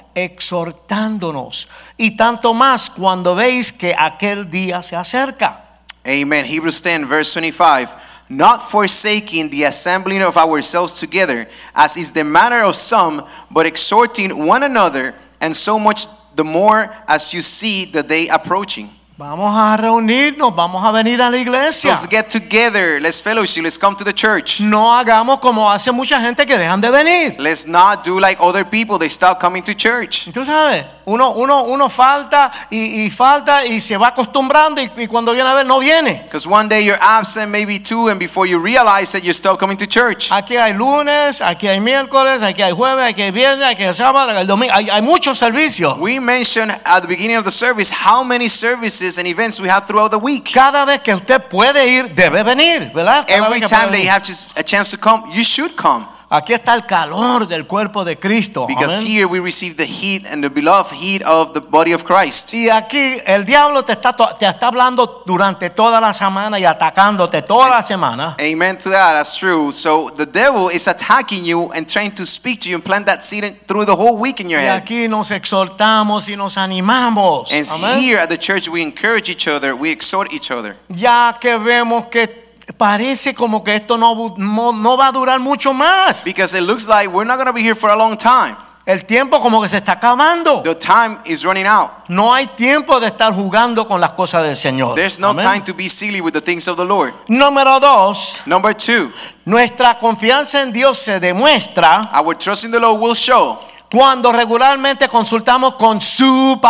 Speaker 3: exhortándonos. Y tanto más cuando veis que aquel día se acerca.
Speaker 2: Amen. Hebrews 10, verse 25. Not forsaking the assembling of ourselves together, as is the manner of some, but exhorting one another, and so much the more as you see the day approaching.
Speaker 3: Vamos a reunirnos, vamos a venir a la iglesia.
Speaker 2: Let's get together. Let's fellowship. Let's come to the church.
Speaker 3: No hagamos como hace mucha gente que dejan de venir.
Speaker 2: Let's not do like other people. They stop coming to church.
Speaker 3: Tú sabes, Uno, uno, uno falta y, y falta y se va acostumbrando y, y cuando viene a ver no viene.
Speaker 2: Because one day you're absent, maybe two, and before you realize it, you're still coming to church.
Speaker 3: Aquí hay lunes, aquí hay miércoles, aquí hay jueves, aquí hay viernes, aquí hay sábado, aquí hay domingo. Hay, hay muchos servicios.
Speaker 2: We mentioned at the beginning of the service how many services and events we have throughout the week.
Speaker 3: Cada vez que usted puede ir, debe venir, ¿verdad? Cada
Speaker 2: Every
Speaker 3: vez que
Speaker 2: time
Speaker 3: puede
Speaker 2: they
Speaker 3: ir.
Speaker 2: have just a chance to come, you should come.
Speaker 3: Aquí está el calor del cuerpo de Cristo.
Speaker 2: Because
Speaker 3: Amén.
Speaker 2: here we receive the heat and the beloved heat of the body of Christ.
Speaker 3: Y aquí el diablo te está, to- te está hablando durante toda la semana y atacándote toda la semana.
Speaker 2: Amen to that. That's true. So the devil is attacking you and trying to speak to you and plant that seed in- through the whole week in your
Speaker 3: Y
Speaker 2: head.
Speaker 3: aquí nos exhortamos y nos animamos.
Speaker 2: And
Speaker 3: Amén.
Speaker 2: here at the church, we encourage each other. We exhort each other.
Speaker 3: Ya que vemos que parece como que esto no, bu- no, no va a durar mucho más.
Speaker 2: Because it looks like we're not going to be here for a long time.
Speaker 3: El tiempo como que se está acabando.
Speaker 2: The time is running out.
Speaker 3: No hay tiempo de estar jugando con las cosas del Señor.
Speaker 2: There's no
Speaker 3: Amén.
Speaker 2: time to be silly with the things of the Lord.
Speaker 3: Número dos,
Speaker 2: Number two,
Speaker 3: nuestra confianza en Dios se demuestra
Speaker 2: our trust in the Lord will show
Speaker 3: cuando regularmente consultamos con su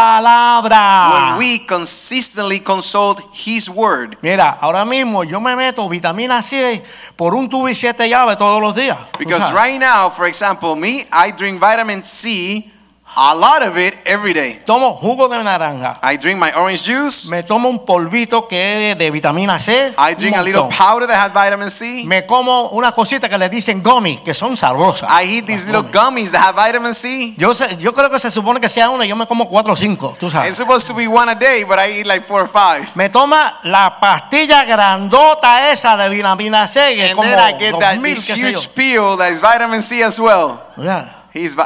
Speaker 3: palabra.
Speaker 2: when we consistently consult His word.
Speaker 3: Mira, ahora mismo yo me meto vitamina C por un tubo y siete llaves todos los días. tú
Speaker 2: Because
Speaker 3: sabes.
Speaker 2: right now, for example, me, I drink vitamin C, a lot of it every day.
Speaker 3: tomo jugo de naranja,
Speaker 2: I drink my orange juice.
Speaker 3: me tomo un polvito que es de vitamina C,
Speaker 2: I
Speaker 3: un
Speaker 2: drink a little
Speaker 3: montón.
Speaker 2: powder that has vitamin C.
Speaker 3: me como una cosita que le dicen gummy, que son sabrosas.
Speaker 2: I eat these little gummies that have vitamin C.
Speaker 3: Yo, sé- yo creo que se supone que sea una, yo me como cuatro o cinco, tú sabes.
Speaker 2: It's supposed to be one a day, but I eat like four or five.
Speaker 3: Me toma la pastilla grandota esa de vitamina C, que es
Speaker 2: And
Speaker 3: como
Speaker 2: then I get that
Speaker 3: 2000,
Speaker 2: this
Speaker 3: qué sé yo.
Speaker 2: huge pill that is vitamin C as well.
Speaker 3: O sea,
Speaker 2: He's vi-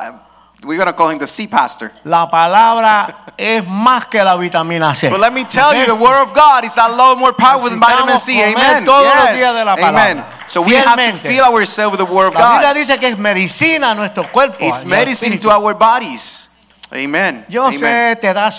Speaker 2: we're gonna call him the C pastor.
Speaker 3: La palabra es más que la vitamina C.
Speaker 2: But let me tell you,
Speaker 3: Eh. Amen.
Speaker 2: the word of God is a lot more powerful than vitamin C.
Speaker 3: Necesitamos comer
Speaker 2: Amen.
Speaker 3: todos los días de
Speaker 2: Yes.
Speaker 3: la
Speaker 2: Amen.
Speaker 3: palabra.
Speaker 2: So we have to
Speaker 3: Fielmente.
Speaker 2: fill ourselves with the word of
Speaker 3: La Biblia
Speaker 2: God.
Speaker 3: dice que es medicina a nuestro cuerpo.
Speaker 2: It's
Speaker 3: al
Speaker 2: medicine
Speaker 3: espíritu.
Speaker 2: to our bodies. Amen.
Speaker 3: Yo
Speaker 2: Amen.
Speaker 3: sé, te da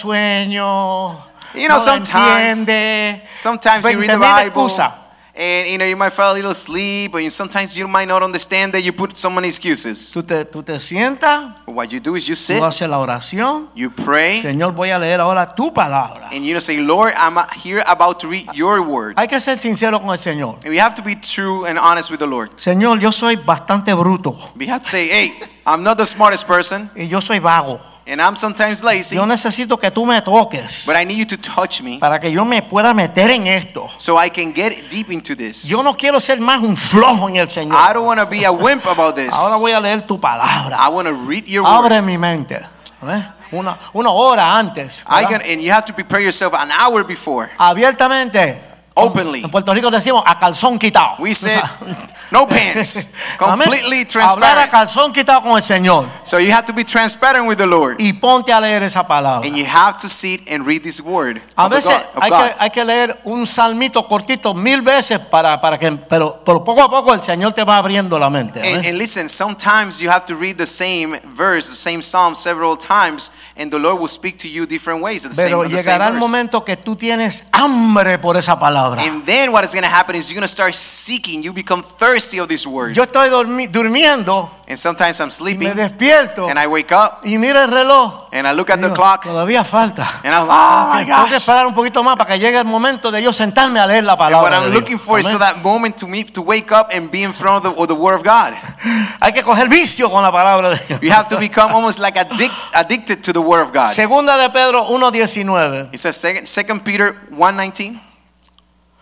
Speaker 3: sueño.
Speaker 2: You know,
Speaker 3: no la
Speaker 2: sometimes-
Speaker 3: entiende.
Speaker 2: Sometimes you read the
Speaker 3: 20,000
Speaker 2: Bible.
Speaker 3: excusas.
Speaker 2: And you know you might fall a little asleep, or you, sometimes you might not understand that you put so many excuses.
Speaker 3: Tú te, tú te sientas,
Speaker 2: What you do is you
Speaker 3: tú
Speaker 2: sit,
Speaker 3: haces la oración.
Speaker 2: you pray,
Speaker 3: Señor, voy a leer ahora tu palabra.
Speaker 2: and you know say, Lord, I'm uh, here about to read Your Word.
Speaker 3: Hay que ser sincero con el Señor.
Speaker 2: And we have to be true and honest with the Lord.
Speaker 3: Señor, yo soy bastante bruto
Speaker 2: We have to say, Hey, I'm not the smartest person,
Speaker 3: y yo soy vago.
Speaker 2: and I'm sometimes lazy,
Speaker 3: Yo necesito que tú me toques
Speaker 2: but I need you to touch me
Speaker 3: para que yo me pueda meter en esto.
Speaker 2: so I can get deep into this.
Speaker 3: Yo no quiero ser más un flojo en el
Speaker 2: I
Speaker 3: Señor.
Speaker 2: don't want to be a wimp about this.
Speaker 3: Ahora voy a leer tu palabra.
Speaker 2: I want to read Your Word.
Speaker 3: Abre mi mente. ¿eh? Una, una hora antes.
Speaker 2: I
Speaker 3: ¿verdad?
Speaker 2: can, and you have to prepare yourself an hour before,
Speaker 3: Abiertamente.
Speaker 2: openly.
Speaker 3: En Puerto Rico decimos a calzón quitado.
Speaker 2: We said
Speaker 3: O sea,
Speaker 2: no pants,
Speaker 3: amén.
Speaker 2: completely
Speaker 3: Hablar a
Speaker 2: transparent.
Speaker 3: calzón quitado con el Señor.
Speaker 2: So you have to be transparent with the Lord,
Speaker 3: Y ponte a leer esa palabra.
Speaker 2: and you have to sit and read this word
Speaker 3: A
Speaker 2: of the
Speaker 3: veces
Speaker 2: God. of
Speaker 3: hay que,
Speaker 2: God.
Speaker 3: hay que leer un salmito cortito mil veces para, para que, pero, pero poco a poco el Señor te va abriendo la mente. amén.
Speaker 2: And, and listen, sometimes you have to read the same verse, the same psalm several times, and the Lord will speak to you different ways. At the same,
Speaker 3: Pero
Speaker 2: on the same
Speaker 3: llegará el
Speaker 2: verse.
Speaker 3: momento que tú tienes hambre por esa palabra.
Speaker 2: And then what is going to happen is you're going to start seeking. You become thirsty of this word.
Speaker 3: Yo estoy dormi- durmiendo,
Speaker 2: And sometimes I'm sleeping,
Speaker 3: me despierto
Speaker 2: and I wake up,
Speaker 3: y miro el reloj.
Speaker 2: and I look at the
Speaker 3: Digo,
Speaker 2: clock, and
Speaker 3: Todavía falta.
Speaker 2: I'm like, oh my
Speaker 3: Tengo que
Speaker 2: gosh.
Speaker 3: esperar un poquito más para que llegue el momento de yo sentarme a leer la
Speaker 2: And what
Speaker 3: palabra. de
Speaker 2: I'm
Speaker 3: Dios.
Speaker 2: looking for is
Speaker 3: Amén.
Speaker 2: for that moment to me to wake up and be in front of the, of the Word of God.
Speaker 3: Hay que coger vicio con la palabra de Dios.
Speaker 2: You have to become almost like addict, addicted to the Word of God.
Speaker 3: Segunda de Pedro 1:19.
Speaker 2: It says second, second Peter 1:19.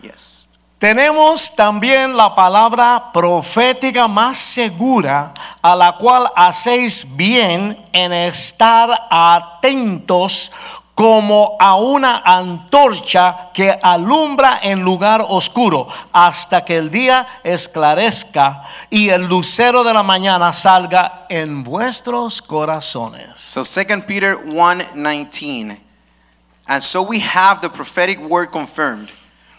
Speaker 2: Yes.
Speaker 3: Tenemos también la palabra profética más segura, a la cual hacéis bien en estar atentos como a una antorcha que alumbra en lugar oscuro hasta que el día esclarezca y el lucero de la mañana salga en vuestros corazones.
Speaker 2: So second Peter 1:19. And so we have the prophetic word confirmed,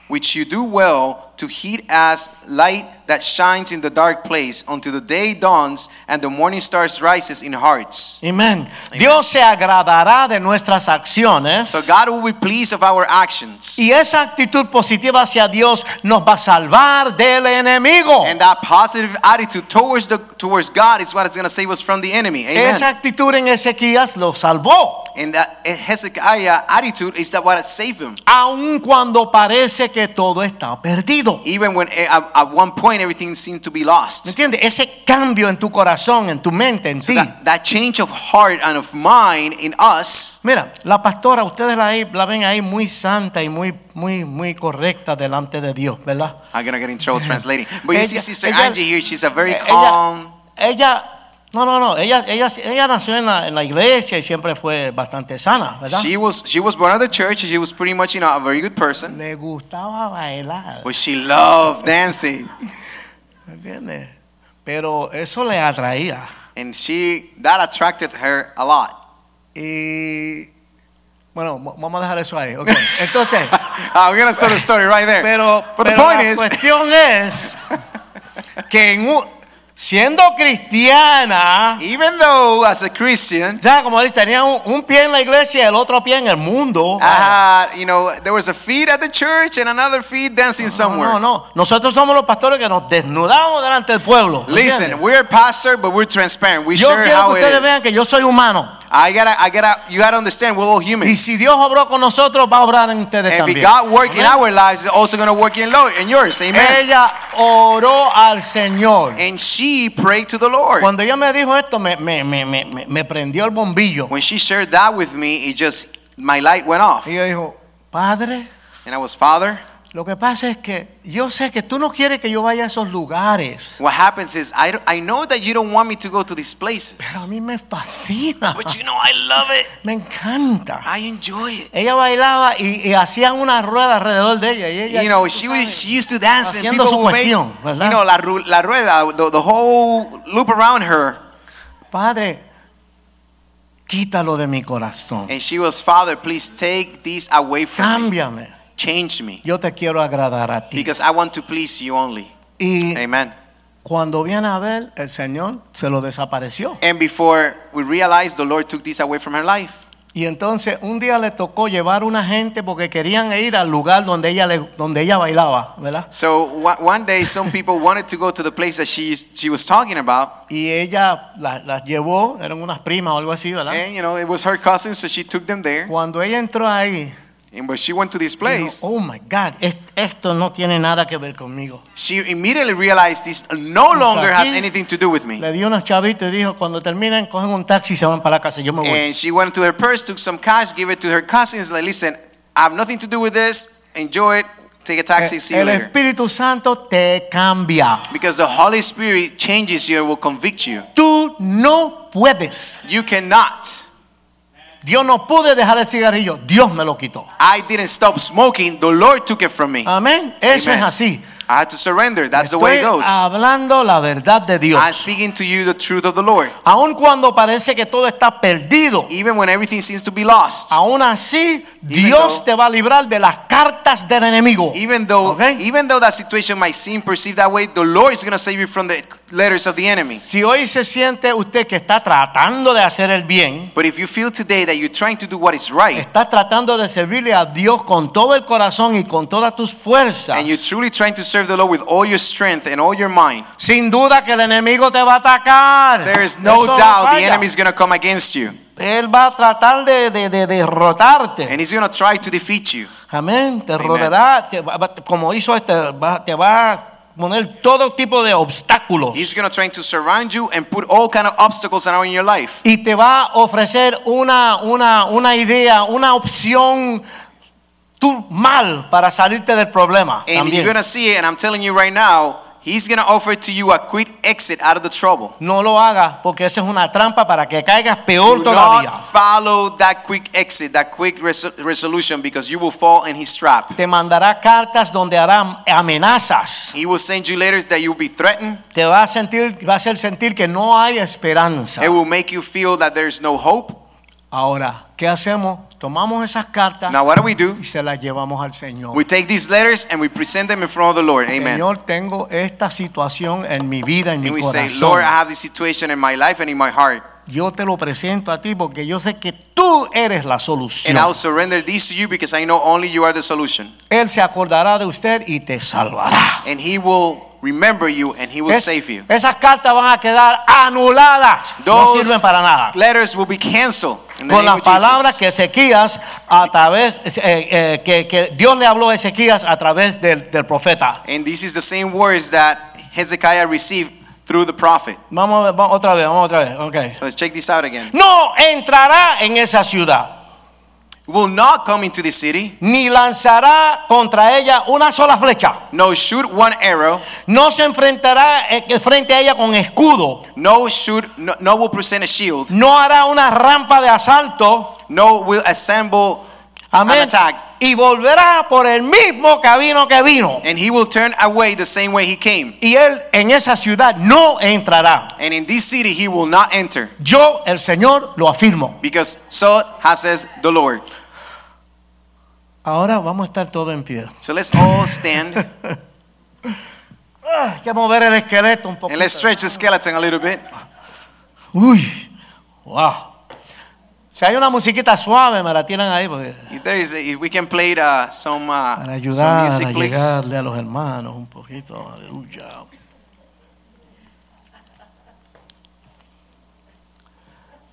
Speaker 2: which you do well to heed as light that shines in the dark place until the day dawns and the morning stars rises in hearts.
Speaker 3: Amén. Dios se agradará de nuestras acciones.
Speaker 2: So God will be pleased of our actions.
Speaker 3: Y esa actitud positiva hacia Dios nos va a salvar del enemigo.
Speaker 2: And that positive attitude towards the towards God is what is going to save us from the enemy. Amen.
Speaker 3: Esa actitud en Ezequías lo salvó.
Speaker 2: And that Hezekiah attitude is that what saved him.
Speaker 3: aun cuando parece que todo está perdido.
Speaker 2: Even when eh, at, at one point everything seemed to be
Speaker 3: ¿Me
Speaker 2: lost.
Speaker 3: entiendes? Ese cambio en tu corazón, en tu mente, en ti.
Speaker 2: That, that change of heart and of mind in us.
Speaker 3: Mira, la pastora, ustedes la, ahí- la ven ahí muy santa y muy, muy, muy correcta delante de Dios, ¿verdad?
Speaker 2: I'm gonna get in trouble translating. But you see,
Speaker 3: Ella-
Speaker 2: Sister
Speaker 3: ella-
Speaker 2: Angie here, she's a very
Speaker 3: ella-
Speaker 2: calm.
Speaker 3: Ella, no, no, no, ella, ella, ella nació en la, en la iglesia y siempre fue bastante sana, ¿verdad?
Speaker 2: She was she was born out of the church. She was pretty much you know a very good person,
Speaker 3: Le gustaba bailar,
Speaker 2: but she loved dancing,
Speaker 3: ¿me entiendes? Pero eso le atraía.
Speaker 2: and she that attracted her a lot.
Speaker 3: Y bueno, mo- vamos a dejar eso ahí. ok. Entonces,
Speaker 2: I'm Ah, gonna start the story right there.
Speaker 3: pero,
Speaker 2: but the
Speaker 3: pero
Speaker 2: point
Speaker 3: la
Speaker 2: is,
Speaker 3: cuestión es que en un- siendo cristiana,
Speaker 2: even though as a Christian,
Speaker 3: ya como dice, tenía un, un pie en la iglesia y el otro pie en el mundo.
Speaker 2: I had you know there was a feet at the church and another feet dancing
Speaker 3: No,
Speaker 2: somewhere.
Speaker 3: no, no. Nosotros somos los pastores que nos desnudamos delante del pueblo. ¿me
Speaker 2: Listen,
Speaker 3: entiendes?
Speaker 2: we're a pastor, but we're transparent. We
Speaker 3: yo
Speaker 2: share
Speaker 3: quiero
Speaker 2: how
Speaker 3: que
Speaker 2: it
Speaker 3: ustedes vean
Speaker 2: is.
Speaker 3: que yo soy humano.
Speaker 2: I gotta, I gotta, you gotta understand, we're all humans.
Speaker 3: Y si Dios obró con nosotros, va a obrar en ustedes
Speaker 2: if
Speaker 3: también.
Speaker 2: God work in
Speaker 3: Amén.
Speaker 2: our lives, it's also gonna work in, lo- in yours. Amen.
Speaker 3: Ella oró al Señor.
Speaker 2: And she prayed to the Lord.
Speaker 3: Cuando ella me dijo esto, me, me, me, me, me- me prendió el bombillo.
Speaker 2: When she shared that with me, it just my light went off,
Speaker 3: Y yo dijo, Padre,
Speaker 2: and I was, Father,
Speaker 3: lo que pasa es que yo sé que tú no quieres que yo vaya a esos lugares.
Speaker 2: what happens is I, don't- I know that you don't want me to go to these
Speaker 3: Pero a
Speaker 2: places,
Speaker 3: mí me fascina.
Speaker 2: but you know I love it.
Speaker 3: Me encanta.
Speaker 2: I enjoy it.
Speaker 3: Ella bailaba y, y hacían una rueda alrededor de ella. Y ella
Speaker 2: You know,
Speaker 3: tú
Speaker 2: she
Speaker 3: sabes,
Speaker 2: was, she used to dance, and
Speaker 3: haciendo
Speaker 2: people
Speaker 3: su
Speaker 2: would make, you
Speaker 3: cuestión, ¿verdad?
Speaker 2: know, la, ru- la rueda, the, the whole loop around her,
Speaker 3: Padre, quítalo de mi corazón.
Speaker 2: and she was, Father, please take these away from me,
Speaker 3: Cámbiame.
Speaker 2: change me,
Speaker 3: Yo te quiero agradar a ti.
Speaker 2: because I want to please you only.
Speaker 3: Y
Speaker 2: Amen.
Speaker 3: cuando viene a ver, el Señor se lo desapareció.
Speaker 2: And before we realized, the Lord took this away from her life.
Speaker 3: Y entonces un día le tocó llevar una gente porque querían ir al lugar donde ella le- donde ella bailaba, ¿verdad?
Speaker 2: So one one day, some people wanted to go to the place that she used- she was talking about,
Speaker 3: Y ella la- las llevó, eran unas primas o algo así, ¿verdad?
Speaker 2: and you know it was her cousin, so she took them there.
Speaker 3: Cuando ella entró ahí,
Speaker 2: And when she went to this place,
Speaker 3: dijo, oh my God, es- esto no tiene nada que ver conmigo.
Speaker 2: she immediately realized this no longer has
Speaker 3: aquí-
Speaker 2: anything to do with me.
Speaker 3: Le dio unos chavitos y dijo, cuando terminen, cogen un taxi y se van para la casa, yo me voy.
Speaker 2: And she went to her purse, took some cash, gave it to her cousins. Like, listen, I have nothing to do with this. Enjoy it. Take a taxi. See you
Speaker 3: Eh, el
Speaker 2: later.
Speaker 3: Espíritu Santo te cambia.
Speaker 2: Because the Holy Spirit changes you and will convict you.
Speaker 3: Tú no puedes.
Speaker 2: You cannot.
Speaker 3: Dios no pude dejar el cigarrillo. Dios me lo quitó.
Speaker 2: I didn't stop smoking. The Lord took it from me.
Speaker 3: Amén. Eso
Speaker 2: Amen.
Speaker 3: es así.
Speaker 2: I had to surrender. That's the way
Speaker 3: Estoy
Speaker 2: it goes. Ah,
Speaker 3: hablando la verdad de Dios.
Speaker 2: I'm speaking to you the truth of the Lord.
Speaker 3: Aun cuando parece que todo está perdido,
Speaker 2: Even when everything seems to be lost.
Speaker 3: aún así Dios
Speaker 2: though-
Speaker 3: te va a librar de las cartas del enemigo.
Speaker 2: Even though
Speaker 3: Okay.
Speaker 2: even though that situation might seem perceived that way, the Lord is going to save you from the letters of the enemy.
Speaker 3: Si hoy se siente usted que está tratando de hacer el bien,
Speaker 2: But if you feel today that you're trying to do what is right,
Speaker 3: Estás tratando de servirle a Dios con todo el corazón y con todas tus fuerzas.
Speaker 2: and you're truly trying to serve the Lord with all your strength and all your mind,
Speaker 3: Sin duda que el enemigo te va a atacar.
Speaker 2: there is no
Speaker 3: Eso no
Speaker 2: doubt the
Speaker 3: falla.
Speaker 2: enemy is going to come against you,
Speaker 3: Él va a tratar de, de- de derrotarte.
Speaker 2: and he's going to try to defeat you.
Speaker 3: Amén. Te
Speaker 2: Amen.
Speaker 3: rodeará. te va- va- como hizo este, va- te va a poner todo tipo de obstáculos.
Speaker 2: He's going to try to surround you and put all kind of obstacles around your life,
Speaker 3: Y te va a ofrecer una, una, una idea, una opción tú, mal para salirte del problema.
Speaker 2: and
Speaker 3: también.
Speaker 2: you're going to see it. And I'm telling you right now, he's going to offer to you a quick exit out of the trouble.
Speaker 3: No lo hagas porque esa es una trampa para que caigas peor
Speaker 2: Do
Speaker 3: todavía.
Speaker 2: not follow that quick exit, that quick res- resolution, because you will fall in his trap.
Speaker 3: Te mandará cartas donde hará amenazas.
Speaker 2: He will send you letters that you'll be threatened.
Speaker 3: Te va a sentir, va a hacer sentir que no hay esperanza.
Speaker 2: It will make you feel that there's no hope.
Speaker 3: Ahora, ¿qué hacemos? Tomamos esas cartas
Speaker 2: Now, what do we do?
Speaker 3: y se las llevamos al Señor.
Speaker 2: We take these letters and we present them in front of the Lord. Amen.
Speaker 3: Señor, tengo esta situación en mi vida, en mi
Speaker 2: And we
Speaker 3: corazón.
Speaker 2: say, Lord, I have this situation in my life and in my heart,
Speaker 3: yo te lo presento a ti porque yo sé que tú eres la solución.
Speaker 2: and I'll surrender these to you because I know only you are the solution.
Speaker 3: Él se acordará de usted y te salvará.
Speaker 2: And He will remember you and he will
Speaker 3: Es-
Speaker 2: save you.
Speaker 3: Esas cartas van a quedar anuladas.
Speaker 2: Those
Speaker 3: no sirven para nada.
Speaker 2: letters will be canceled in the name
Speaker 3: Con las
Speaker 2: of Jesus.
Speaker 3: palabras que Ezequías a través eh, eh, que, que Dios le habló a Ezequías a través del, del profeta.
Speaker 2: And this is the same words that Hezekiah received through the prophet.
Speaker 3: Vamos, a ver, vamos otra vez, vamos otra vez. Okay.
Speaker 2: So let's check this out again.
Speaker 3: No entrará en esa ciudad,
Speaker 2: Will not come into the city,
Speaker 3: ni lanzará contra ella una sola flecha.
Speaker 2: no shoot one arrow,
Speaker 3: No se enfrentará eh, frente a ella con escudo.
Speaker 2: no shoot, no, no will present a shield,
Speaker 3: No hará una rampa de asalto.
Speaker 2: no will assemble an
Speaker 3: Amén.
Speaker 2: attack,
Speaker 3: Y volverá por el mismo camino que vino.
Speaker 2: and he will turn away the same way he came.
Speaker 3: Y él en esa ciudad no entrará.
Speaker 2: And in this city he will not enter,
Speaker 3: Yo, el Señor, lo afirmo.
Speaker 2: because so has says the Lord.
Speaker 3: Ahora vamos a estar todo en pie.
Speaker 2: So let's all stand
Speaker 3: Hay que mover el esqueleto un poco.
Speaker 2: and let's stretch the skeleton a little bit.
Speaker 3: Uy, wow. Si hay una musiquita suave, me la tiran ahí porque-
Speaker 2: If there is, if we can play uh, some uh,
Speaker 3: para
Speaker 2: some
Speaker 3: ayudar
Speaker 2: music,
Speaker 3: a
Speaker 2: please.
Speaker 3: llegarle a los hermanos un poquito. Aleluya.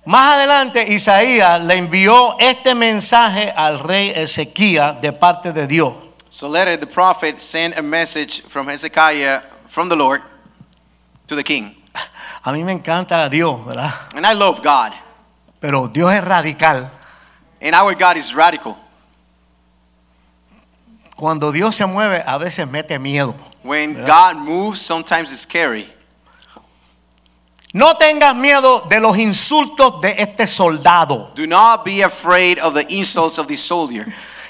Speaker 3: Más adelante, Isaías le envió este mensaje al rey Ezequías de parte de Dios.
Speaker 2: So later the prophet sent a message from Hezekiah from the Lord to the king.
Speaker 3: A mí me encanta a Dios, ¿verdad?
Speaker 2: And I love God.
Speaker 3: Pero Dios es radical.
Speaker 2: And our God is radical.
Speaker 3: Cuando Dios se mueve, a veces mete miedo.
Speaker 2: When God moves, sometimes it's scary.
Speaker 3: No tengas miedo de los insultos de este soldado.
Speaker 2: Do not be afraid of the insults of the soldier.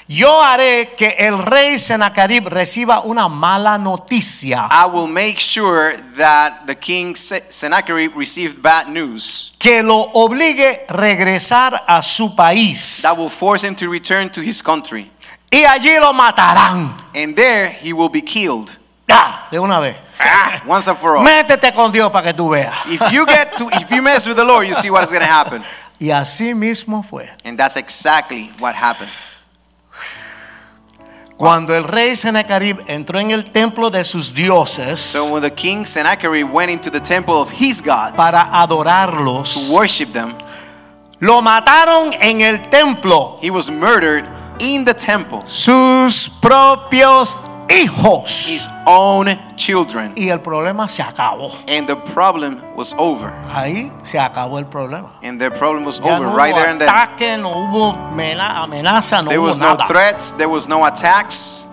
Speaker 3: Yo haré que el rey Senacarib reciba una mala noticia.
Speaker 2: I will make sure that the king Se- Sennacherib received bad news
Speaker 3: Que lo obligue a regresar a su país.
Speaker 2: that will force him to return to his country.
Speaker 3: Y allí lo matarán.
Speaker 2: And there he will be killed
Speaker 3: ¡Ah! De una vez.
Speaker 2: once and for all.
Speaker 3: Métete con Dios para que tú veas.
Speaker 2: If you get to if you mess with the Lord, you see what is going to happen.
Speaker 3: Y así mismo fue.
Speaker 2: And that's exactly what happened.
Speaker 3: Cuando el rey Senacarib entró en el templo de sus dioses
Speaker 2: So when the king Sennacherib went into the temple of his gods
Speaker 3: para adorarlos,
Speaker 2: to worship them,
Speaker 3: Lo mataron en el templo.
Speaker 2: he was murdered in the temple.
Speaker 3: Sus propios hijos.
Speaker 2: His own children.
Speaker 3: Y el problema se acabó.
Speaker 2: And the problem was over.
Speaker 3: Ahí se acabó el problema.
Speaker 2: And the problem was
Speaker 3: Ya
Speaker 2: over
Speaker 3: no
Speaker 2: right
Speaker 3: hubo
Speaker 2: there and then.
Speaker 3: ataque, no hubo mena- amenaza, no
Speaker 2: There
Speaker 3: hubo
Speaker 2: was no
Speaker 3: nada.
Speaker 2: threats, there was no attacks.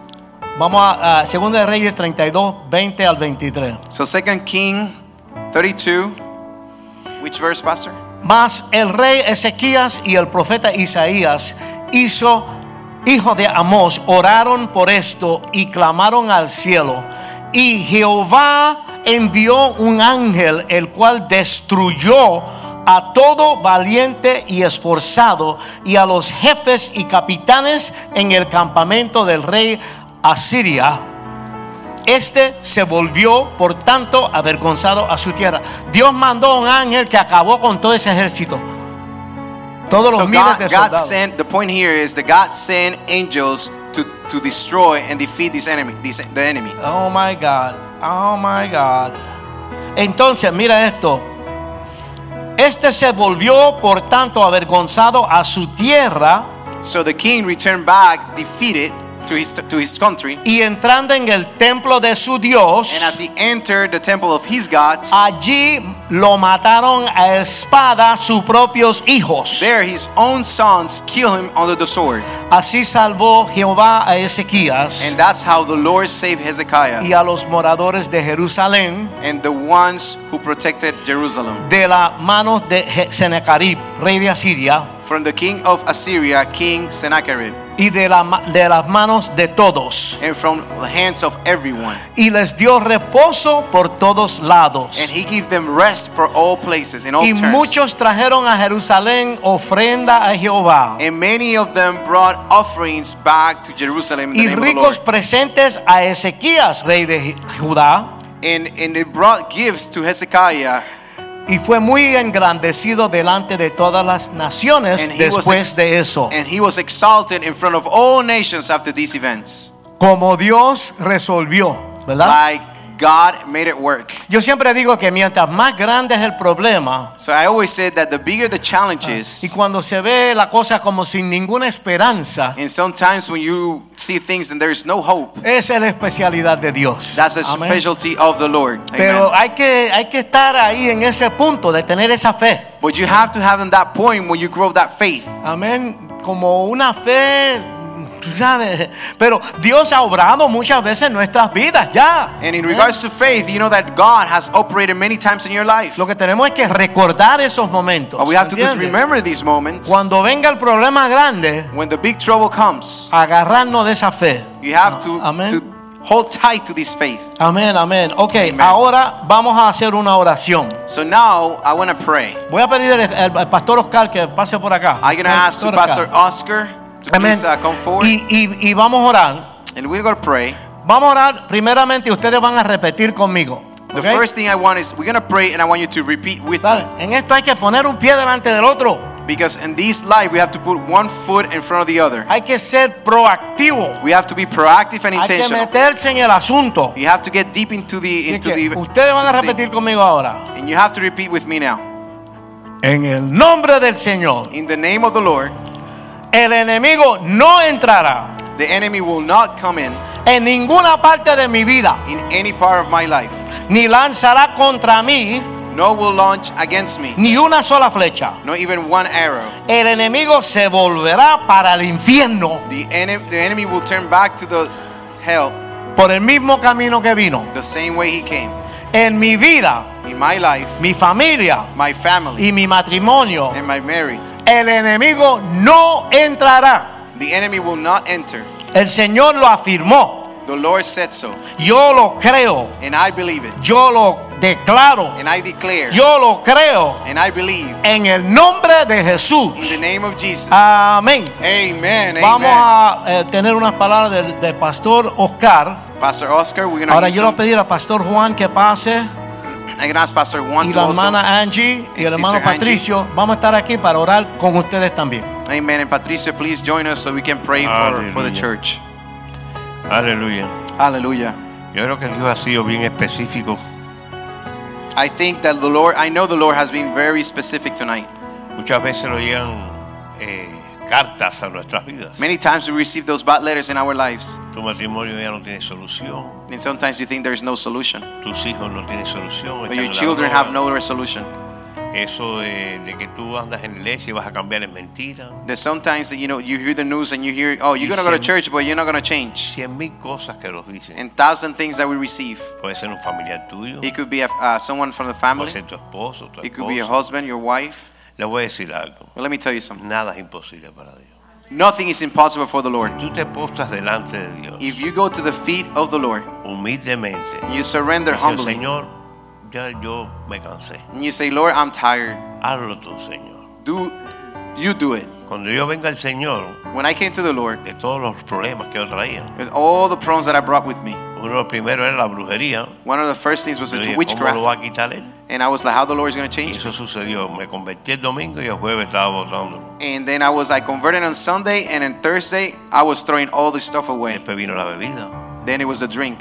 Speaker 3: Vamos a, a Segunda de Reyes 32, 20 al 23.
Speaker 2: So Second King 32 which verse pastor?
Speaker 3: Mas el rey Ezequías y el profeta Isaías hizo hijo de Amós oraron por esto y clamaron al cielo y Jehová envió un ángel el cual destruyó a todo valiente y esforzado y a los jefes y capitanes en el campamento del rey Asiria este se volvió, por tanto, avergonzado a su tierra. Dios mandó a un ángel que acabó con todo ese ejército. Todos los
Speaker 2: So
Speaker 3: miles
Speaker 2: God,
Speaker 3: de
Speaker 2: God
Speaker 3: soldados.
Speaker 2: sent the point here is that God sent angels to, to destroy and defeat this enemy, this, the enemy.
Speaker 3: Oh my God. Oh my God. Entonces, mira esto. Este se volvió, por tanto, avergonzado a su tierra.
Speaker 2: So the king returned back defeated to his to his country, and
Speaker 3: Y entrando en el templo de su Dios,
Speaker 2: as he entered the temple of his gods,
Speaker 3: allí lo mataron a espada sus propios hijos.
Speaker 2: there his own sons kill him under the sword,
Speaker 3: Así salvó Jehová a Ezequías
Speaker 2: and that's how the Lord saved Hezekiah
Speaker 3: y a los moradores de Jerusalén
Speaker 2: and the ones who protected Jerusalem
Speaker 3: de las manos de Je- Senacarib, rey de Asiria,
Speaker 2: from the king of Assyria, King Sennacherib,
Speaker 3: y de, la ma- de las manos de todos.
Speaker 2: and from the hands of everyone,
Speaker 3: Y les dio reposo por todos
Speaker 2: and
Speaker 3: lados.
Speaker 2: he gave them rest for all places in all
Speaker 3: Y
Speaker 2: terms.
Speaker 3: muchos trajeron a Jerusalén ofrenda a Jehová.
Speaker 2: and many of them brought offerings back to Jerusalem in the
Speaker 3: Y
Speaker 2: name of the Lord.
Speaker 3: ricos presentes a Ezequías, rey de Je- Judá.
Speaker 2: And, and they brought gifts to Hezekiah
Speaker 3: Y fue muy engrandecido delante de todas las naciones
Speaker 2: And he was
Speaker 3: después
Speaker 2: ex-
Speaker 3: de eso.
Speaker 2: And he was exalted in front of all nations after these events.
Speaker 3: como Dios resolvió, ¿verdad?
Speaker 2: Like God made it work.
Speaker 3: Yo siempre digo que mientras más grande es el problema
Speaker 2: So I always said that the bigger the challenge is,
Speaker 3: Ah, y cuando se ve la cosa como sin ninguna esperanza,
Speaker 2: and sometimes when you see things and there is no hope,
Speaker 3: esa es la especialidad de Dios.
Speaker 2: that's a
Speaker 3: Amén.
Speaker 2: specialty of the Lord.
Speaker 3: Pero
Speaker 2: Amen.
Speaker 3: hay que, hay que estar ahí en ese punto de tener esa fe.
Speaker 2: But you have to have in that point when you grow that faith.
Speaker 3: Amén. Como una fe, tú sabes. Pero Dios ha obrado muchas veces en nuestras vidas ya.
Speaker 2: And in regards to faith, you know that God has operated many times in your life.
Speaker 3: Lo que tenemos es que recordar esos momentos.
Speaker 2: But we have to just
Speaker 3: ¿entiendes?
Speaker 2: remember these moments.
Speaker 3: Cuando venga el problema grande,
Speaker 2: When the big trouble comes,
Speaker 3: agarrarnos de esa fe.
Speaker 2: you have to,
Speaker 3: Amen.
Speaker 2: to hold tight to this faith.
Speaker 3: Amén, amén. Ok,
Speaker 2: Amen.
Speaker 3: ahora vamos a hacer una oración.
Speaker 2: So now I want to pray.
Speaker 3: Voy a pedir al, al- al pastor Oscar que pase por acá.
Speaker 2: I'm going to ask
Speaker 3: Pastor
Speaker 2: Pastor
Speaker 3: Oscar.
Speaker 2: Oscar to
Speaker 3: Amén.
Speaker 2: please uh, come forward.
Speaker 3: Y, y- y vamos a orar.
Speaker 2: and we're going to pray.
Speaker 3: Vamos a orar primeramente y ustedes van a repetir conmigo.
Speaker 2: The
Speaker 3: ¿ok?
Speaker 2: first thing I want is we're going to pray and I want you to repeat with
Speaker 3: ¿Sabe? En esto hay que poner un pie delante del otro.
Speaker 2: me. Because in this life, we have to put one foot in front of the other.
Speaker 3: Hay que ser proactivo.
Speaker 2: We have to be proactive and
Speaker 3: Hay que
Speaker 2: intentional.
Speaker 3: meterse en el asunto.
Speaker 2: You have to get deep into the
Speaker 3: Así
Speaker 2: into
Speaker 3: que
Speaker 2: the
Speaker 3: ustedes van a
Speaker 2: into the thing.
Speaker 3: repetir conmigo ahora.
Speaker 2: and you have to repeat with me now.
Speaker 3: En el nombre del Señor,
Speaker 2: In the name of the Lord,
Speaker 3: el enemigo no entrará
Speaker 2: the enemy will not come in
Speaker 3: en ninguna parte de mi vida,
Speaker 2: in any part of my life.
Speaker 3: ni lanzará contra mí
Speaker 2: Nor will launch against me,
Speaker 3: ni una sola flecha.
Speaker 2: not even one arrow.
Speaker 3: El enemigo se volverá para el infierno
Speaker 2: The enemy, the enemy will turn back to the hell
Speaker 3: por el mismo camino que vino.
Speaker 2: the same way he came.
Speaker 3: En mi vida,
Speaker 2: In my life,
Speaker 3: mi familia
Speaker 2: my family,
Speaker 3: y mi matrimonio,
Speaker 2: and my marriage,
Speaker 3: el enemigo no entrará.
Speaker 2: the enemy will not enter.
Speaker 3: El Señor lo afirmó.
Speaker 2: The Lord said so,
Speaker 3: Yo lo creo.
Speaker 2: and I believe it,
Speaker 3: Yo lo declaro.
Speaker 2: and I declare,
Speaker 3: Yo lo creo.
Speaker 2: and I believe
Speaker 3: En el nombre de Jesús.
Speaker 2: in the name of Jesus.
Speaker 3: Amén.
Speaker 2: Amen.
Speaker 3: Ah. Vamos
Speaker 2: Amen.
Speaker 3: a eh, tener unas palabras del, del pastor Oscar.
Speaker 2: Pastor Oscar, we're gonna.
Speaker 3: Ahora
Speaker 2: hear
Speaker 3: yo le voy
Speaker 2: some-
Speaker 3: a pedir al pastor Juan que pase
Speaker 2: I'm gonna ask Pastor Juan
Speaker 3: y
Speaker 2: to
Speaker 3: la
Speaker 2: also.
Speaker 3: hermana Angie y
Speaker 2: y
Speaker 3: el hermano
Speaker 2: Sister Angie.
Speaker 3: Patricio. Vamos a estar aquí para orar con ustedes también.
Speaker 2: Amen. And Patricia, please join us so we can pray for, for the
Speaker 1: Hallelujah.
Speaker 2: church.
Speaker 1: Aleluya.
Speaker 2: Hallelujah.
Speaker 1: Yo creo que Dios ha sido bien específico
Speaker 2: I think that the Lord, I know the Lord has been very specific tonight.
Speaker 1: Muchas veces nos llegan eh, cartas a nuestras vidas.
Speaker 2: Many times we receive those bad letters in our lives,
Speaker 1: Tu matrimonio ya no tiene solución.
Speaker 2: and sometimes you think there is no solution,
Speaker 1: Tus hijos no tienen solución.
Speaker 2: but
Speaker 1: están en
Speaker 2: your
Speaker 1: la
Speaker 2: children
Speaker 1: droga.
Speaker 2: have no resolution.
Speaker 1: Eso de, de que tú andas en la iglesia y vas a cambiar es mentira.
Speaker 2: That sometimes you know you hear the news and you hear, oh, you're
Speaker 1: Y
Speaker 2: gonna go to
Speaker 1: cien-
Speaker 2: church, but you're not gonna change.
Speaker 1: Cien mil cosas que nos dicen.
Speaker 2: And thousand things that we receive.
Speaker 1: Puede ser un familiar tuyo.
Speaker 2: It could be a, uh, someone from the family.
Speaker 1: Puede ser tu esposo, tu
Speaker 2: It could be your
Speaker 1: esposa.
Speaker 2: husband, your wife.
Speaker 1: Le voy a decir algo.
Speaker 2: Well, let me tell you something.
Speaker 1: Nada es imposible para Dios.
Speaker 2: Nothing is impossible for the Lord.
Speaker 1: Tú te postras delante de Dios
Speaker 2: If you go to the feet of the Lord,
Speaker 1: humildemente.
Speaker 2: and you surrender
Speaker 1: Dice,
Speaker 2: humbly,
Speaker 1: Señor, ya yo me cansé.
Speaker 2: and you say, Lord, I'm tired.
Speaker 1: Hazlo tú, Señor.
Speaker 2: Do you do it?
Speaker 1: Cuando yo venga al Señor,
Speaker 2: When I came to the Lord,
Speaker 1: de todos los problemas que yo traía.
Speaker 2: and all the problems that I brought with me,
Speaker 1: Uno de los primeros era la brujería.
Speaker 2: one of the first things was
Speaker 1: Yo
Speaker 2: the
Speaker 1: dije, ¿Cómo lo va
Speaker 2: witchcraft,
Speaker 1: a quitar él?
Speaker 2: and I was like, how the Lord is going to
Speaker 1: Y
Speaker 2: change me.
Speaker 1: eso sucedió. Me convertí el domingo y el jueves estaba votando.
Speaker 2: And then I was like converted on Sunday, and on Thursday I was throwing all this stuff away.
Speaker 1: Después vino la bebida.
Speaker 2: Then it was the drink.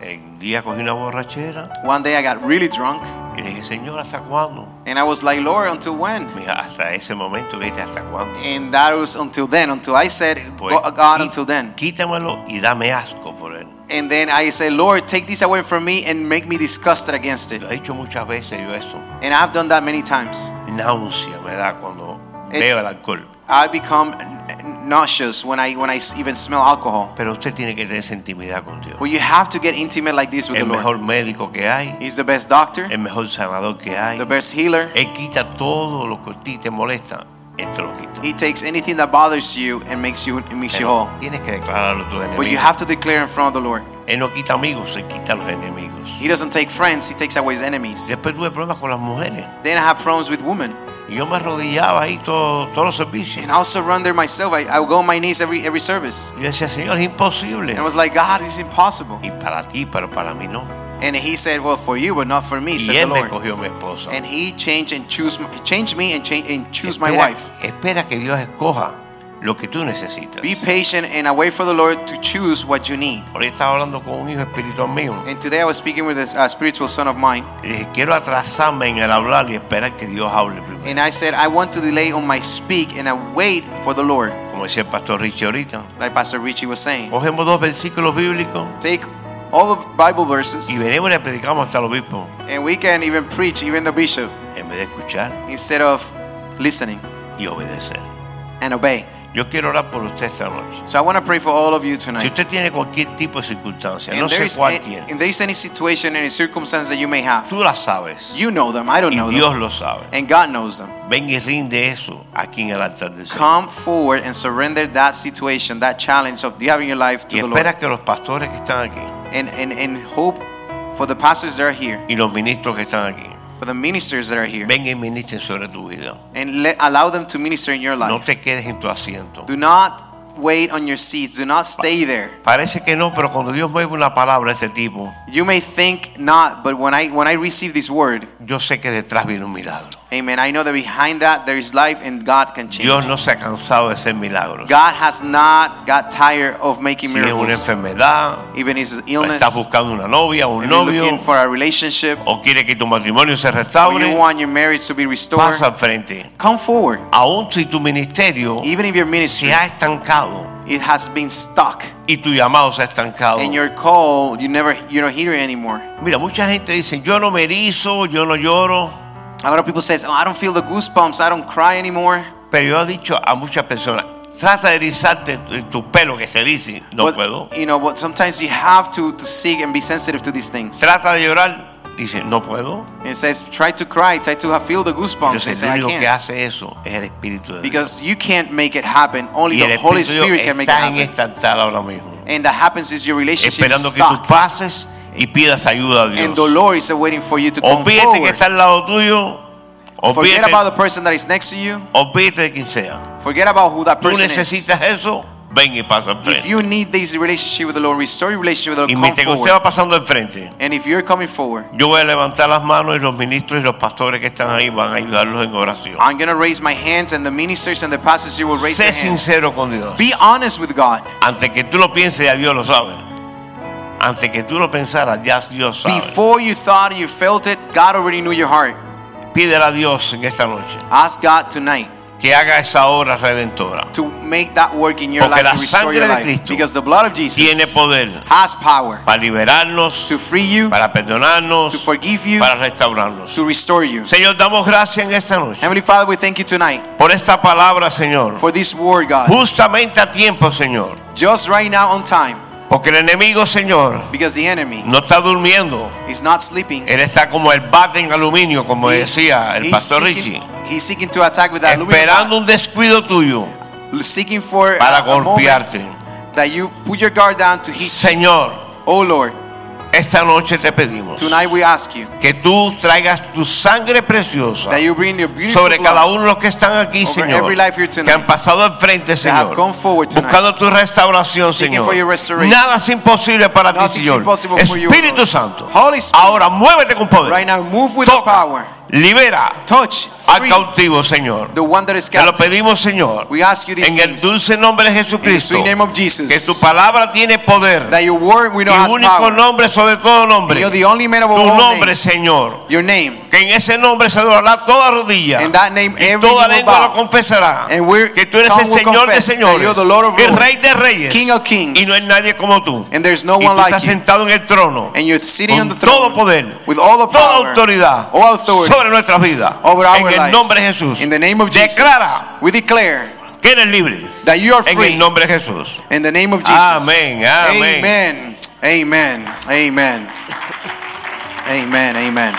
Speaker 1: El día cogí una borrachera
Speaker 2: One day I got really drunk,
Speaker 1: y le dije, Señor, ¿hasta cuándo?
Speaker 2: and I was like, Lord, until when?
Speaker 1: Mira, hasta ese momento, ¿viste? ¿Hasta cuándo?
Speaker 2: And that was until then, until I said,
Speaker 1: Pues,
Speaker 2: "Go- God,
Speaker 1: qui-
Speaker 2: until then.
Speaker 1: Quítamelo y dame asco por él.
Speaker 2: And then I said, Lord, take this away from me and make me disgusted against it.
Speaker 1: Lo he hecho muchas veces yo eso.
Speaker 2: And I've done that many times.
Speaker 1: Náusea me da cuando
Speaker 2: It's-
Speaker 1: veo el alcohol.
Speaker 2: I become n- nauseous when I when I s- even smell alcohol.
Speaker 1: Pero usted tiene que tener esa intimidad con Dios.
Speaker 2: Well, you have to get intimate like this with
Speaker 1: El
Speaker 2: the Lord.
Speaker 1: mejor médico que hay,
Speaker 2: He's the best doctor,
Speaker 1: el mejor sanador que hay.
Speaker 2: the best healer.
Speaker 1: Él quita todo lo que a ti te molesta, Él te lo quita.
Speaker 2: He takes anything that bothers you and makes you and makes you
Speaker 1: Pero
Speaker 2: whole.
Speaker 1: tienes que declararlo a tus
Speaker 2: But oh. you
Speaker 1: enemigos.
Speaker 2: have to declare in front of the Lord.
Speaker 1: Él no quita amigos, Él quita los enemigos.
Speaker 2: He doesn't take friends; he takes away his enemies.
Speaker 1: Después tuve problemas con las mujeres.
Speaker 2: Then I have problems with women,
Speaker 1: Y yo me arrodillaba ahí todo- todos los servicios.
Speaker 2: and I also run there myself. I, I go on my knees every every service,
Speaker 1: Yo decía, Señor, es imposible.
Speaker 2: and I was like, God, this is impossible.
Speaker 1: Y para ti, pero para mí no.
Speaker 2: And He said, Well, for you, but not for me,"
Speaker 1: Y
Speaker 2: said the
Speaker 1: Él me
Speaker 2: Lord.
Speaker 1: cogió mi esposa.
Speaker 2: And He changed and choose changed me and change and choose my
Speaker 1: Espera-
Speaker 2: wife.
Speaker 1: Espera que Dios escoja lo que tú necesitas.
Speaker 2: Be patient and await for the Lord to choose what you need.
Speaker 1: Por ahí estaba hablando con un hijo espiritual mío.
Speaker 2: And today I was speaking with a uh, spiritual son of mine,
Speaker 1: Y dije, Eh, quiero atrasarme en el hablar y esperar que Dios hable primero.
Speaker 2: and I said, I want to delay on my speak and I wait for the Lord,
Speaker 1: Como decía el pastor Richie ahorita.
Speaker 2: like Pastor Richie was saying.
Speaker 1: Cogemos dos versículos bíblicos
Speaker 2: Take all of Bible
Speaker 1: y
Speaker 2: verses,
Speaker 1: venimos y le predicamos hasta el obispo.
Speaker 2: and we can even preach, even the bishop,
Speaker 1: En vez de escuchar
Speaker 2: instead of listening
Speaker 1: y obedecer.
Speaker 2: and obey.
Speaker 1: Yo quiero orar por usted esta noche.
Speaker 2: So I want to pray for all of you
Speaker 1: Si
Speaker 2: tonight.
Speaker 1: usted tiene cualquier tipo de circunstancia, no
Speaker 2: And there
Speaker 1: sé
Speaker 2: is,
Speaker 1: cuál
Speaker 2: a-
Speaker 1: tiene,
Speaker 2: and there is any situation, any circumstance that you may have,
Speaker 1: tú la sabes
Speaker 2: you know them. I don't
Speaker 1: y
Speaker 2: know
Speaker 1: Dios
Speaker 2: them,
Speaker 1: lo sabe.
Speaker 2: and God knows them.
Speaker 1: Ven y rinde eso aquí en el altar del Señor.
Speaker 2: Come forward and surrender that situation, that challenge of you have in your life to
Speaker 1: Y
Speaker 2: the Lord,
Speaker 1: espera que los pastores que están aquí
Speaker 2: and, and and hope for the pastors that are here,
Speaker 1: y los ministros que están aquí
Speaker 2: for the ministers that are here,
Speaker 1: vengan y ministren sobre tu vida.
Speaker 2: and let, allow them to minister in your
Speaker 1: No
Speaker 2: life.
Speaker 1: te quedes en tu asiento.
Speaker 2: Do not wait on your seats. Do not stay there.
Speaker 1: Parece que no, pero cuando Dios mueve una palabra de este tipo,
Speaker 2: You may think not, but when I when I receive this word,
Speaker 1: yo sé que detrás viene un milagro.
Speaker 2: Amen. I know that behind that there is life, and God can change.
Speaker 1: Dios no se ha cansado de hacer milagros.
Speaker 2: God has not got tired of making
Speaker 1: Si es una
Speaker 2: miracles.
Speaker 1: enfermedad,
Speaker 2: Even his
Speaker 1: o
Speaker 2: illness,
Speaker 1: estás buscando una novia o un
Speaker 2: when you're
Speaker 1: novio,
Speaker 2: looking for a relationship,
Speaker 1: o quieres que tu matrimonio se
Speaker 2: or you
Speaker 1: restaure,
Speaker 2: want your marriage to be restored,
Speaker 1: pasa al frente.
Speaker 2: come forward.
Speaker 1: Aún si tu ministerio
Speaker 2: Even if your ministry
Speaker 1: se ha estancado
Speaker 2: it has been stuck,
Speaker 1: y tu llamado se ha estancado.
Speaker 2: and your call you never you don't hear it anymore.
Speaker 1: Mira, mucha gente dice, yo no me erizo, yo no lloro,
Speaker 2: A lot of people says, "Oh, I don't feel the goosebumps. I don't cry anymore."
Speaker 1: pero yo he dicho a muchas personas, trata de erizarte tu, tu pelo que se erice, no
Speaker 2: but,
Speaker 1: puedo.
Speaker 2: You know, but sometimes you have to to seek and be sensitive to these things.
Speaker 1: Trata de llorar, dice, no puedo.
Speaker 2: It says, try to cry, try to have- feel the goosebumps. They
Speaker 1: Entonces
Speaker 2: say,
Speaker 1: el
Speaker 2: I
Speaker 1: único que
Speaker 2: can't.
Speaker 1: hace eso es el Espíritu de Dios.
Speaker 2: Because you can't make it happen. Only
Speaker 1: Y el
Speaker 2: the Holy
Speaker 1: Espíritu de
Speaker 2: Spirit
Speaker 1: Dios
Speaker 2: can make it
Speaker 1: está en
Speaker 2: happen.
Speaker 1: esta altar ahora mismo,
Speaker 2: And that happens is your relationship is
Speaker 1: esperando que tú
Speaker 2: stuck.
Speaker 1: pases y pidas ayuda a
Speaker 2: And
Speaker 1: Dios.
Speaker 2: the Lord is waiting for you to come
Speaker 1: Olvídate que
Speaker 2: forward.
Speaker 1: está al lado tuyo,
Speaker 2: Forget
Speaker 1: olvídate,
Speaker 2: about the person that is next to you.
Speaker 1: olvídate de quien sea.
Speaker 2: Forget about who that
Speaker 1: Tú
Speaker 2: person is.
Speaker 1: necesitas eso, ven y pasa al
Speaker 2: If
Speaker 1: frente.
Speaker 2: you need this relationship with the Lord, restore your relationship with the
Speaker 1: Y
Speaker 2: Lord,
Speaker 1: mientras que
Speaker 2: come
Speaker 1: usted va
Speaker 2: forward.
Speaker 1: pasando al frente,
Speaker 2: And if you're coming forward,
Speaker 1: Yo voy a levantar las manos y los ministros y los pastores que están ahí van a ayudarlos en oración.
Speaker 2: I'm going to raise my hands and the ministers and the pastors here will raise
Speaker 1: Sé
Speaker 2: their hands.
Speaker 1: sincero con Dios.
Speaker 2: Be honest with God.
Speaker 1: Antes que tú lo pienses, ya Dios lo sabe. Antes que tú lo pensaras, ya Dios sabe.
Speaker 2: Before you thought and you felt it, God already knew your heart.
Speaker 1: Pídele a Dios en esta noche
Speaker 2: Ask God tonight.
Speaker 1: que haga esa obra redentora.
Speaker 2: to make that work in your
Speaker 1: Porque
Speaker 2: life
Speaker 1: la
Speaker 2: to restore
Speaker 1: sangre
Speaker 2: your
Speaker 1: de
Speaker 2: life
Speaker 1: Cristo
Speaker 2: because the blood of Jesus
Speaker 1: Tiene poder
Speaker 2: has power
Speaker 1: para liberarnos,
Speaker 2: to free you
Speaker 1: para
Speaker 2: to
Speaker 1: perdonarnos,
Speaker 2: forgive you
Speaker 1: para restaurarnos.
Speaker 2: to restore you
Speaker 1: Señor, damos gracias en esta noche
Speaker 2: Heavenly Father we thank you tonight
Speaker 1: por esta palabra, Señor.
Speaker 2: for this word God
Speaker 1: Justamente a tiempo, Señor.
Speaker 2: just right now on time
Speaker 1: Porque el enemigo, Señor,
Speaker 2: because the enemy
Speaker 1: no está durmiendo.
Speaker 2: is not sleeping
Speaker 1: Él está como el bate en aluminio, Eh, como
Speaker 2: He-
Speaker 1: decía el
Speaker 2: he's
Speaker 1: pastor
Speaker 2: seeking,
Speaker 1: Richie,
Speaker 2: he's seeking to attack with that
Speaker 1: esperando un descuido tuyo
Speaker 2: aluminum bat, seeking for a-
Speaker 1: para
Speaker 2: a moment
Speaker 1: golpearte.
Speaker 2: that you put your guard down to hit
Speaker 1: Señor,
Speaker 2: oh Lord
Speaker 1: esta noche te pedimos
Speaker 2: tonight we ask you
Speaker 1: que tú traigas tu sangre preciosa
Speaker 2: that you bring your beautiful
Speaker 1: sobre
Speaker 2: blood
Speaker 1: cada uno de los que están aquí,
Speaker 2: over
Speaker 1: Señor,
Speaker 2: every life here tonight
Speaker 1: que han pasado al frente,
Speaker 2: have
Speaker 1: Señor,
Speaker 2: come forward tonight,
Speaker 1: buscando tu restauración,
Speaker 2: seeking
Speaker 1: Señor.
Speaker 2: for your restoration.
Speaker 1: Nada es imposible para ti,
Speaker 2: Nothing's
Speaker 1: Señor.
Speaker 2: impossible for you,
Speaker 1: Espíritu
Speaker 2: Lord.
Speaker 1: Santo,
Speaker 2: Holy Spirit
Speaker 1: ahora muévete con poder,
Speaker 2: right now move with
Speaker 1: Toca.
Speaker 2: power
Speaker 1: libera
Speaker 2: touch
Speaker 1: al
Speaker 2: free
Speaker 1: cautivo, Señor.
Speaker 2: the one that is
Speaker 1: Te lo
Speaker 2: captive
Speaker 1: pedimos, Señor.
Speaker 2: We ask you these
Speaker 1: en el
Speaker 2: things.
Speaker 1: dulce nombre de
Speaker 2: In the
Speaker 1: Jesucristo.
Speaker 2: sweet name of Jesus.
Speaker 1: Que tu palabra tiene poder.
Speaker 2: that your word we
Speaker 1: Tu
Speaker 2: know has
Speaker 1: único
Speaker 2: power.
Speaker 1: nombre sobre todo nombre.
Speaker 2: You're the only man of
Speaker 1: tu
Speaker 2: all
Speaker 1: nombre,
Speaker 2: names.
Speaker 1: Señor.
Speaker 2: Your name.
Speaker 1: Que en ese nombre se doblará toda rodilla.
Speaker 2: In that name
Speaker 1: y
Speaker 2: every
Speaker 1: toda
Speaker 2: knee will
Speaker 1: lengua
Speaker 2: bow.
Speaker 1: lo confesará.
Speaker 2: And we're-
Speaker 1: que tú eres
Speaker 2: tongue
Speaker 1: el
Speaker 2: will
Speaker 1: Señor de
Speaker 2: confess that
Speaker 1: señores.
Speaker 2: you're the Lord of
Speaker 1: el
Speaker 2: lords,
Speaker 1: Rey de reyes.
Speaker 2: King of kings.
Speaker 1: Y no hay nadie como tú.
Speaker 2: And there's no
Speaker 1: y tú
Speaker 2: one like
Speaker 1: estás
Speaker 2: you.
Speaker 1: sentado en el trono.
Speaker 2: And you're sitting on the
Speaker 1: con todo
Speaker 2: throne
Speaker 1: poder.
Speaker 2: with all the
Speaker 1: toda
Speaker 2: power,
Speaker 1: autoridad.
Speaker 2: all authority
Speaker 1: sobre nuestras vidas.
Speaker 2: over our
Speaker 1: en el
Speaker 2: lives.
Speaker 1: nombre de Jesús.
Speaker 2: In the name of Jesus.
Speaker 1: Declara
Speaker 2: We declare
Speaker 1: que eres libre.
Speaker 2: that you are
Speaker 1: En
Speaker 2: free.
Speaker 1: el nombre de Jesús.
Speaker 2: in the name of Jesus.
Speaker 1: Amén, amén.
Speaker 2: Amen. Amen. Amen. Amen. Amen.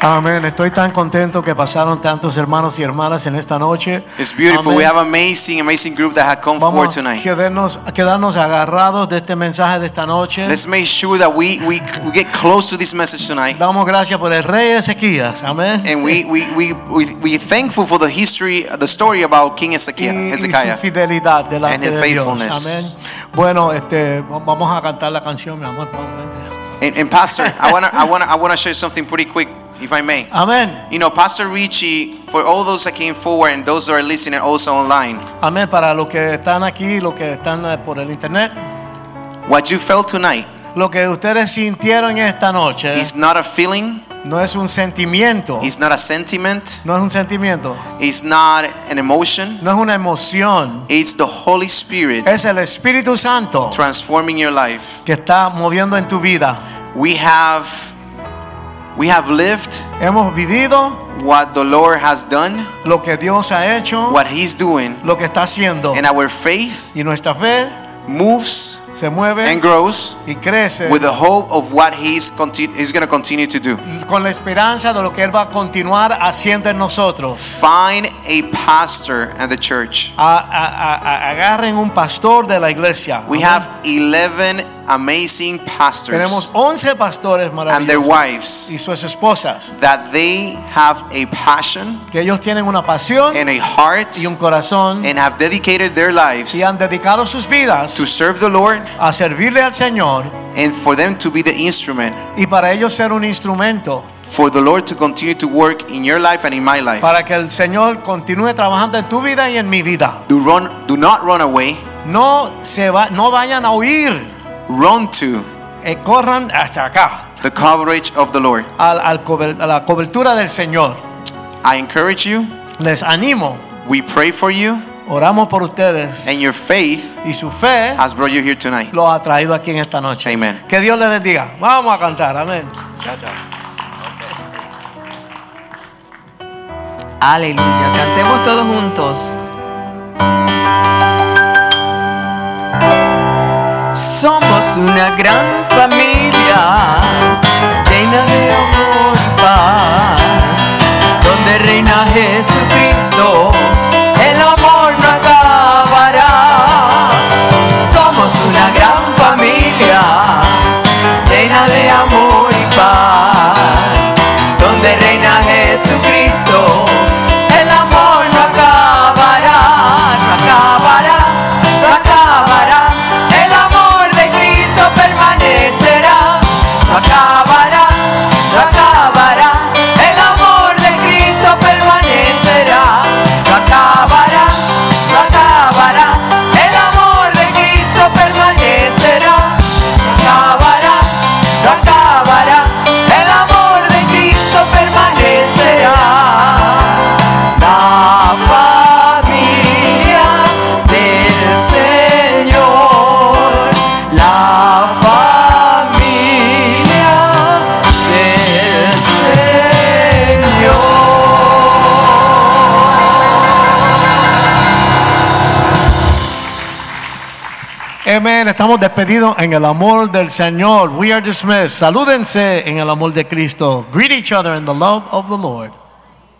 Speaker 3: Amén. Estoy tan contento que pasaron tantos hermanos y hermanas en esta noche.
Speaker 2: It's beautiful.
Speaker 3: Amén.
Speaker 2: We have amazing, amazing group that have come forward
Speaker 3: Vamos a
Speaker 2: tonight.
Speaker 3: quedarnos, a quedarnos agarrados de este mensaje de esta noche.
Speaker 2: Let's make sure that we, we, we get close to this message tonight.
Speaker 3: Damos gracias por el rey Ezequías. Amén.
Speaker 2: And we we, we, we we thankful for the history, the story about King
Speaker 3: y,
Speaker 2: Ezekiel.
Speaker 3: y su
Speaker 2: Hezekiah.
Speaker 3: fidelidad
Speaker 2: And
Speaker 3: delante
Speaker 2: his
Speaker 3: de Dios.
Speaker 2: faithfulness.
Speaker 3: Amén. Bueno, este, va- vamos a cantar la canción, mi amor. Vamos, vente.
Speaker 2: And, and Pastor, I wanna I wanna I wanna share something pretty quick. if I may.
Speaker 3: Amén.
Speaker 2: You know, Pastor Richie, for all those that came forward and those that are listening also online,
Speaker 3: Amén. Para los que están aquí, los que están eh, por el internet,
Speaker 2: what you felt tonight
Speaker 3: lo que ustedes sintieron esta noche
Speaker 2: is not a feeling,
Speaker 3: no es un sentimiento.
Speaker 2: it's not a sentiment,
Speaker 3: No es un sentimiento.
Speaker 2: it's not an emotion,
Speaker 3: No es una emoción.
Speaker 2: it's the Holy Spirit
Speaker 3: Es el Espíritu Santo
Speaker 2: transforming your life.
Speaker 3: que está moviendo en tu vida.
Speaker 2: We have we have lived
Speaker 3: Hemos vivido
Speaker 2: what the Lord has done,
Speaker 3: lo que Dios ha hecho,
Speaker 2: what he's doing,
Speaker 3: lo que está haciendo.
Speaker 2: and our faith
Speaker 3: Y nuestra fe
Speaker 2: moves
Speaker 3: se mueve
Speaker 2: and grows
Speaker 3: y crece
Speaker 2: with the hope of what he's continu- he's going to continue to do.
Speaker 3: con la esperanza de lo que Él va a continuar haciendo en nosotros.
Speaker 2: Find a pastor at the church.
Speaker 3: A- a- a- a- agarren un pastor de la iglesia.
Speaker 2: We
Speaker 3: Amén.
Speaker 2: have 11 amazing
Speaker 3: Tenemos
Speaker 2: pastors
Speaker 3: 11 pastores
Speaker 2: and their
Speaker 3: maravillosos
Speaker 2: wives
Speaker 3: y sus esposas,
Speaker 2: that they have a passion
Speaker 3: que ellos tienen una pasión
Speaker 2: and a heart
Speaker 3: y un corazón
Speaker 2: and have dedicated their
Speaker 3: y
Speaker 2: lives
Speaker 3: han dedicado sus
Speaker 2: to
Speaker 3: vidas
Speaker 2: serve the Lord
Speaker 3: a servirle al Señor
Speaker 2: and for them to be the instrument
Speaker 3: y para ellos ser un instrumento
Speaker 2: for the Lord to continue to work in your life and in my life.
Speaker 3: para que el Señor continúe trabajando en tu vida y en mi vida.
Speaker 2: Do run do not run away.
Speaker 3: No se va, no vayan a huir,
Speaker 2: Run to
Speaker 3: eh, corran hasta acá
Speaker 2: the coverage of the Lord.
Speaker 3: al- al cobe- a la cobertura del Señor.
Speaker 2: I encourage you.
Speaker 3: Les animo.
Speaker 2: We pray for you
Speaker 3: Oramos por ustedes
Speaker 2: and your faith
Speaker 3: y su fe
Speaker 2: has brought you here tonight.
Speaker 3: los ha traído aquí en esta noche.
Speaker 2: Amen.
Speaker 3: Que Dios les bendiga. Vamos a cantar. Amén. Chao, chao.
Speaker 4: Aleluya. Cantemos todos juntos. Somos una gran familia llena de amor y paz, donde reina Jesucristo, el amor no acabará. Somos una gran familia llena de amor y paz, donde reina Jesucristo, el amor no acabará, no acabará, no acabará, el amor de Cristo permanecerá, no acabará, no acabará, el amor de Cristo permanecerá, no acabará, no acabará, el amor de Cristo permanecerá, no acabará, no acabará, el amor de Cristo permanecerá. La familia del Señor, la familia del
Speaker 3: Amén. Estamos despedidos en el amor del Señor. We are dismissed. Salúdense en el amor de Cristo. Greet each other in the love of the Lord.